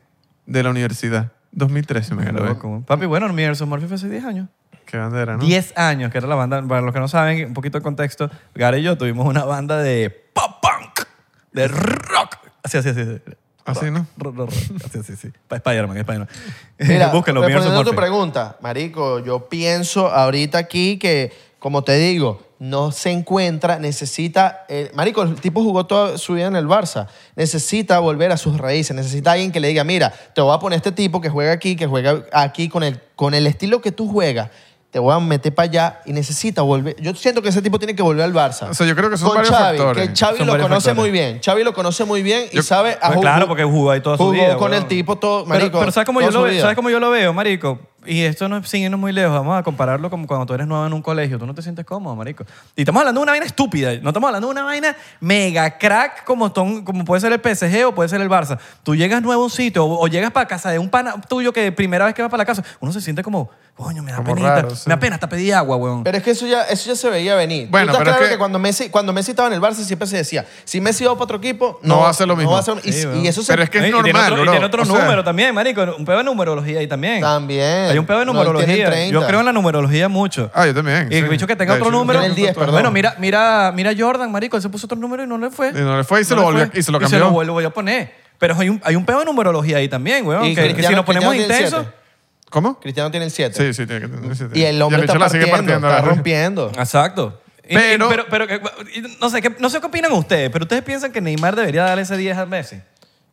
[SPEAKER 3] De la universidad. 2013 me gradué.
[SPEAKER 2] Loco, weón. Papi, bueno, mi Erson Murphy fue hace 10 años.
[SPEAKER 3] Qué bandera, ¿no?
[SPEAKER 2] 10 años, que era la banda. Para los que no saben, un poquito de contexto, Gary y yo tuvimos una banda de pop punk. de rock. Así, así, así. así.
[SPEAKER 3] Así, Ah, ¿no?
[SPEAKER 2] Rock, rock, rock. Así, así, sí. Pa- Spider-Man, Spider-Man.
[SPEAKER 3] (laughs)
[SPEAKER 1] Mira,
[SPEAKER 2] (laughs) Búsquenlo, Universal
[SPEAKER 1] respondiendo a tu
[SPEAKER 2] Morphy.
[SPEAKER 1] pregunta, marico, yo pienso ahorita aquí que, como te digo, no se encuentra, necesita... eh, marico, el tipo jugó toda su vida en el Barça. Necesita volver a sus raíces, necesita alguien que le diga, mira, te voy a poner este tipo que juega aquí, que juega aquí, con el, con el estilo que tú juegas, te voy a meter para allá y necesita volver... Yo siento que ese tipo tiene que volver al Barça.
[SPEAKER 3] O sea, yo creo que son
[SPEAKER 1] Con
[SPEAKER 3] varios
[SPEAKER 1] Xavi,
[SPEAKER 3] factores.
[SPEAKER 1] Que Xavi
[SPEAKER 2] Son
[SPEAKER 1] lo
[SPEAKER 2] varios
[SPEAKER 1] conoce muy
[SPEAKER 2] factores.
[SPEAKER 1] bien. Xavi lo conoce muy bien y
[SPEAKER 3] Yo-
[SPEAKER 1] sabe... a
[SPEAKER 2] Pues
[SPEAKER 1] ju-
[SPEAKER 2] claro, porque jugó ahí toda su
[SPEAKER 1] Ah, jugó
[SPEAKER 2] vida.
[SPEAKER 1] con
[SPEAKER 2] weón.
[SPEAKER 1] el tipo todo,
[SPEAKER 2] Pero-
[SPEAKER 1] marico,
[SPEAKER 2] Pero, ¿sabes, cómo yo
[SPEAKER 1] toda
[SPEAKER 2] lo
[SPEAKER 1] su
[SPEAKER 2] veo?
[SPEAKER 1] vida.
[SPEAKER 2] ¿sabes cómo yo lo veo, marico? Y esto no, sin irnos muy lejos, vamos a compararlo como cuando tú eres nuevo en un colegio. Tú no te sientes cómodo, marico. Y estamos hablando de una vaina estúpida. No estamos hablando de una vaina mega crack como, ton- como puede ser el PSG o puede ser el Barça. Tú llegas nuevo a un sitio o, o llegas para casa de un pana tuyo que primera vez que va para la casa, uno se siente como, coño, me da
[SPEAKER 3] Como
[SPEAKER 2] penita.
[SPEAKER 3] raro, sí.
[SPEAKER 2] Me da pena hasta pedir agua, weón.
[SPEAKER 1] Pero es que eso ya, eso ya se veía venir.
[SPEAKER 3] Bueno,
[SPEAKER 1] Bueno,
[SPEAKER 3] pero es
[SPEAKER 1] claro
[SPEAKER 3] que-
[SPEAKER 1] que, cuando, Messi, cuando Messi estaba en el Barça siempre se decía, si Messi va para otro equipo, no,
[SPEAKER 3] No va a ser lo mismo.
[SPEAKER 1] va a ser- y,
[SPEAKER 2] Sí,
[SPEAKER 1] y
[SPEAKER 2] weón.
[SPEAKER 1] eso se...
[SPEAKER 3] Pero es que-
[SPEAKER 2] No, y tiene
[SPEAKER 3] normal,
[SPEAKER 2] otro, y
[SPEAKER 3] bro.
[SPEAKER 2] tiene otro
[SPEAKER 3] O sea-
[SPEAKER 2] número también, marico. Un pedo de numerología ahí también.
[SPEAKER 1] También.
[SPEAKER 2] Hay un pedo de
[SPEAKER 1] No,
[SPEAKER 2] numerología.
[SPEAKER 1] tienen 30.
[SPEAKER 2] Yo creo en la numerología mucho.
[SPEAKER 3] Ah, yo también.
[SPEAKER 2] Y el
[SPEAKER 3] sí.
[SPEAKER 2] bicho que tenga
[SPEAKER 3] De
[SPEAKER 2] otro
[SPEAKER 3] hecho,
[SPEAKER 2] número.
[SPEAKER 1] Tiene el 10, perdón.
[SPEAKER 2] Bueno, mira, mira, mira Jordan, marico, él se puso otro número y no le fue.
[SPEAKER 3] Y no le fue y se lo
[SPEAKER 2] le
[SPEAKER 3] volvió-
[SPEAKER 2] fue.
[SPEAKER 3] y se lo
[SPEAKER 2] Y se
[SPEAKER 3] cambió.
[SPEAKER 2] lo vuelvo yo a poner. Pero hay un, hay un pedo de numerología ahí también, weón.
[SPEAKER 1] Y
[SPEAKER 2] Que, que si
[SPEAKER 1] Cristiano-
[SPEAKER 2] nos ponemos
[SPEAKER 1] Cristiano tiene
[SPEAKER 2] intensos.
[SPEAKER 1] siete.
[SPEAKER 3] ¿Cómo?
[SPEAKER 1] Cristiano tiene el 7.
[SPEAKER 3] Sí, sí, tiene que tener siete.
[SPEAKER 1] Y el hombre
[SPEAKER 3] bicho
[SPEAKER 1] está
[SPEAKER 3] la sigue
[SPEAKER 1] partiendo, está
[SPEAKER 3] la-
[SPEAKER 1] rompiendo.
[SPEAKER 2] Exacto. Y-
[SPEAKER 3] Pero-
[SPEAKER 2] y- pero, pero, eh, y no, sé, ¿qué- no sé qué opinan ustedes, pero ustedes piensan que Neymar debería darle ese 10 a Messi.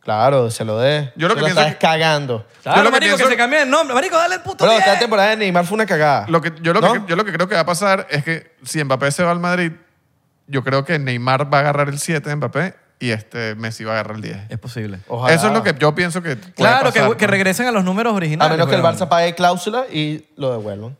[SPEAKER 1] Claro, se lo dé.
[SPEAKER 3] Yo lo que
[SPEAKER 1] se
[SPEAKER 3] pienso
[SPEAKER 1] estás
[SPEAKER 3] que-
[SPEAKER 1] cagando.
[SPEAKER 2] Claro,
[SPEAKER 3] lo que
[SPEAKER 2] marico, que,
[SPEAKER 3] pienso-
[SPEAKER 2] se cambie el nombre. Marico, dale el puto
[SPEAKER 1] Bro,
[SPEAKER 2] 10.
[SPEAKER 1] esta temporada de Neymar fue una cagada.
[SPEAKER 3] Lo que, yo, lo que,
[SPEAKER 1] ¿No?
[SPEAKER 3] yo lo que creo que va a pasar es que si Mbappé se va al Madrid, yo creo que Neymar va a agarrar el 7 de Mbappé y este Messi va a agarrar el 10.
[SPEAKER 2] Es posible.
[SPEAKER 1] Ojalá.
[SPEAKER 3] Eso es lo que yo pienso que puede
[SPEAKER 2] Claro, que,
[SPEAKER 3] pasar,
[SPEAKER 2] que
[SPEAKER 3] ¿no?
[SPEAKER 2] regresen a los números
[SPEAKER 1] A
[SPEAKER 2] originales.
[SPEAKER 1] menos que el
[SPEAKER 2] weón.
[SPEAKER 1] Barça pague cláusula y lo devuelvan.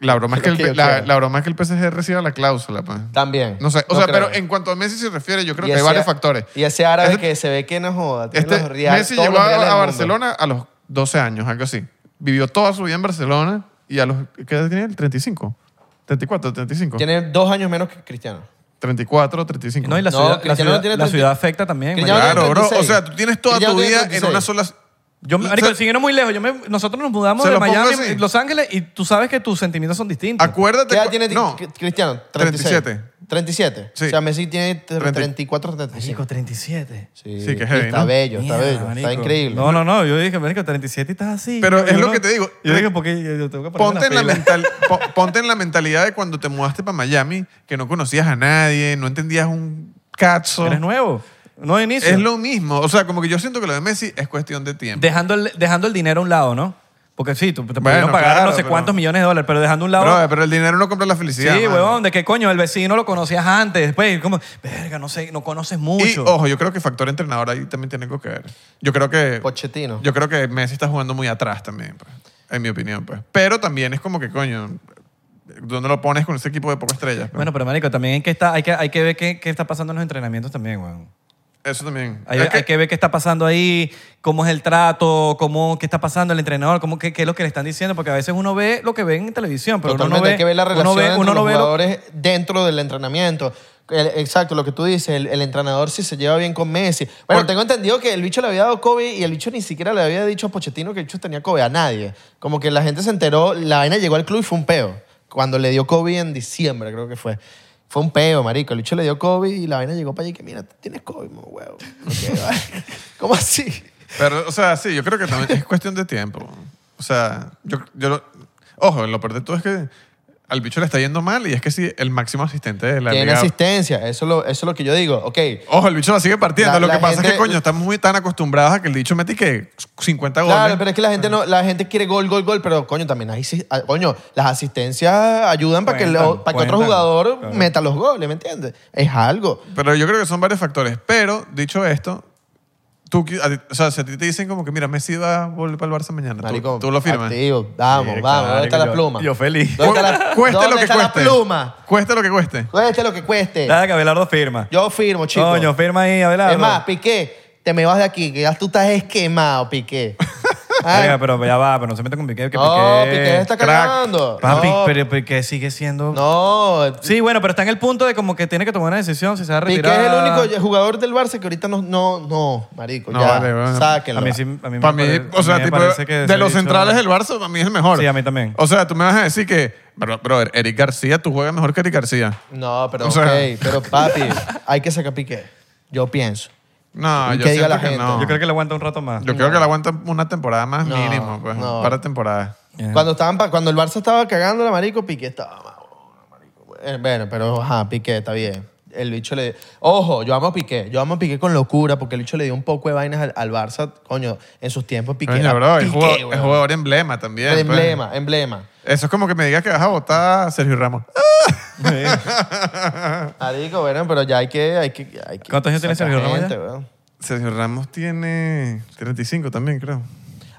[SPEAKER 3] La broma, es
[SPEAKER 1] Lo
[SPEAKER 3] que el,
[SPEAKER 1] que yo
[SPEAKER 3] la,
[SPEAKER 1] quiero.
[SPEAKER 3] la broma es que el PSG reciba la cláusula, pues.
[SPEAKER 1] También.
[SPEAKER 3] No sé, o sea,
[SPEAKER 1] creo.
[SPEAKER 3] pero en cuanto a Messi se refiere, yo creo
[SPEAKER 1] Y
[SPEAKER 3] que hay
[SPEAKER 1] ese-
[SPEAKER 3] varios factores.
[SPEAKER 1] Y ese árabe
[SPEAKER 3] Este-
[SPEAKER 1] que se ve que no joda. tiene
[SPEAKER 3] Este,
[SPEAKER 1] los reales-
[SPEAKER 3] Messi
[SPEAKER 1] todos
[SPEAKER 3] llegó
[SPEAKER 1] los reales
[SPEAKER 3] a, a
[SPEAKER 1] del mundo.
[SPEAKER 3] Barcelona a los 12 años, algo así. Vivió toda su vida en Barcelona y a los... ¿Qué edad tenía él? 35. 34, 35.
[SPEAKER 1] Tiene dos años menos que Cristiano.
[SPEAKER 3] 34, 35.
[SPEAKER 2] No, y la
[SPEAKER 1] No,
[SPEAKER 2] ciudad, la
[SPEAKER 1] Cristiano
[SPEAKER 2] ciudad-
[SPEAKER 1] tiene
[SPEAKER 2] la
[SPEAKER 1] 30.
[SPEAKER 2] ciudad afecta también.
[SPEAKER 1] Cristiano
[SPEAKER 2] marico.
[SPEAKER 3] Claro, bro. O
[SPEAKER 1] 36.
[SPEAKER 3] sea, tú tienes toda
[SPEAKER 1] Cristiano
[SPEAKER 3] tu
[SPEAKER 1] tiene
[SPEAKER 3] vida en
[SPEAKER 1] 36.
[SPEAKER 3] una sola...
[SPEAKER 2] Yo, marico,
[SPEAKER 3] O sea,
[SPEAKER 2] si yo no muy lejos, yo me- nosotros nos mudamos
[SPEAKER 3] Se
[SPEAKER 2] de
[SPEAKER 3] lo pongo
[SPEAKER 2] Miami,
[SPEAKER 3] así.
[SPEAKER 2] Los Ángeles, y tú sabes que tus sentimientos son distintos.
[SPEAKER 3] Acuérdate...
[SPEAKER 1] ¿Qué edad
[SPEAKER 3] cu-
[SPEAKER 1] tiene
[SPEAKER 3] No,
[SPEAKER 1] Cri- Cristiano?
[SPEAKER 3] 37.
[SPEAKER 1] 37.
[SPEAKER 3] Sí.
[SPEAKER 1] O sea, Messi tiene tre-
[SPEAKER 3] 30.
[SPEAKER 1] 34, 35.
[SPEAKER 2] Marico, 37.
[SPEAKER 3] Sí, que
[SPEAKER 1] y
[SPEAKER 3] heavy,
[SPEAKER 1] Está
[SPEAKER 3] ¿no?
[SPEAKER 1] bello, está
[SPEAKER 2] Mierda,
[SPEAKER 1] bello. Está
[SPEAKER 2] marico.
[SPEAKER 1] increíble.
[SPEAKER 2] No, no, no. Yo dije, marico, 37 y estás así.
[SPEAKER 3] Pero
[SPEAKER 2] Yo
[SPEAKER 3] es lo
[SPEAKER 2] no-
[SPEAKER 3] que te digo.
[SPEAKER 2] Yo dije, porque yo, yo tengo que ponerme
[SPEAKER 3] Ponte en, la
[SPEAKER 2] pila.
[SPEAKER 3] mental, po- ponte en la mentalidad de cuando te mudaste para Miami, que no conocías a nadie, no entendías un cacho.
[SPEAKER 2] Eres nuevo. No de inicio.
[SPEAKER 3] Es lo mismo. O sea, como que yo siento que lo de Messi es cuestión de tiempo.
[SPEAKER 2] Dejando el, dejando el dinero a un lado, ¿no? Porque sí, tú te
[SPEAKER 3] Bueno,
[SPEAKER 2] pudieron pagar
[SPEAKER 3] claro,
[SPEAKER 2] no sé
[SPEAKER 3] pero-
[SPEAKER 2] cuántos millones de dólares, pero dejando a un lado...
[SPEAKER 3] Bro, pero el dinero no compra la
[SPEAKER 2] Sí,
[SPEAKER 3] felicidad. mano.
[SPEAKER 2] huevón, de qué coño, el vecino lo conocías antes, después como, verga, no sé, no conoces mucho.
[SPEAKER 3] Y ojo, yo creo que factor entrenador ahí también tiene algo que ver. Yo creo que.
[SPEAKER 1] Pochettino.
[SPEAKER 3] Yo creo que Messi está jugando muy atrás también, pues, en mi opinión, pues. Pero también es como que, coño, ¿dónde lo pones con ese equipo de pocas estrellas? pues?
[SPEAKER 2] Ah. Bueno, pero marico, también hay que, estar- hay que, hay que ver qué, qué está pasando en los entrenamientos también, weón.
[SPEAKER 3] Eso también.
[SPEAKER 2] Hay,
[SPEAKER 3] Es
[SPEAKER 2] hay que... ver qué está pasando ahí, cómo es el trato, cómo, qué está pasando el entrenador, cómo, qué, qué es lo que le están diciendo, porque a veces uno ve lo que ve en televisión, pero uno no
[SPEAKER 1] Totalmente,
[SPEAKER 2] ve...
[SPEAKER 1] hay que ver la
[SPEAKER 2] uno
[SPEAKER 1] relación
[SPEAKER 2] ve-
[SPEAKER 1] entre
[SPEAKER 2] uno no
[SPEAKER 1] los
[SPEAKER 2] ve lo-
[SPEAKER 1] jugadores dentro del entrenamiento. El- exacto, lo que tú dices, el, el entrenador si se lleva bien con Messi. Bueno,
[SPEAKER 3] Por-
[SPEAKER 1] tengo entendido que el bicho le había dado COVID y el bicho ni siquiera le había dicho a Pochettino que el bicho tenía COVID, a nadie. Como que la gente se enteró, la vaina llegó al club y fue un peo. Cuando le dio COVID en diciembre, creo que fue. Fue un peo, marico. El bicho le dio COVID y la vaina llegó para allí y que, mira, tú tienes COVID, mo huevo. Ok, (laughs) vale. ¿Cómo así?
[SPEAKER 3] Pero, o sea, sí, yo creo que también es cuestión de tiempo. O sea, yo, yo lo- ojo, lo peor de todo es que al bicho le está yendo mal y es que sí, el máximo asistente de la
[SPEAKER 1] Tiene
[SPEAKER 3] liga.
[SPEAKER 1] asistencia. Eso, es lo, eso es lo que yo digo. Ok,
[SPEAKER 3] Ojo, el bicho la sigue partiendo.
[SPEAKER 1] La-
[SPEAKER 3] lo que
[SPEAKER 1] la
[SPEAKER 3] pasa es que,
[SPEAKER 1] gente-
[SPEAKER 3] coño, estamos muy tan acostumbrados a que el bicho mete y que 50 goles.
[SPEAKER 1] Claro, pero es que la gente no, la gente quiere gol, gol, gol, pero coño, también hay, si- ah, coño, las asistencias ayudan para que,
[SPEAKER 2] Cuentan,
[SPEAKER 1] lo- para que otro
[SPEAKER 2] cuentan,
[SPEAKER 1] jugador
[SPEAKER 2] claro.
[SPEAKER 1] meta los goles, ¿me entiendes? Es algo.
[SPEAKER 3] Pero yo creo que son varios factores. Pero, dicho esto, tú, qui- a ti- o sea, si a ti te dicen como que, mira, Messi va a volver para el Barça mañana, tú-
[SPEAKER 1] Marico,
[SPEAKER 3] tú, lo firmas.
[SPEAKER 1] activo. vamos,
[SPEAKER 2] Sí,
[SPEAKER 1] vamos,
[SPEAKER 2] claro,
[SPEAKER 1] ¿dónde está
[SPEAKER 2] yo-
[SPEAKER 1] la pluma?
[SPEAKER 2] yo feliz.
[SPEAKER 1] ¿Dónde está la,
[SPEAKER 3] (laughs) Cueste
[SPEAKER 1] dónde
[SPEAKER 3] lo que
[SPEAKER 1] está
[SPEAKER 3] cueste.
[SPEAKER 1] la pluma?
[SPEAKER 3] Cueste lo que cueste.
[SPEAKER 1] Cueste lo que cueste.
[SPEAKER 2] Dale que Abelardo firma.
[SPEAKER 1] Yo firmo, chicos.
[SPEAKER 2] Coño, firma ahí, Abelardo.
[SPEAKER 1] es más, Piqué, te me vas de aquí, que ya tú estás esquemado, Piqué. Ah, Ay,
[SPEAKER 2] Verga, pero ya va, pero no se meta con Piqué. Que
[SPEAKER 1] no,
[SPEAKER 2] Piqué,
[SPEAKER 1] Piqué está
[SPEAKER 3] crack.
[SPEAKER 1] cagando.
[SPEAKER 2] Papi,
[SPEAKER 1] no,
[SPEAKER 2] pero Piqué sigue siendo...
[SPEAKER 1] no,
[SPEAKER 2] Sí, bueno, pero está en el punto de como que tiene que tomar una decisión si se va a
[SPEAKER 1] Piqué
[SPEAKER 2] retirar.
[SPEAKER 1] es el único jugador del Barça que ahorita no, no, no, marico,
[SPEAKER 3] No,
[SPEAKER 1] ya,
[SPEAKER 3] vale, vale.
[SPEAKER 1] sáquenlo.
[SPEAKER 2] A mí sí, a mí me
[SPEAKER 3] Para mí,
[SPEAKER 2] pare-
[SPEAKER 3] o
[SPEAKER 2] a
[SPEAKER 3] sea,
[SPEAKER 2] mí me
[SPEAKER 3] tipo,
[SPEAKER 2] parece que se
[SPEAKER 3] de
[SPEAKER 2] ha
[SPEAKER 3] los
[SPEAKER 2] dicho-
[SPEAKER 3] centrales del Barça, para mí es el mejor.
[SPEAKER 2] Sí, a mí también.
[SPEAKER 3] O sea, tú me vas a decir que, bro, brother, Eric García, tú juegas mejor que Eric García.
[SPEAKER 1] No, pero
[SPEAKER 3] O sea-
[SPEAKER 1] ok, pero papi, hay que sacar Piqué. Yo pienso.
[SPEAKER 3] No,
[SPEAKER 1] ¿Y
[SPEAKER 3] yo
[SPEAKER 1] qué diga
[SPEAKER 3] siento
[SPEAKER 1] la
[SPEAKER 3] que
[SPEAKER 1] gente?
[SPEAKER 3] no.
[SPEAKER 2] Yo creo que le aguanta un rato más.
[SPEAKER 3] Yo creo que la aguanta una temporada más
[SPEAKER 1] No,
[SPEAKER 3] mínimo, pues.
[SPEAKER 1] no.
[SPEAKER 3] Para temporadas.
[SPEAKER 2] Yeah.
[SPEAKER 1] Cuando, estaban pa- cuando el Barça estaba cagando, la marico, Piqué estaba más huevón, marico. Eh, Bueno, pero ajá, Piqué está bien. El bicho le... Ojo, yo amo a Piqué. Yo amo a Piqué con locura porque el bicho le dio un poco de vainas al, al Barça. Coño, en sus tiempos Piqué
[SPEAKER 3] Coño,
[SPEAKER 1] era
[SPEAKER 3] bro, es
[SPEAKER 1] Piqué,
[SPEAKER 3] jugador, es
[SPEAKER 1] weón.
[SPEAKER 3] jugador emblema también.
[SPEAKER 1] El
[SPEAKER 3] pues.
[SPEAKER 1] emblema, emblema.
[SPEAKER 3] Eso es como que me digas que vas a votar a Sergio Ramos.
[SPEAKER 1] Marico, bueno, pero ya hay que... Hay que, hay que
[SPEAKER 2] ¿Cuántos años tiene
[SPEAKER 1] sacar
[SPEAKER 2] Sergio Ramos
[SPEAKER 1] gente,
[SPEAKER 2] ya?
[SPEAKER 1] weón.
[SPEAKER 3] Sergio Ramos tiene 35 también, creo.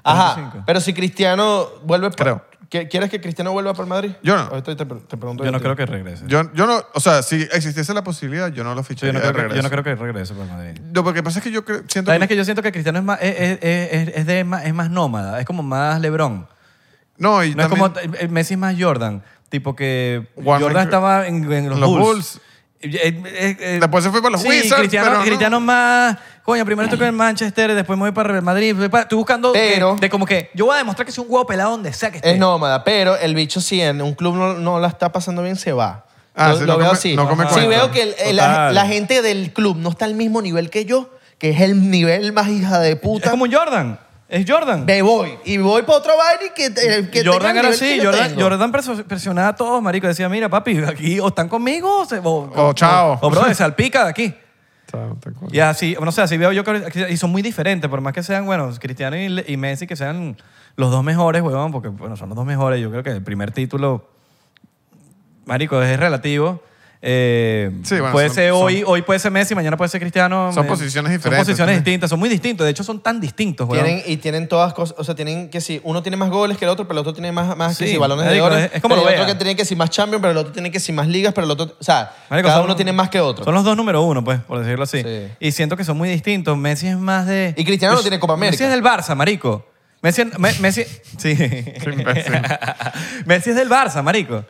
[SPEAKER 1] Ajá,
[SPEAKER 2] 35.
[SPEAKER 1] pero si Cristiano vuelve... pa-
[SPEAKER 3] Creo.
[SPEAKER 1] ¿Qui- ¿Quieres que Cristiano vuelva para el Madrid?
[SPEAKER 3] Yo no.
[SPEAKER 1] Ahorita Te, pre- te pregunto
[SPEAKER 2] Yo no
[SPEAKER 1] ti.
[SPEAKER 2] creo que regrese.
[SPEAKER 3] Yo, yo no, o sea, si existiese la posibilidad, yo no lo
[SPEAKER 2] Sí, yo,
[SPEAKER 3] ficharía
[SPEAKER 2] no
[SPEAKER 3] de
[SPEAKER 2] creo que, yo no
[SPEAKER 3] regreso.
[SPEAKER 2] creo que regrese para Madrid.
[SPEAKER 3] No, porque pasa es que yo creo, siento
[SPEAKER 2] La vaina es
[SPEAKER 3] que,
[SPEAKER 2] que yo siento que Cristiano es más, es, es- es- es de- es más, es más nómada, es como más LeBron.
[SPEAKER 3] no, y
[SPEAKER 2] No
[SPEAKER 3] también,
[SPEAKER 2] es como el Messi es más Jordan. Tipo que
[SPEAKER 3] Juan
[SPEAKER 2] Jordan
[SPEAKER 3] Mike-
[SPEAKER 2] estaba en, en los,
[SPEAKER 3] los
[SPEAKER 2] Bulls.
[SPEAKER 3] Bulls.
[SPEAKER 2] Eh, eh, eh,
[SPEAKER 3] Después se fue para los
[SPEAKER 2] sí,
[SPEAKER 3] Wizards,
[SPEAKER 2] Cristiano,
[SPEAKER 3] pero no.
[SPEAKER 2] Cristiano más. Coño, primero estoy con el Manchester, después me voy para Real Madrid. voy para- Estoy buscando. que-
[SPEAKER 1] Pero-
[SPEAKER 2] De, como que yo voy a demostrar que soy un huevo pelado donde sea que esté.
[SPEAKER 1] Es nómada, pero el bicho si en un club no, no la está pasando bien, se va.
[SPEAKER 3] Ah,
[SPEAKER 1] Yo
[SPEAKER 3] sí,
[SPEAKER 1] lo
[SPEAKER 3] no
[SPEAKER 1] veo
[SPEAKER 3] come-
[SPEAKER 1] así.
[SPEAKER 3] no come
[SPEAKER 1] si
[SPEAKER 3] cuento.
[SPEAKER 1] veo que el- el- la,
[SPEAKER 2] Total.
[SPEAKER 1] la gente del club no está al mismo nivel que yo, que es el nivel más hija de
[SPEAKER 2] Es
[SPEAKER 1] puta,
[SPEAKER 2] como un Jordan. Es Jordan.
[SPEAKER 1] me voy. Y voy para otro baile que, eh, que tenga
[SPEAKER 2] Jordan
[SPEAKER 1] el
[SPEAKER 2] era
[SPEAKER 1] nivel
[SPEAKER 2] así,
[SPEAKER 1] que yo
[SPEAKER 2] Jordan,
[SPEAKER 1] tengo.
[SPEAKER 2] Jordan preso- presionaba a todos, marico. Decía, mira, papi, aquí o están conmigo o, se-
[SPEAKER 3] O chao.
[SPEAKER 2] O, bro, salpica de aquí.
[SPEAKER 3] Chao, tal cual.
[SPEAKER 2] Y así, no sé, así veo yo que y son muy diferentes, por más que sean, bueno, Cristiano y, Le- y Messi, que sean los dos mejores, huevón, porque, bueno, son los dos mejores. Yo creo que el primer título, marico, es relativo. Eh,
[SPEAKER 3] Sí, bueno,
[SPEAKER 2] puede
[SPEAKER 3] son-
[SPEAKER 2] ser
[SPEAKER 3] son-
[SPEAKER 2] hoy, hoy puede ser Messi, mañana puede ser Cristiano.
[SPEAKER 3] Son
[SPEAKER 2] Eh,
[SPEAKER 3] posiciones diferentes,
[SPEAKER 2] Son posiciones
[SPEAKER 3] ¿no?
[SPEAKER 2] distintas, son muy distintos. De hecho, son tan distintos, huevón.
[SPEAKER 1] Tienen, y tienen todas cosas, o sea, tienen que si uno tiene más goles que el otro, pero el otro tiene más, más que
[SPEAKER 2] Sí,
[SPEAKER 1] si balones de
[SPEAKER 2] marico,
[SPEAKER 1] oro.
[SPEAKER 2] es- es como
[SPEAKER 1] pero
[SPEAKER 2] lo
[SPEAKER 1] el otro
[SPEAKER 2] vea.
[SPEAKER 1] que tiene que si más champions, pero el otro tiene que si más ligas, pero el otro, o sea,
[SPEAKER 2] Marico,
[SPEAKER 1] cada
[SPEAKER 2] son-
[SPEAKER 1] uno tiene más que otro.
[SPEAKER 2] Son los dos número uno, pues, por decirlo así.
[SPEAKER 1] Sí.
[SPEAKER 2] Y siento que son muy distintos. Messi es más de.
[SPEAKER 1] Y Cristiano no
[SPEAKER 2] Pues,
[SPEAKER 1] tiene Copa América.
[SPEAKER 2] Messi es del Barça, marico. Messi, Me- Messi, sí.
[SPEAKER 3] imbécil.
[SPEAKER 2] (laughs) Messi es del Barça, marico.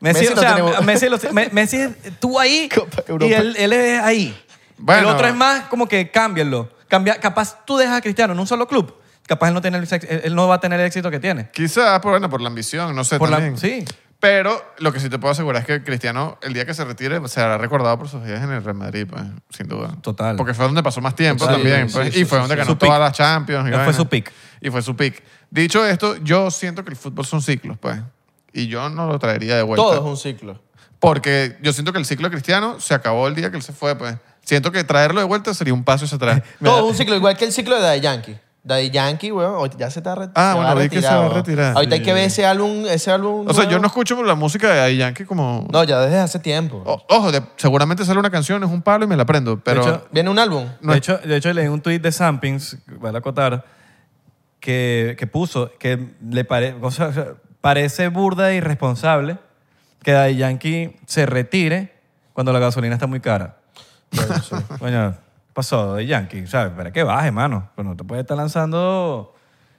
[SPEAKER 2] Messi,
[SPEAKER 1] Messi
[SPEAKER 2] o
[SPEAKER 1] no
[SPEAKER 2] sea,
[SPEAKER 1] tiene-
[SPEAKER 2] Messi, lo- Me- Messi es tú ahí
[SPEAKER 1] (laughs) Copa Europa.
[SPEAKER 2] y él, él es ahí.
[SPEAKER 3] Bueno.
[SPEAKER 2] El otro es más como que cámbianlo. Cambia, capaz tú dejas a Cristiano en un solo club. Capaz él no, tiene el sex- él no va a tener el éxito que tiene.
[SPEAKER 3] Quizás por, bueno, por la ambición, no sé
[SPEAKER 2] Por la-
[SPEAKER 3] también.
[SPEAKER 2] sí.
[SPEAKER 3] Pero lo que sí te puedo asegurar es que Cristiano, el día que se retire, será recordado por sus días en el Real Madrid, pues, sin duda.
[SPEAKER 2] Total.
[SPEAKER 3] Porque fue donde pasó más tiempo
[SPEAKER 1] Total,
[SPEAKER 3] también.
[SPEAKER 1] sí,
[SPEAKER 3] pues,
[SPEAKER 1] sí,
[SPEAKER 3] y fue
[SPEAKER 1] sí,
[SPEAKER 3] donde
[SPEAKER 2] sí.
[SPEAKER 3] ganó
[SPEAKER 2] Su pick.
[SPEAKER 3] todas las Champions. y
[SPEAKER 2] Fue
[SPEAKER 3] vaina.
[SPEAKER 2] su pick.
[SPEAKER 3] Y fue su pick. Dicho esto, yo siento que el fútbol son ciclos, pues. Y yo no lo traería de vuelta.
[SPEAKER 1] Todo es un ciclo.
[SPEAKER 3] Porque yo siento que el ciclo de Cristiano se acabó el día que él se fue, pues. Siento que traerlo de vuelta sería un paso
[SPEAKER 1] (laughs)
[SPEAKER 3] hacia atrás.
[SPEAKER 1] Todo un ciclo, igual que el ciclo de Daddy Yankee. Daddy Yankee, weón, ahorita ya se está retirando.
[SPEAKER 3] Ah, bueno, vi que se va a retirar.
[SPEAKER 1] Ahorita hay que ver ese álbum, ese álbum.
[SPEAKER 3] O sea,
[SPEAKER 1] nuevo.
[SPEAKER 3] yo no escucho la música de Daddy Yankee como...
[SPEAKER 1] No, ya desde hace tiempo.
[SPEAKER 3] O- ojo, de- seguramente sale una canción, es un palo y me la prendo, pero...
[SPEAKER 2] hecho,
[SPEAKER 1] Viene un álbum.
[SPEAKER 3] No
[SPEAKER 2] de,
[SPEAKER 3] es-
[SPEAKER 2] hecho, de hecho, leí un tuit de Sampings, vale acotar, que, que puso que le pare- o sea, o sea, parece burda e irresponsable que Daddy Yankee se retire cuando la gasolina está muy cara. Coño, pasó Daddy Yankee, ¿sabes? Para que baje, mano. Pero no te puedes estar lanzando...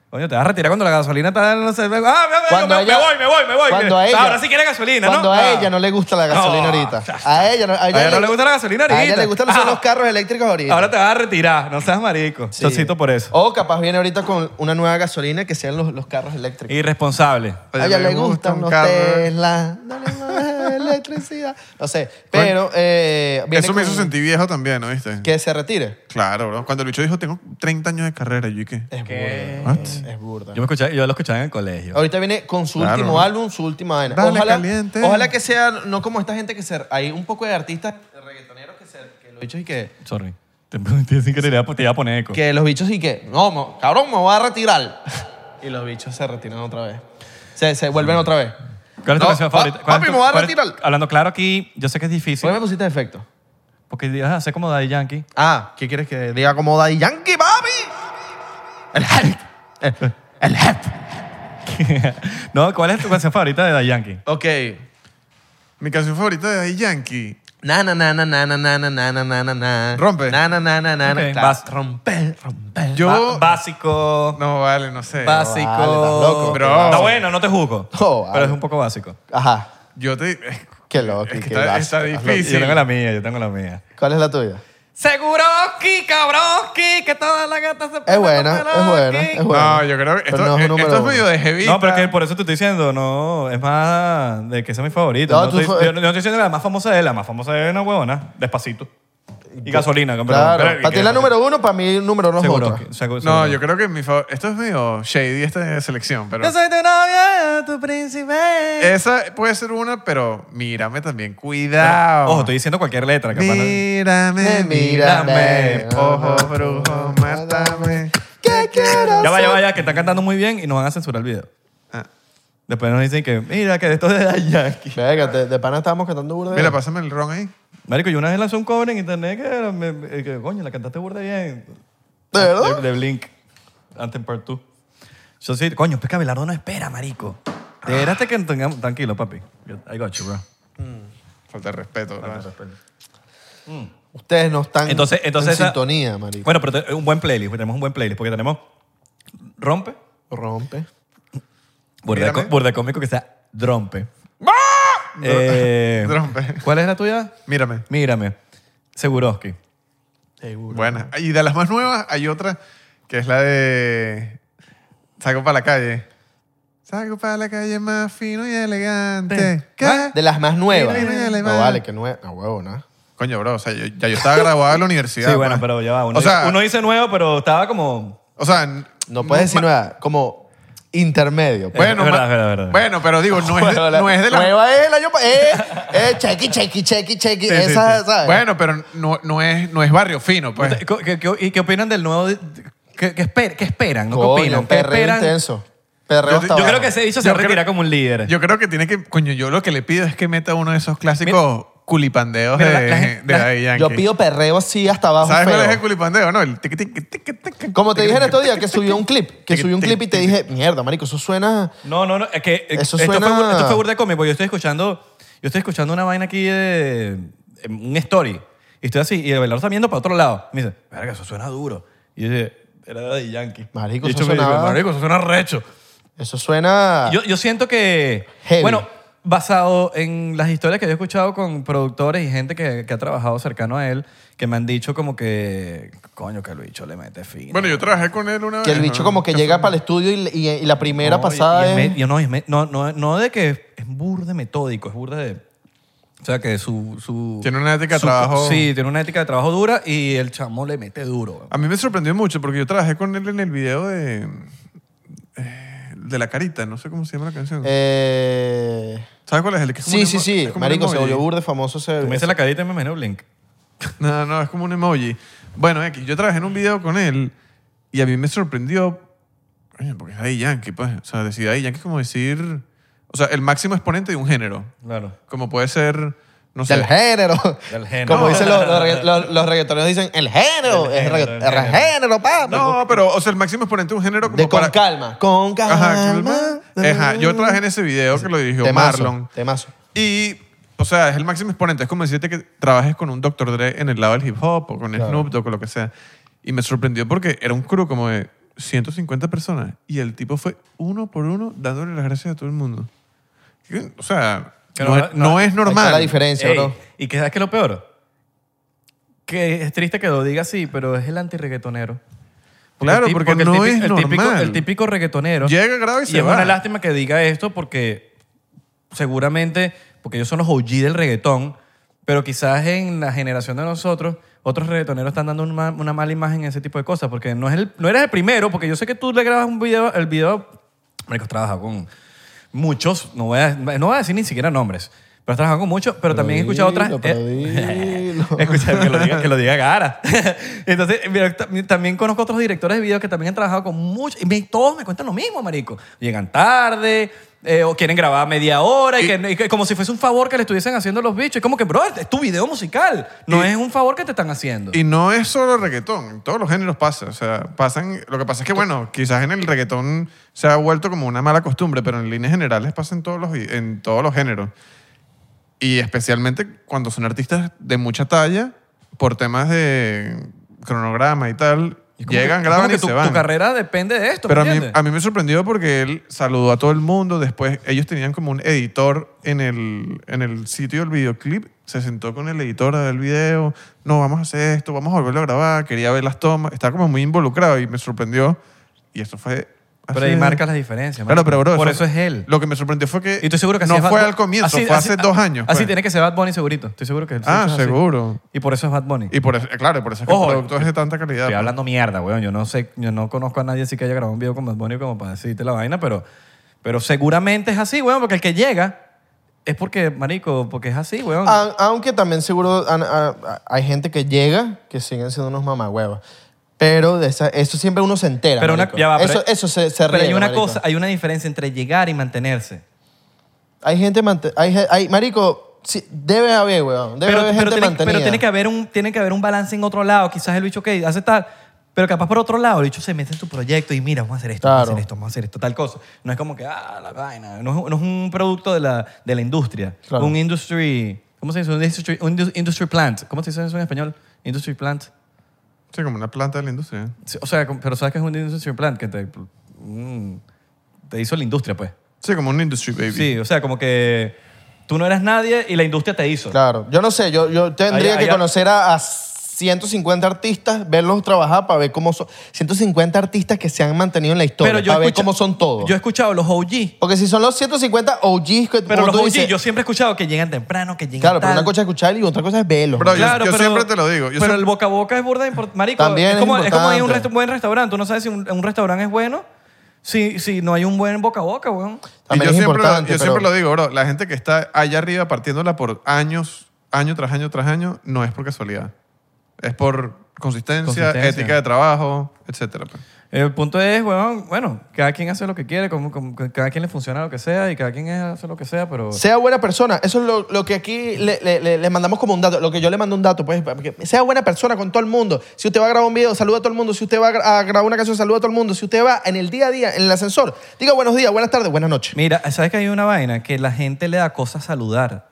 [SPEAKER 2] Coño, te vas a retirar cuando la gasolina está... No sé, ah, me, me-
[SPEAKER 1] Cuando
[SPEAKER 2] me-
[SPEAKER 1] ella-
[SPEAKER 2] me voy, me voy, me voy.
[SPEAKER 1] Cuando a ella-
[SPEAKER 2] Ahora sí quiere gasolina,
[SPEAKER 1] Cuando
[SPEAKER 2] ¿no?
[SPEAKER 1] a
[SPEAKER 2] Ah.
[SPEAKER 1] ella no le gusta la gasolina
[SPEAKER 2] No,
[SPEAKER 1] ahorita. A ella no,
[SPEAKER 2] A ella no le gusta la gasolina
[SPEAKER 1] A ella
[SPEAKER 2] ahorita.
[SPEAKER 1] le gustan los, son
[SPEAKER 2] Ah.
[SPEAKER 1] los carros eléctricos ahorita.
[SPEAKER 2] Ahora te vas a retirar, no seas marico.
[SPEAKER 1] Sí. Oh.
[SPEAKER 2] Chocito por eso.
[SPEAKER 1] O capaz viene ahorita con una nueva gasolina que sean los, los carros eléctricos.
[SPEAKER 2] Irresponsable.
[SPEAKER 1] A ella le gustan
[SPEAKER 3] un
[SPEAKER 1] los
[SPEAKER 3] carro.
[SPEAKER 1] Tesla. Dale más electricidad. No sé, pero. eh, viene
[SPEAKER 3] Eso me hizo
[SPEAKER 1] con-
[SPEAKER 3] sentir viejo también, ¿no viste?
[SPEAKER 1] Que se retire.
[SPEAKER 3] Claro, bro. Cuando el bicho dijo, tengo 30 años de carrera, yo y qué.
[SPEAKER 1] Es
[SPEAKER 2] ¿Qué?
[SPEAKER 1] burda. Es burda.
[SPEAKER 2] Yo, me escuchaba, yo lo escuchaba en el colegio.
[SPEAKER 1] Ahorita viene con su
[SPEAKER 3] Claro,
[SPEAKER 1] último
[SPEAKER 3] ¿no?
[SPEAKER 1] álbum, su última vaina.
[SPEAKER 3] Dale,
[SPEAKER 1] ojalá,
[SPEAKER 3] caliente.
[SPEAKER 1] ojalá que sea, no como esta gente que se... Hay un poco de artistas reggaetoneros que, se, que los bichos y que...
[SPEAKER 2] Sorry. Te pregunté sin que te iba a- te iba a poner eco.
[SPEAKER 1] Que los bichos y que... No, mo- cabrón, me voy a retirar. (laughs) y los bichos se retiran otra vez. Se, se vuelven otra vez.
[SPEAKER 2] ¿Cuál es tu
[SPEAKER 1] No,
[SPEAKER 2] canción
[SPEAKER 1] pa-
[SPEAKER 2] favorita? ¿Cuál es
[SPEAKER 1] papi,
[SPEAKER 2] tu-
[SPEAKER 1] me voy a
[SPEAKER 2] cuál es-
[SPEAKER 1] retirar.
[SPEAKER 2] Hablando claro aquí, yo sé que es difícil.
[SPEAKER 1] ¿Por qué me pusiste efecto?
[SPEAKER 2] Porque ah, sé como Daddy Yankee. (laughs)
[SPEAKER 1] Ah, ¿qué quieres que diga como Daddy Yankee, papi? El help. El, el help.
[SPEAKER 2] no, ¿cuál es tu canción favorita de Daddy Yankee?
[SPEAKER 1] Ok.
[SPEAKER 3] Mi canción favorita de Daddy Yankee.
[SPEAKER 1] Na, na, na, na, na, na, na, na, na, na, na, na.
[SPEAKER 3] Rompe.
[SPEAKER 1] Na, na, na, na, na, na.
[SPEAKER 2] Ok,
[SPEAKER 1] Claro,
[SPEAKER 2] vas.
[SPEAKER 1] Rompe, rompe.
[SPEAKER 3] Yo-
[SPEAKER 2] Ba- básico.
[SPEAKER 3] No, vale, no sé.
[SPEAKER 2] básico.
[SPEAKER 1] vale, estás loco.
[SPEAKER 3] Bro.
[SPEAKER 2] Está bueno, no te juzgo.
[SPEAKER 1] (laughs) Oh, vale.
[SPEAKER 2] Pero es un poco básico.
[SPEAKER 1] Ajá.
[SPEAKER 3] Yo te... eh,
[SPEAKER 1] Qué loco.
[SPEAKER 3] Es que
[SPEAKER 1] qué
[SPEAKER 3] está-
[SPEAKER 1] básico,
[SPEAKER 3] está
[SPEAKER 1] estás loco.
[SPEAKER 3] difícil. Sí, sí.
[SPEAKER 2] Yo tengo la mía, yo tengo la mía.
[SPEAKER 1] ¿Cuál es la tuya?
[SPEAKER 2] Seguroski, cabroski, que todas las gatas se
[SPEAKER 1] Es buena, es buena, es buena.
[SPEAKER 3] No, yo creo que esto,
[SPEAKER 1] Pero no es un
[SPEAKER 3] eh,
[SPEAKER 1] número
[SPEAKER 3] esto es
[SPEAKER 1] uno.
[SPEAKER 3] medio de heavy.
[SPEAKER 2] No, pero es que por eso te estoy diciendo, no, es más de que esa es mi favorita.
[SPEAKER 1] No,
[SPEAKER 2] No,
[SPEAKER 1] tú
[SPEAKER 2] estoy-
[SPEAKER 1] fa-
[SPEAKER 2] yo, no yo no estoy diciendo que la más famosa es la más famosa es una huevona, despacito. Y gasolina, campeón.
[SPEAKER 1] Claro.
[SPEAKER 2] Pero-
[SPEAKER 1] Para ti la número uno, para mí número dos es
[SPEAKER 2] Seguro.
[SPEAKER 1] otra.
[SPEAKER 2] que- seguro-
[SPEAKER 3] No,
[SPEAKER 2] seguro.
[SPEAKER 3] yo creo que mi favor... Esto es medio shady, esta selección, pero...
[SPEAKER 2] Yo soy tu novia, tu príncipe.
[SPEAKER 3] Esa puede ser una, pero mírame también. Cuidado.
[SPEAKER 2] Ojo, estoy diciendo cualquier letra, capaz. no-
[SPEAKER 3] Mírame, mírame.
[SPEAKER 1] mírame.
[SPEAKER 3] Ojo, brujo, mátame.
[SPEAKER 1] ¿Qué quiero
[SPEAKER 2] Ya va, ya
[SPEAKER 1] ser?
[SPEAKER 2] va, ya, que están cantando muy bien y nos van a censurar el video.
[SPEAKER 3] Ah.
[SPEAKER 2] Después nos dicen que, mira, que esto es de Daddy Yankee.
[SPEAKER 1] Venga, de, de pana estábamos cantando burda.
[SPEAKER 3] Mira, pásame el ron ahí.
[SPEAKER 2] Marico, yo una vez lancé un cover en internet que, era- me- me- que, coño, la cantaste burda bien.
[SPEAKER 1] ¿De verdad?
[SPEAKER 2] De, de Blink. Antes Part 2. Yo sí, coño, pues que Abelardo no espera, marico.
[SPEAKER 3] Ah.
[SPEAKER 2] Te esperaste que tengamos... Tranquilo, papi. Yo- I got you, bro.
[SPEAKER 3] Falta de respeto. ¿verdad?
[SPEAKER 1] Ustedes no están
[SPEAKER 2] Entonces- entonces
[SPEAKER 1] en
[SPEAKER 2] esa-
[SPEAKER 1] sintonía, marico.
[SPEAKER 2] Bueno, pero te- un buen playlist. pues Tenemos un buen playlist porque tenemos... Rompe.
[SPEAKER 1] Rompe.
[SPEAKER 2] Burda, de
[SPEAKER 3] Mírame. ¡Ah!
[SPEAKER 2] có- burda de cómico que sea Drompe. Eh,
[SPEAKER 3] (laughs) Drompe.
[SPEAKER 2] ¿Cuál es la tuya?
[SPEAKER 3] Mírame.
[SPEAKER 2] Mírame. Seguroski.
[SPEAKER 1] Seguro.
[SPEAKER 3] Buena. Y de las más nuevas hay otra que es la de Saco para la calle. Saco para la calle más fino y elegante. ¿Qué?
[SPEAKER 1] Ah, De las más nuevas.
[SPEAKER 3] Mira, mira, mira,
[SPEAKER 1] No
[SPEAKER 3] mira.
[SPEAKER 1] vale, que nueva. No, huevo, nada.
[SPEAKER 3] Coño, bro, o sea, yo, ya yo estaba graduado en la universidad.
[SPEAKER 2] Sí, bueno,
[SPEAKER 3] pues.
[SPEAKER 2] pero ya va. Uno,
[SPEAKER 3] o sea,
[SPEAKER 2] dice, uno dice nuevo, pero estaba como.
[SPEAKER 3] o sea, n-
[SPEAKER 1] No puedes decir
[SPEAKER 3] ma-
[SPEAKER 1] nueva. Como intermedio. pues.
[SPEAKER 3] Bueno,
[SPEAKER 2] Es verdad,
[SPEAKER 3] ma-
[SPEAKER 2] es verdad, es verdad.
[SPEAKER 3] bueno, pero digo, no es,
[SPEAKER 1] Bueno, la-
[SPEAKER 3] no es de la
[SPEAKER 1] Nueva es el año pasado. Eh, eh, chequi, chequi, chequi, chequi.
[SPEAKER 3] Sí, sí,
[SPEAKER 1] Esa,
[SPEAKER 3] sí.
[SPEAKER 1] ¿sabes?
[SPEAKER 3] Bueno, pero no, no es, no es barrio fino, pues.
[SPEAKER 2] ¿Qué- qué- qué- ¿Y qué opinan del nuevo? di- ¿Qué, qué esper- qué esperan? ¿No
[SPEAKER 1] Coño,
[SPEAKER 2] qué opinan? ¿Qué
[SPEAKER 1] perreo
[SPEAKER 2] esperan?
[SPEAKER 1] intenso. Perreo
[SPEAKER 3] Yo-
[SPEAKER 1] hasta
[SPEAKER 2] Yo creo
[SPEAKER 1] abajo.
[SPEAKER 2] que ese dicho se
[SPEAKER 3] Yo
[SPEAKER 2] retira
[SPEAKER 3] creo-
[SPEAKER 2] como un líder.
[SPEAKER 3] Yo creo que tiene que. Coño, yo lo que le pido es que meta uno de esos clásicos culipandeos
[SPEAKER 2] Mira, la-
[SPEAKER 3] de,
[SPEAKER 2] la-
[SPEAKER 3] de
[SPEAKER 2] la-
[SPEAKER 3] Daddy Yankee.
[SPEAKER 1] Yo pido perreo sí hasta abajo.
[SPEAKER 3] ¿Sabes cuál
[SPEAKER 1] feo.
[SPEAKER 3] es el culipandeo, no? El tiqui, tiqui, tiqui, tiqui,
[SPEAKER 1] Como te
[SPEAKER 3] tiqui,
[SPEAKER 1] dije en
[SPEAKER 3] tiqui,
[SPEAKER 1] estos días,
[SPEAKER 3] tiqui,
[SPEAKER 1] que subió un clip. Que
[SPEAKER 3] tiqui,
[SPEAKER 1] subió un
[SPEAKER 3] tiqui,
[SPEAKER 1] clip y te
[SPEAKER 3] tiqui,
[SPEAKER 1] dije, mierda, marico, eso suena...
[SPEAKER 2] No, no, no. Es que, eh,
[SPEAKER 1] Eso
[SPEAKER 2] esto, fue,
[SPEAKER 1] suena-
[SPEAKER 2] esto fue burda cómico. Yo estoy escuchando. Yo estoy escuchando una vaina aquí de. en Un story. Y estoy así. Y el velador está viendo para otro lado. Me dice, verga, eso suena duro. Y yo dije, era de Yankee.
[SPEAKER 1] Marico,
[SPEAKER 2] Y
[SPEAKER 1] eso
[SPEAKER 2] yo me digo,
[SPEAKER 1] sonaba-
[SPEAKER 2] Marico, eso suena recho.
[SPEAKER 1] Eso suena...
[SPEAKER 2] Yo, yo siento que,
[SPEAKER 1] Ah. Heavy.
[SPEAKER 2] bueno, basado en las historias que yo he escuchado con productores y gente que, que ha trabajado cercano a él, que me han dicho como que, coño, que el bicho le mete fin.
[SPEAKER 3] Bueno, yo trabajé con él una vez.
[SPEAKER 1] Que el bicho
[SPEAKER 3] ¿no?
[SPEAKER 1] como que llega para el estudio y, y- y la primera
[SPEAKER 2] No, y-
[SPEAKER 1] pasada
[SPEAKER 2] y es
[SPEAKER 1] es...
[SPEAKER 2] me- yo no, es me- no, no, no de que es, es burde metódico, es burde de... O sea, que su... su-
[SPEAKER 3] Tiene una ética de
[SPEAKER 2] su-
[SPEAKER 3] trabajo-
[SPEAKER 2] Sí, tiene una ética de trabajo dura y el chamo le mete duro.
[SPEAKER 3] A mí me sorprendió mucho porque yo trabajé con él en el video de. eh, De la carita, no sé cómo se llama la canción.
[SPEAKER 1] Eh,
[SPEAKER 3] ¿Sabes cuál es? El que es como
[SPEAKER 1] Sí,
[SPEAKER 3] un
[SPEAKER 1] sí,
[SPEAKER 3] emo-
[SPEAKER 1] sí.
[SPEAKER 3] es como un
[SPEAKER 1] Marico, se
[SPEAKER 3] emoji.
[SPEAKER 1] volvió burde famoso. Se...
[SPEAKER 2] Tú me dices la carita y me imagino Blink.
[SPEAKER 3] No, no, es como un emoji. Bueno, X, yo trabajé en un video con él y a mí me sorprendió, coño, porque es Daddy Yankee, pues. O sea, decir Daddy Yankee es como decir, o sea, el máximo exponente de un género.
[SPEAKER 2] Claro.
[SPEAKER 3] Como puede ser, no sé.
[SPEAKER 1] Del género.
[SPEAKER 2] Del género.
[SPEAKER 1] Como dicen los, los, regga- los- los reggaetoneros, dicen el género.
[SPEAKER 2] Del
[SPEAKER 1] es
[SPEAKER 2] género,
[SPEAKER 1] regga-
[SPEAKER 2] del
[SPEAKER 1] el
[SPEAKER 2] género.
[SPEAKER 1] género, papi.
[SPEAKER 3] No, pero, o sea, el máximo exponente de un género como
[SPEAKER 1] de con
[SPEAKER 3] para...
[SPEAKER 1] calma. Con
[SPEAKER 3] Ajá,
[SPEAKER 1] calma.
[SPEAKER 3] Ajá, yo trabajé en ese video que lo dirigió
[SPEAKER 1] Temazo,
[SPEAKER 3] Marlon.
[SPEAKER 1] Temazo.
[SPEAKER 3] Y, o sea, es el máximo exponente. Es como decirte que trabajes con un Dr. Dre en el lado del hip hop o con Snoop Dogg o lo que sea. Y me sorprendió porque era un crew como de 150 personas y el tipo fue uno por uno dándole las gracias a todo el mundo. Que, O sea,
[SPEAKER 2] Que
[SPEAKER 3] no,
[SPEAKER 2] no-
[SPEAKER 3] es,
[SPEAKER 2] no-
[SPEAKER 3] no es
[SPEAKER 1] Ahí está la
[SPEAKER 3] normal.
[SPEAKER 1] diferencia,
[SPEAKER 2] Ey,
[SPEAKER 1] bro.
[SPEAKER 2] Y que sabes que lo peor. Que es triste que lo diga así, pero es el antirreggatonero.
[SPEAKER 3] Claro,
[SPEAKER 2] el tip-
[SPEAKER 3] porque no
[SPEAKER 2] el
[SPEAKER 3] es
[SPEAKER 2] el típico,
[SPEAKER 3] normal.
[SPEAKER 2] el típico reggaetonero.
[SPEAKER 3] Llega, graba y se
[SPEAKER 2] es
[SPEAKER 3] va.
[SPEAKER 2] una lástima que diga esto porque seguramente, porque ellos son los OG del reggaetón, pero quizás en la generación de nosotros, otros reggaetoneros están dando una, ma- una mala imagen a ese tipo de cosas, porque no, es el, no eres el primero, porque yo sé que tú le grabas un video, el video, marico, has trabajado con muchos, no voy a, no voy a decir ni siquiera nombres, pero has trabajado con muchos, pero, también he escuchado otras...
[SPEAKER 1] Dilo, pero
[SPEAKER 2] eh, (laughs)
[SPEAKER 1] dilo.
[SPEAKER 2] Escuchar que lo diga, que lo diga Gara. (laughs) Entonces, mira, tam- también conozco otros directores de videos que también han trabajado con muchos. Y me- todos me cuentan lo mismo, marico. Llegan tarde, eh, o quieren grabar media hora, y,
[SPEAKER 3] Y-
[SPEAKER 2] que, y que como si fuese un favor que le estuviesen haciendo los bichos. Es como que, bro, es tu video musical. No
[SPEAKER 3] Y-
[SPEAKER 2] es un favor que te están haciendo.
[SPEAKER 3] Y no es solo reggaetón, en todos los géneros pasa. O sea, pasan. Lo que pasa es que, bueno, quizás en el reggaetón se ha vuelto como una mala costumbre, pero en líneas generales pasa en todos los, en todos los géneros. Y especialmente cuando son artistas de mucha talla, por temas de cronograma y tal,
[SPEAKER 2] Es como
[SPEAKER 3] llegan,
[SPEAKER 2] que- es
[SPEAKER 3] graban
[SPEAKER 2] como
[SPEAKER 3] y
[SPEAKER 2] que tu,
[SPEAKER 3] se van.
[SPEAKER 2] Tu carrera depende de esto,
[SPEAKER 3] Pero a
[SPEAKER 2] ¿me
[SPEAKER 3] mí,
[SPEAKER 2] entiendes?
[SPEAKER 3] a mí me sorprendió porque él saludó a todo el mundo. Después, ellos tenían como un editor en el, en el sitio del videoclip. Se sentó con el editor del video. No, vamos a hacer esto, vamos a volverlo a grabar. Quería ver las tomas. Estaba como muy involucrado y me sorprendió. Y eso fue
[SPEAKER 2] Pero
[SPEAKER 3] Así
[SPEAKER 2] ahí
[SPEAKER 3] es.
[SPEAKER 2] marcas las diferencias.
[SPEAKER 3] Claro,
[SPEAKER 2] marico.
[SPEAKER 3] pero bro,
[SPEAKER 2] Por eso es él.
[SPEAKER 3] Lo que me sorprendió fue que
[SPEAKER 2] Y estoy seguro que así
[SPEAKER 3] no
[SPEAKER 2] es Bad
[SPEAKER 3] fue
[SPEAKER 2] Bu-
[SPEAKER 3] al comienzo,
[SPEAKER 2] así-
[SPEAKER 3] fue
[SPEAKER 2] así- ah,
[SPEAKER 3] hace dos años.
[SPEAKER 2] Así
[SPEAKER 3] pues.
[SPEAKER 2] tiene que ser Bad Bunny segurito. Estoy seguro que él
[SPEAKER 3] Ah,
[SPEAKER 2] es así.
[SPEAKER 3] seguro.
[SPEAKER 2] Y por eso es Bad Bunny.
[SPEAKER 3] Y por eso, claro, por eso es que
[SPEAKER 2] Ojo,
[SPEAKER 3] el producto es de tanta calidad.
[SPEAKER 2] Estoy
[SPEAKER 3] pues.
[SPEAKER 2] hablando mierda, weón. Yo no sé, yo no conozco a nadie así que haya grabado un video con Bad Bunny como para decirte la vaina, pero, pero seguramente es así, weón, porque el que llega es porque, marico, porque es así, weón.
[SPEAKER 1] A- aunque también seguro han- a- a- hay gente que llega que siguen siendo unos mamahuevos. Pero de esa- eso siempre uno se entera.
[SPEAKER 2] pero una,
[SPEAKER 1] marico.
[SPEAKER 2] ya va, pero-
[SPEAKER 1] eso, eso se, se
[SPEAKER 2] Pero hay
[SPEAKER 1] riega,
[SPEAKER 2] una
[SPEAKER 1] marico.
[SPEAKER 2] cosa, hay una diferencia entre llegar y mantenerse.
[SPEAKER 1] Hay gente. mante- Hay, ge- hay- marico, sí, debe haber, weón. Debe
[SPEAKER 2] pero,
[SPEAKER 1] haber
[SPEAKER 2] pero
[SPEAKER 1] gente
[SPEAKER 2] tiene,
[SPEAKER 1] mantenida.
[SPEAKER 2] pero tiene que haber un tiene que haber un balance en otro lado quizás el bicho que hace tal pero capaz por otro lado el bicho se mete en tu proyecto y mira vamos a hacer esto vamos a
[SPEAKER 1] Claro.
[SPEAKER 2] hacer esto vamos a hacer esto tal cosa no es como que ah la vaina no es, no es un producto de la, de la industria
[SPEAKER 1] Claro.
[SPEAKER 2] un industry ¿cómo se dice? un industry, un indus- industry plant ¿cómo se dice eso en español? industry plant
[SPEAKER 3] Sí, como una planta de la industria.
[SPEAKER 2] Sí, o sea com- pero sabes que es un industry plant que te mm, te hizo la industria pues
[SPEAKER 3] Sí, como un industry baby.
[SPEAKER 2] sí o sea como que tú no eras nadie y la industria te hizo
[SPEAKER 1] Claro. Yo no sé, yo, yo tendría
[SPEAKER 2] Allá-
[SPEAKER 1] que
[SPEAKER 2] allá-
[SPEAKER 1] conocer a, a 150 artistas, verlos trabajar para ver cómo son. 150 artistas que se han mantenido en la historia, para ver
[SPEAKER 2] escucha-
[SPEAKER 1] cómo son todos.
[SPEAKER 2] yo he escuchado los OG
[SPEAKER 1] Porque si son los 150 OGs que
[SPEAKER 2] Pero
[SPEAKER 1] como
[SPEAKER 2] los
[SPEAKER 1] tú
[SPEAKER 2] OG,
[SPEAKER 1] dices-
[SPEAKER 2] yo siempre he escuchado que llegan temprano, que llegan
[SPEAKER 1] Claro, pero
[SPEAKER 2] tal.
[SPEAKER 1] una cosa es escuchar y otra cosa es verlos.
[SPEAKER 3] Bro, yo-
[SPEAKER 2] Claro,
[SPEAKER 3] siempre te lo digo.
[SPEAKER 2] pero
[SPEAKER 3] Yo siempre-
[SPEAKER 2] el boca a boca es burda de import- marico.
[SPEAKER 1] También
[SPEAKER 2] es
[SPEAKER 1] es
[SPEAKER 2] como, es como ir a un
[SPEAKER 1] importante.
[SPEAKER 2] resta- buen restaurante. Tú no sabes si un, un restaurante es bueno si, si no hay un buen boca a boca, weón.
[SPEAKER 3] Y
[SPEAKER 1] También es
[SPEAKER 3] yo siempre, lo, yo
[SPEAKER 1] importante,
[SPEAKER 3] siempre
[SPEAKER 1] pero-
[SPEAKER 3] lo digo, bro. La gente que está allá arriba partiéndola por años, año tras año tras año, no es por casualidad. Es por consistencia,
[SPEAKER 2] Consistencia.
[SPEAKER 3] ética de trabajo, etcétera. pues.
[SPEAKER 2] El punto es, weón, bueno, cada quien hace lo que quiere, como, como- cada quien le funciona lo que sea y cada quien hace lo que sea, pero...
[SPEAKER 1] Sea buena persona. Eso es lo, lo que aquí le, le- le- le mandamos como un dato. Lo que yo le mando un dato, pues. porque sea buena persona con todo el mundo. Si usted va a grabar un video, saluda a todo el mundo. Si usted va a gra- a grabar una canción, saluda a todo el mundo. Si usted va en el día a día, en el ascensor, diga buenos días, buenas tardes, buenas noches.
[SPEAKER 2] Mira, ¿sabes que hay una vaina? Que la gente le da cosa saludar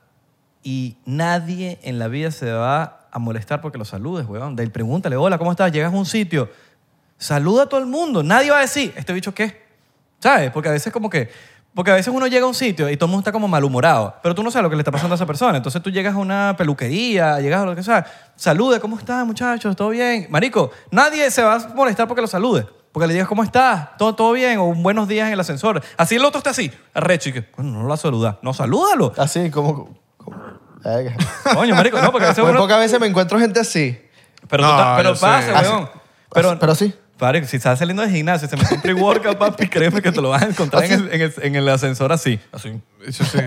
[SPEAKER 2] y nadie en la vida se va a molestar porque lo saludes, weón. De ahí pregúntale, hola, ¿cómo estás? Llegas a un sitio, saluda a todo el mundo. Nadie va a decir, ¿este bicho qué? ¿Sabes? Porque a veces como que... Porque a veces uno llega a un sitio y todo el mundo está como malhumorado, pero tú no sabes lo que le está pasando a esa persona. Entonces tú llegas a una peluquería, llegas a lo que sea, saluda, ¿cómo estás, muchachos? ¿Todo bien? Marico, nadie se va a molestar porque lo salude. Porque le digas, ¿cómo estás? ¿Todo, todo bien? O un buenos días en el ascensor. Así el otro está así, arrecho, y que, bueno, no lo va a saludar.
[SPEAKER 1] (laughs)
[SPEAKER 2] No, salúdalo.
[SPEAKER 1] Así como. como- Verga.
[SPEAKER 2] Coño, marico, no, porque a veces
[SPEAKER 1] Muy
[SPEAKER 2] uno-
[SPEAKER 1] pocas veces me encuentro gente así.
[SPEAKER 2] Pero,
[SPEAKER 3] No,
[SPEAKER 2] tú estás- pero
[SPEAKER 3] yo sé. Ah,
[SPEAKER 2] pasa,
[SPEAKER 3] Así-
[SPEAKER 2] weón.
[SPEAKER 1] así- pero sí.
[SPEAKER 2] Padre, si estás saliendo del gimnasio, se me un pre-workout, papi, créeme que te lo vas a encontrar
[SPEAKER 1] Ah,
[SPEAKER 2] en el, en el- en el ascensor así. Así.
[SPEAKER 3] Eso sí.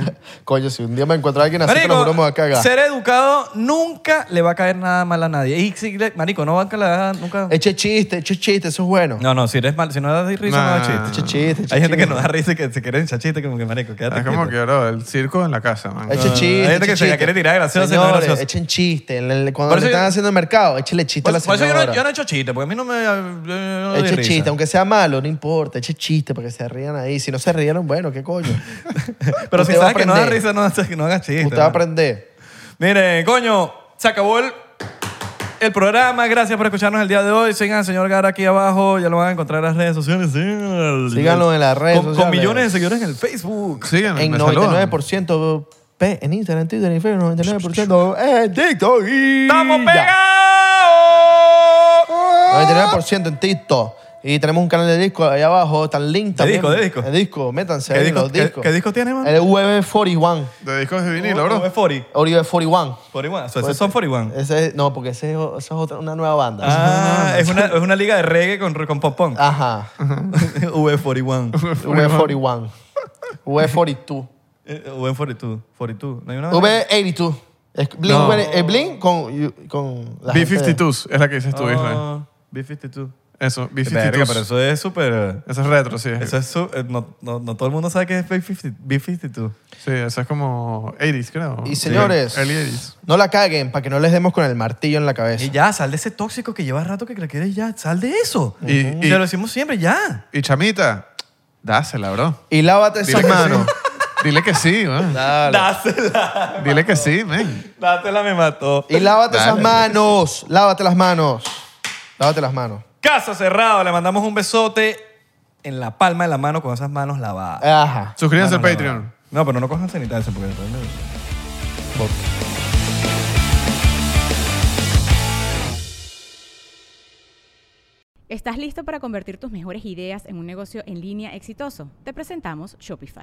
[SPEAKER 1] Coño, si un día me encuentro a alguien así, te lo
[SPEAKER 2] Marico,
[SPEAKER 1] juro, me va a cagar.
[SPEAKER 2] ser educado nunca le va a caer nada mal a nadie. Y si, le- marico, no va a caer nunca...
[SPEAKER 1] Eche chiste, eche chiste, eso es bueno.
[SPEAKER 2] No, no, si eres mal, si no das risa, no das
[SPEAKER 3] Nah.
[SPEAKER 2] chiste.
[SPEAKER 1] Eche chiste, eche
[SPEAKER 2] Hay gente que
[SPEAKER 1] chiste.
[SPEAKER 2] no da risa y que se quiere echar chiste, como que, marico, quédate
[SPEAKER 3] es como
[SPEAKER 2] quieto.
[SPEAKER 3] que, bro, el circo en la casa, man.
[SPEAKER 1] Eche
[SPEAKER 2] no, no.
[SPEAKER 1] chiste.
[SPEAKER 2] Hay gente
[SPEAKER 1] eche
[SPEAKER 2] que se la
[SPEAKER 1] chiste.
[SPEAKER 2] quiere tirar graciosa y no es
[SPEAKER 1] Señores,
[SPEAKER 2] graciosa.
[SPEAKER 1] echen chiste. En el- Cuando
[SPEAKER 2] Por
[SPEAKER 1] le
[SPEAKER 2] eso
[SPEAKER 1] están
[SPEAKER 2] yo-
[SPEAKER 1] haciendo el mercado, échele chiste a la
[SPEAKER 2] Por, por eso
[SPEAKER 1] señora.
[SPEAKER 2] yo no, yo no echo chiste, porque a mí no me. yo- yo no doy
[SPEAKER 1] Eche
[SPEAKER 2] risa.
[SPEAKER 1] chiste, aunque sea malo, no importa. Eche chiste para que se rían ahí. Si no se rieron, bueno, qué coño.
[SPEAKER 2] Pero si
[SPEAKER 1] Usted va a
[SPEAKER 2] sabes que no da
[SPEAKER 1] aprender.
[SPEAKER 2] risa, no, hagas- no hagas chiste.
[SPEAKER 1] Usted va a
[SPEAKER 2] mano.
[SPEAKER 1] aprender.
[SPEAKER 2] Mire, coño, se acabó el, el programa. Gracias por escucharnos el día de hoy. Sigan al señor Gara aquí abajo. Ya lo van a encontrar en las redes sociales. Sí, el-
[SPEAKER 1] Síganlo en las redes
[SPEAKER 2] con, con
[SPEAKER 1] sociales.
[SPEAKER 2] millones de seguidores en el Facebook.
[SPEAKER 3] Síganme,
[SPEAKER 1] En
[SPEAKER 3] me saludan.
[SPEAKER 1] 99% P en Instagram, Twitter, en Facebook, 99% en TikTok. y
[SPEAKER 2] ¡Estamos
[SPEAKER 1] ya.
[SPEAKER 2] pegados!
[SPEAKER 1] 99% en TikTok. Y tenemos un canal de disco ahí abajo, tan link también.
[SPEAKER 2] disco, de disco.
[SPEAKER 1] De disco, métanse
[SPEAKER 2] ¿Qué
[SPEAKER 1] ahí
[SPEAKER 2] disco-
[SPEAKER 1] los
[SPEAKER 2] qué-
[SPEAKER 1] discos.
[SPEAKER 2] qué disco tiene, man?
[SPEAKER 1] El UV41.
[SPEAKER 3] De discos de vinilo, bro.
[SPEAKER 2] Oh, Es 40.
[SPEAKER 1] Oribe 41.
[SPEAKER 2] 41. O sea, esos son 41.
[SPEAKER 1] Ese es- no, porque ese es, esa es otra, una nueva banda.
[SPEAKER 2] Ah, es una, es una liga de reggae con, con popón. (laughs)
[SPEAKER 1] Ajá. (laughs)
[SPEAKER 2] V41.
[SPEAKER 1] V41.
[SPEAKER 2] (laughs)
[SPEAKER 1] V42.
[SPEAKER 2] Eh, V42. 42. ¿No hay una
[SPEAKER 1] V82. Es Blink,
[SPEAKER 3] No.
[SPEAKER 1] es Blink con, con la gente de-
[SPEAKER 3] B52 es la que dices tú, Israel.
[SPEAKER 2] Ah, B52.
[SPEAKER 3] Eso,
[SPEAKER 2] Verga, pero
[SPEAKER 3] B52.
[SPEAKER 2] eso es súper.
[SPEAKER 3] Eso es retro, sí.
[SPEAKER 2] Eso es su- eh, no, no, no todo el mundo sabe que es B50 B52.
[SPEAKER 3] Sí, eso es como 80s, creo.
[SPEAKER 1] Y señores,
[SPEAKER 3] Sí, early 80s.
[SPEAKER 1] no la caguen para que no les demos con el martillo en la cabeza.
[SPEAKER 2] Y ya, sal de ese tóxico que lleva rato que la quieres ya. Sal de eso.
[SPEAKER 3] Y-
[SPEAKER 2] Ujú.
[SPEAKER 3] y-
[SPEAKER 2] Te lo decimos siempre, ya.
[SPEAKER 3] Y chamita, dásela, bro.
[SPEAKER 1] Y lávate esas
[SPEAKER 3] que
[SPEAKER 1] manos.
[SPEAKER 3] sí. Dile que sí, man.
[SPEAKER 1] Dale.
[SPEAKER 2] Dásela.
[SPEAKER 3] Dile que sí, man.
[SPEAKER 2] Dásela me mató.
[SPEAKER 1] Y lávate
[SPEAKER 3] Dale.
[SPEAKER 1] esas manos. Lávate las manos. Lávate las manos.
[SPEAKER 2] Caso cerrado. Le mandamos un besote en la palma de la mano con esas manos lavadas.
[SPEAKER 1] Ajá.
[SPEAKER 3] Suscríbanse
[SPEAKER 2] Manos
[SPEAKER 3] al Patreon.
[SPEAKER 2] lavadas. No, pero no cojan sanitarse porque después me-
[SPEAKER 4] ¿Estás listo para convertir tus mejores ideas en un negocio en línea exitoso? Te presentamos Shopify.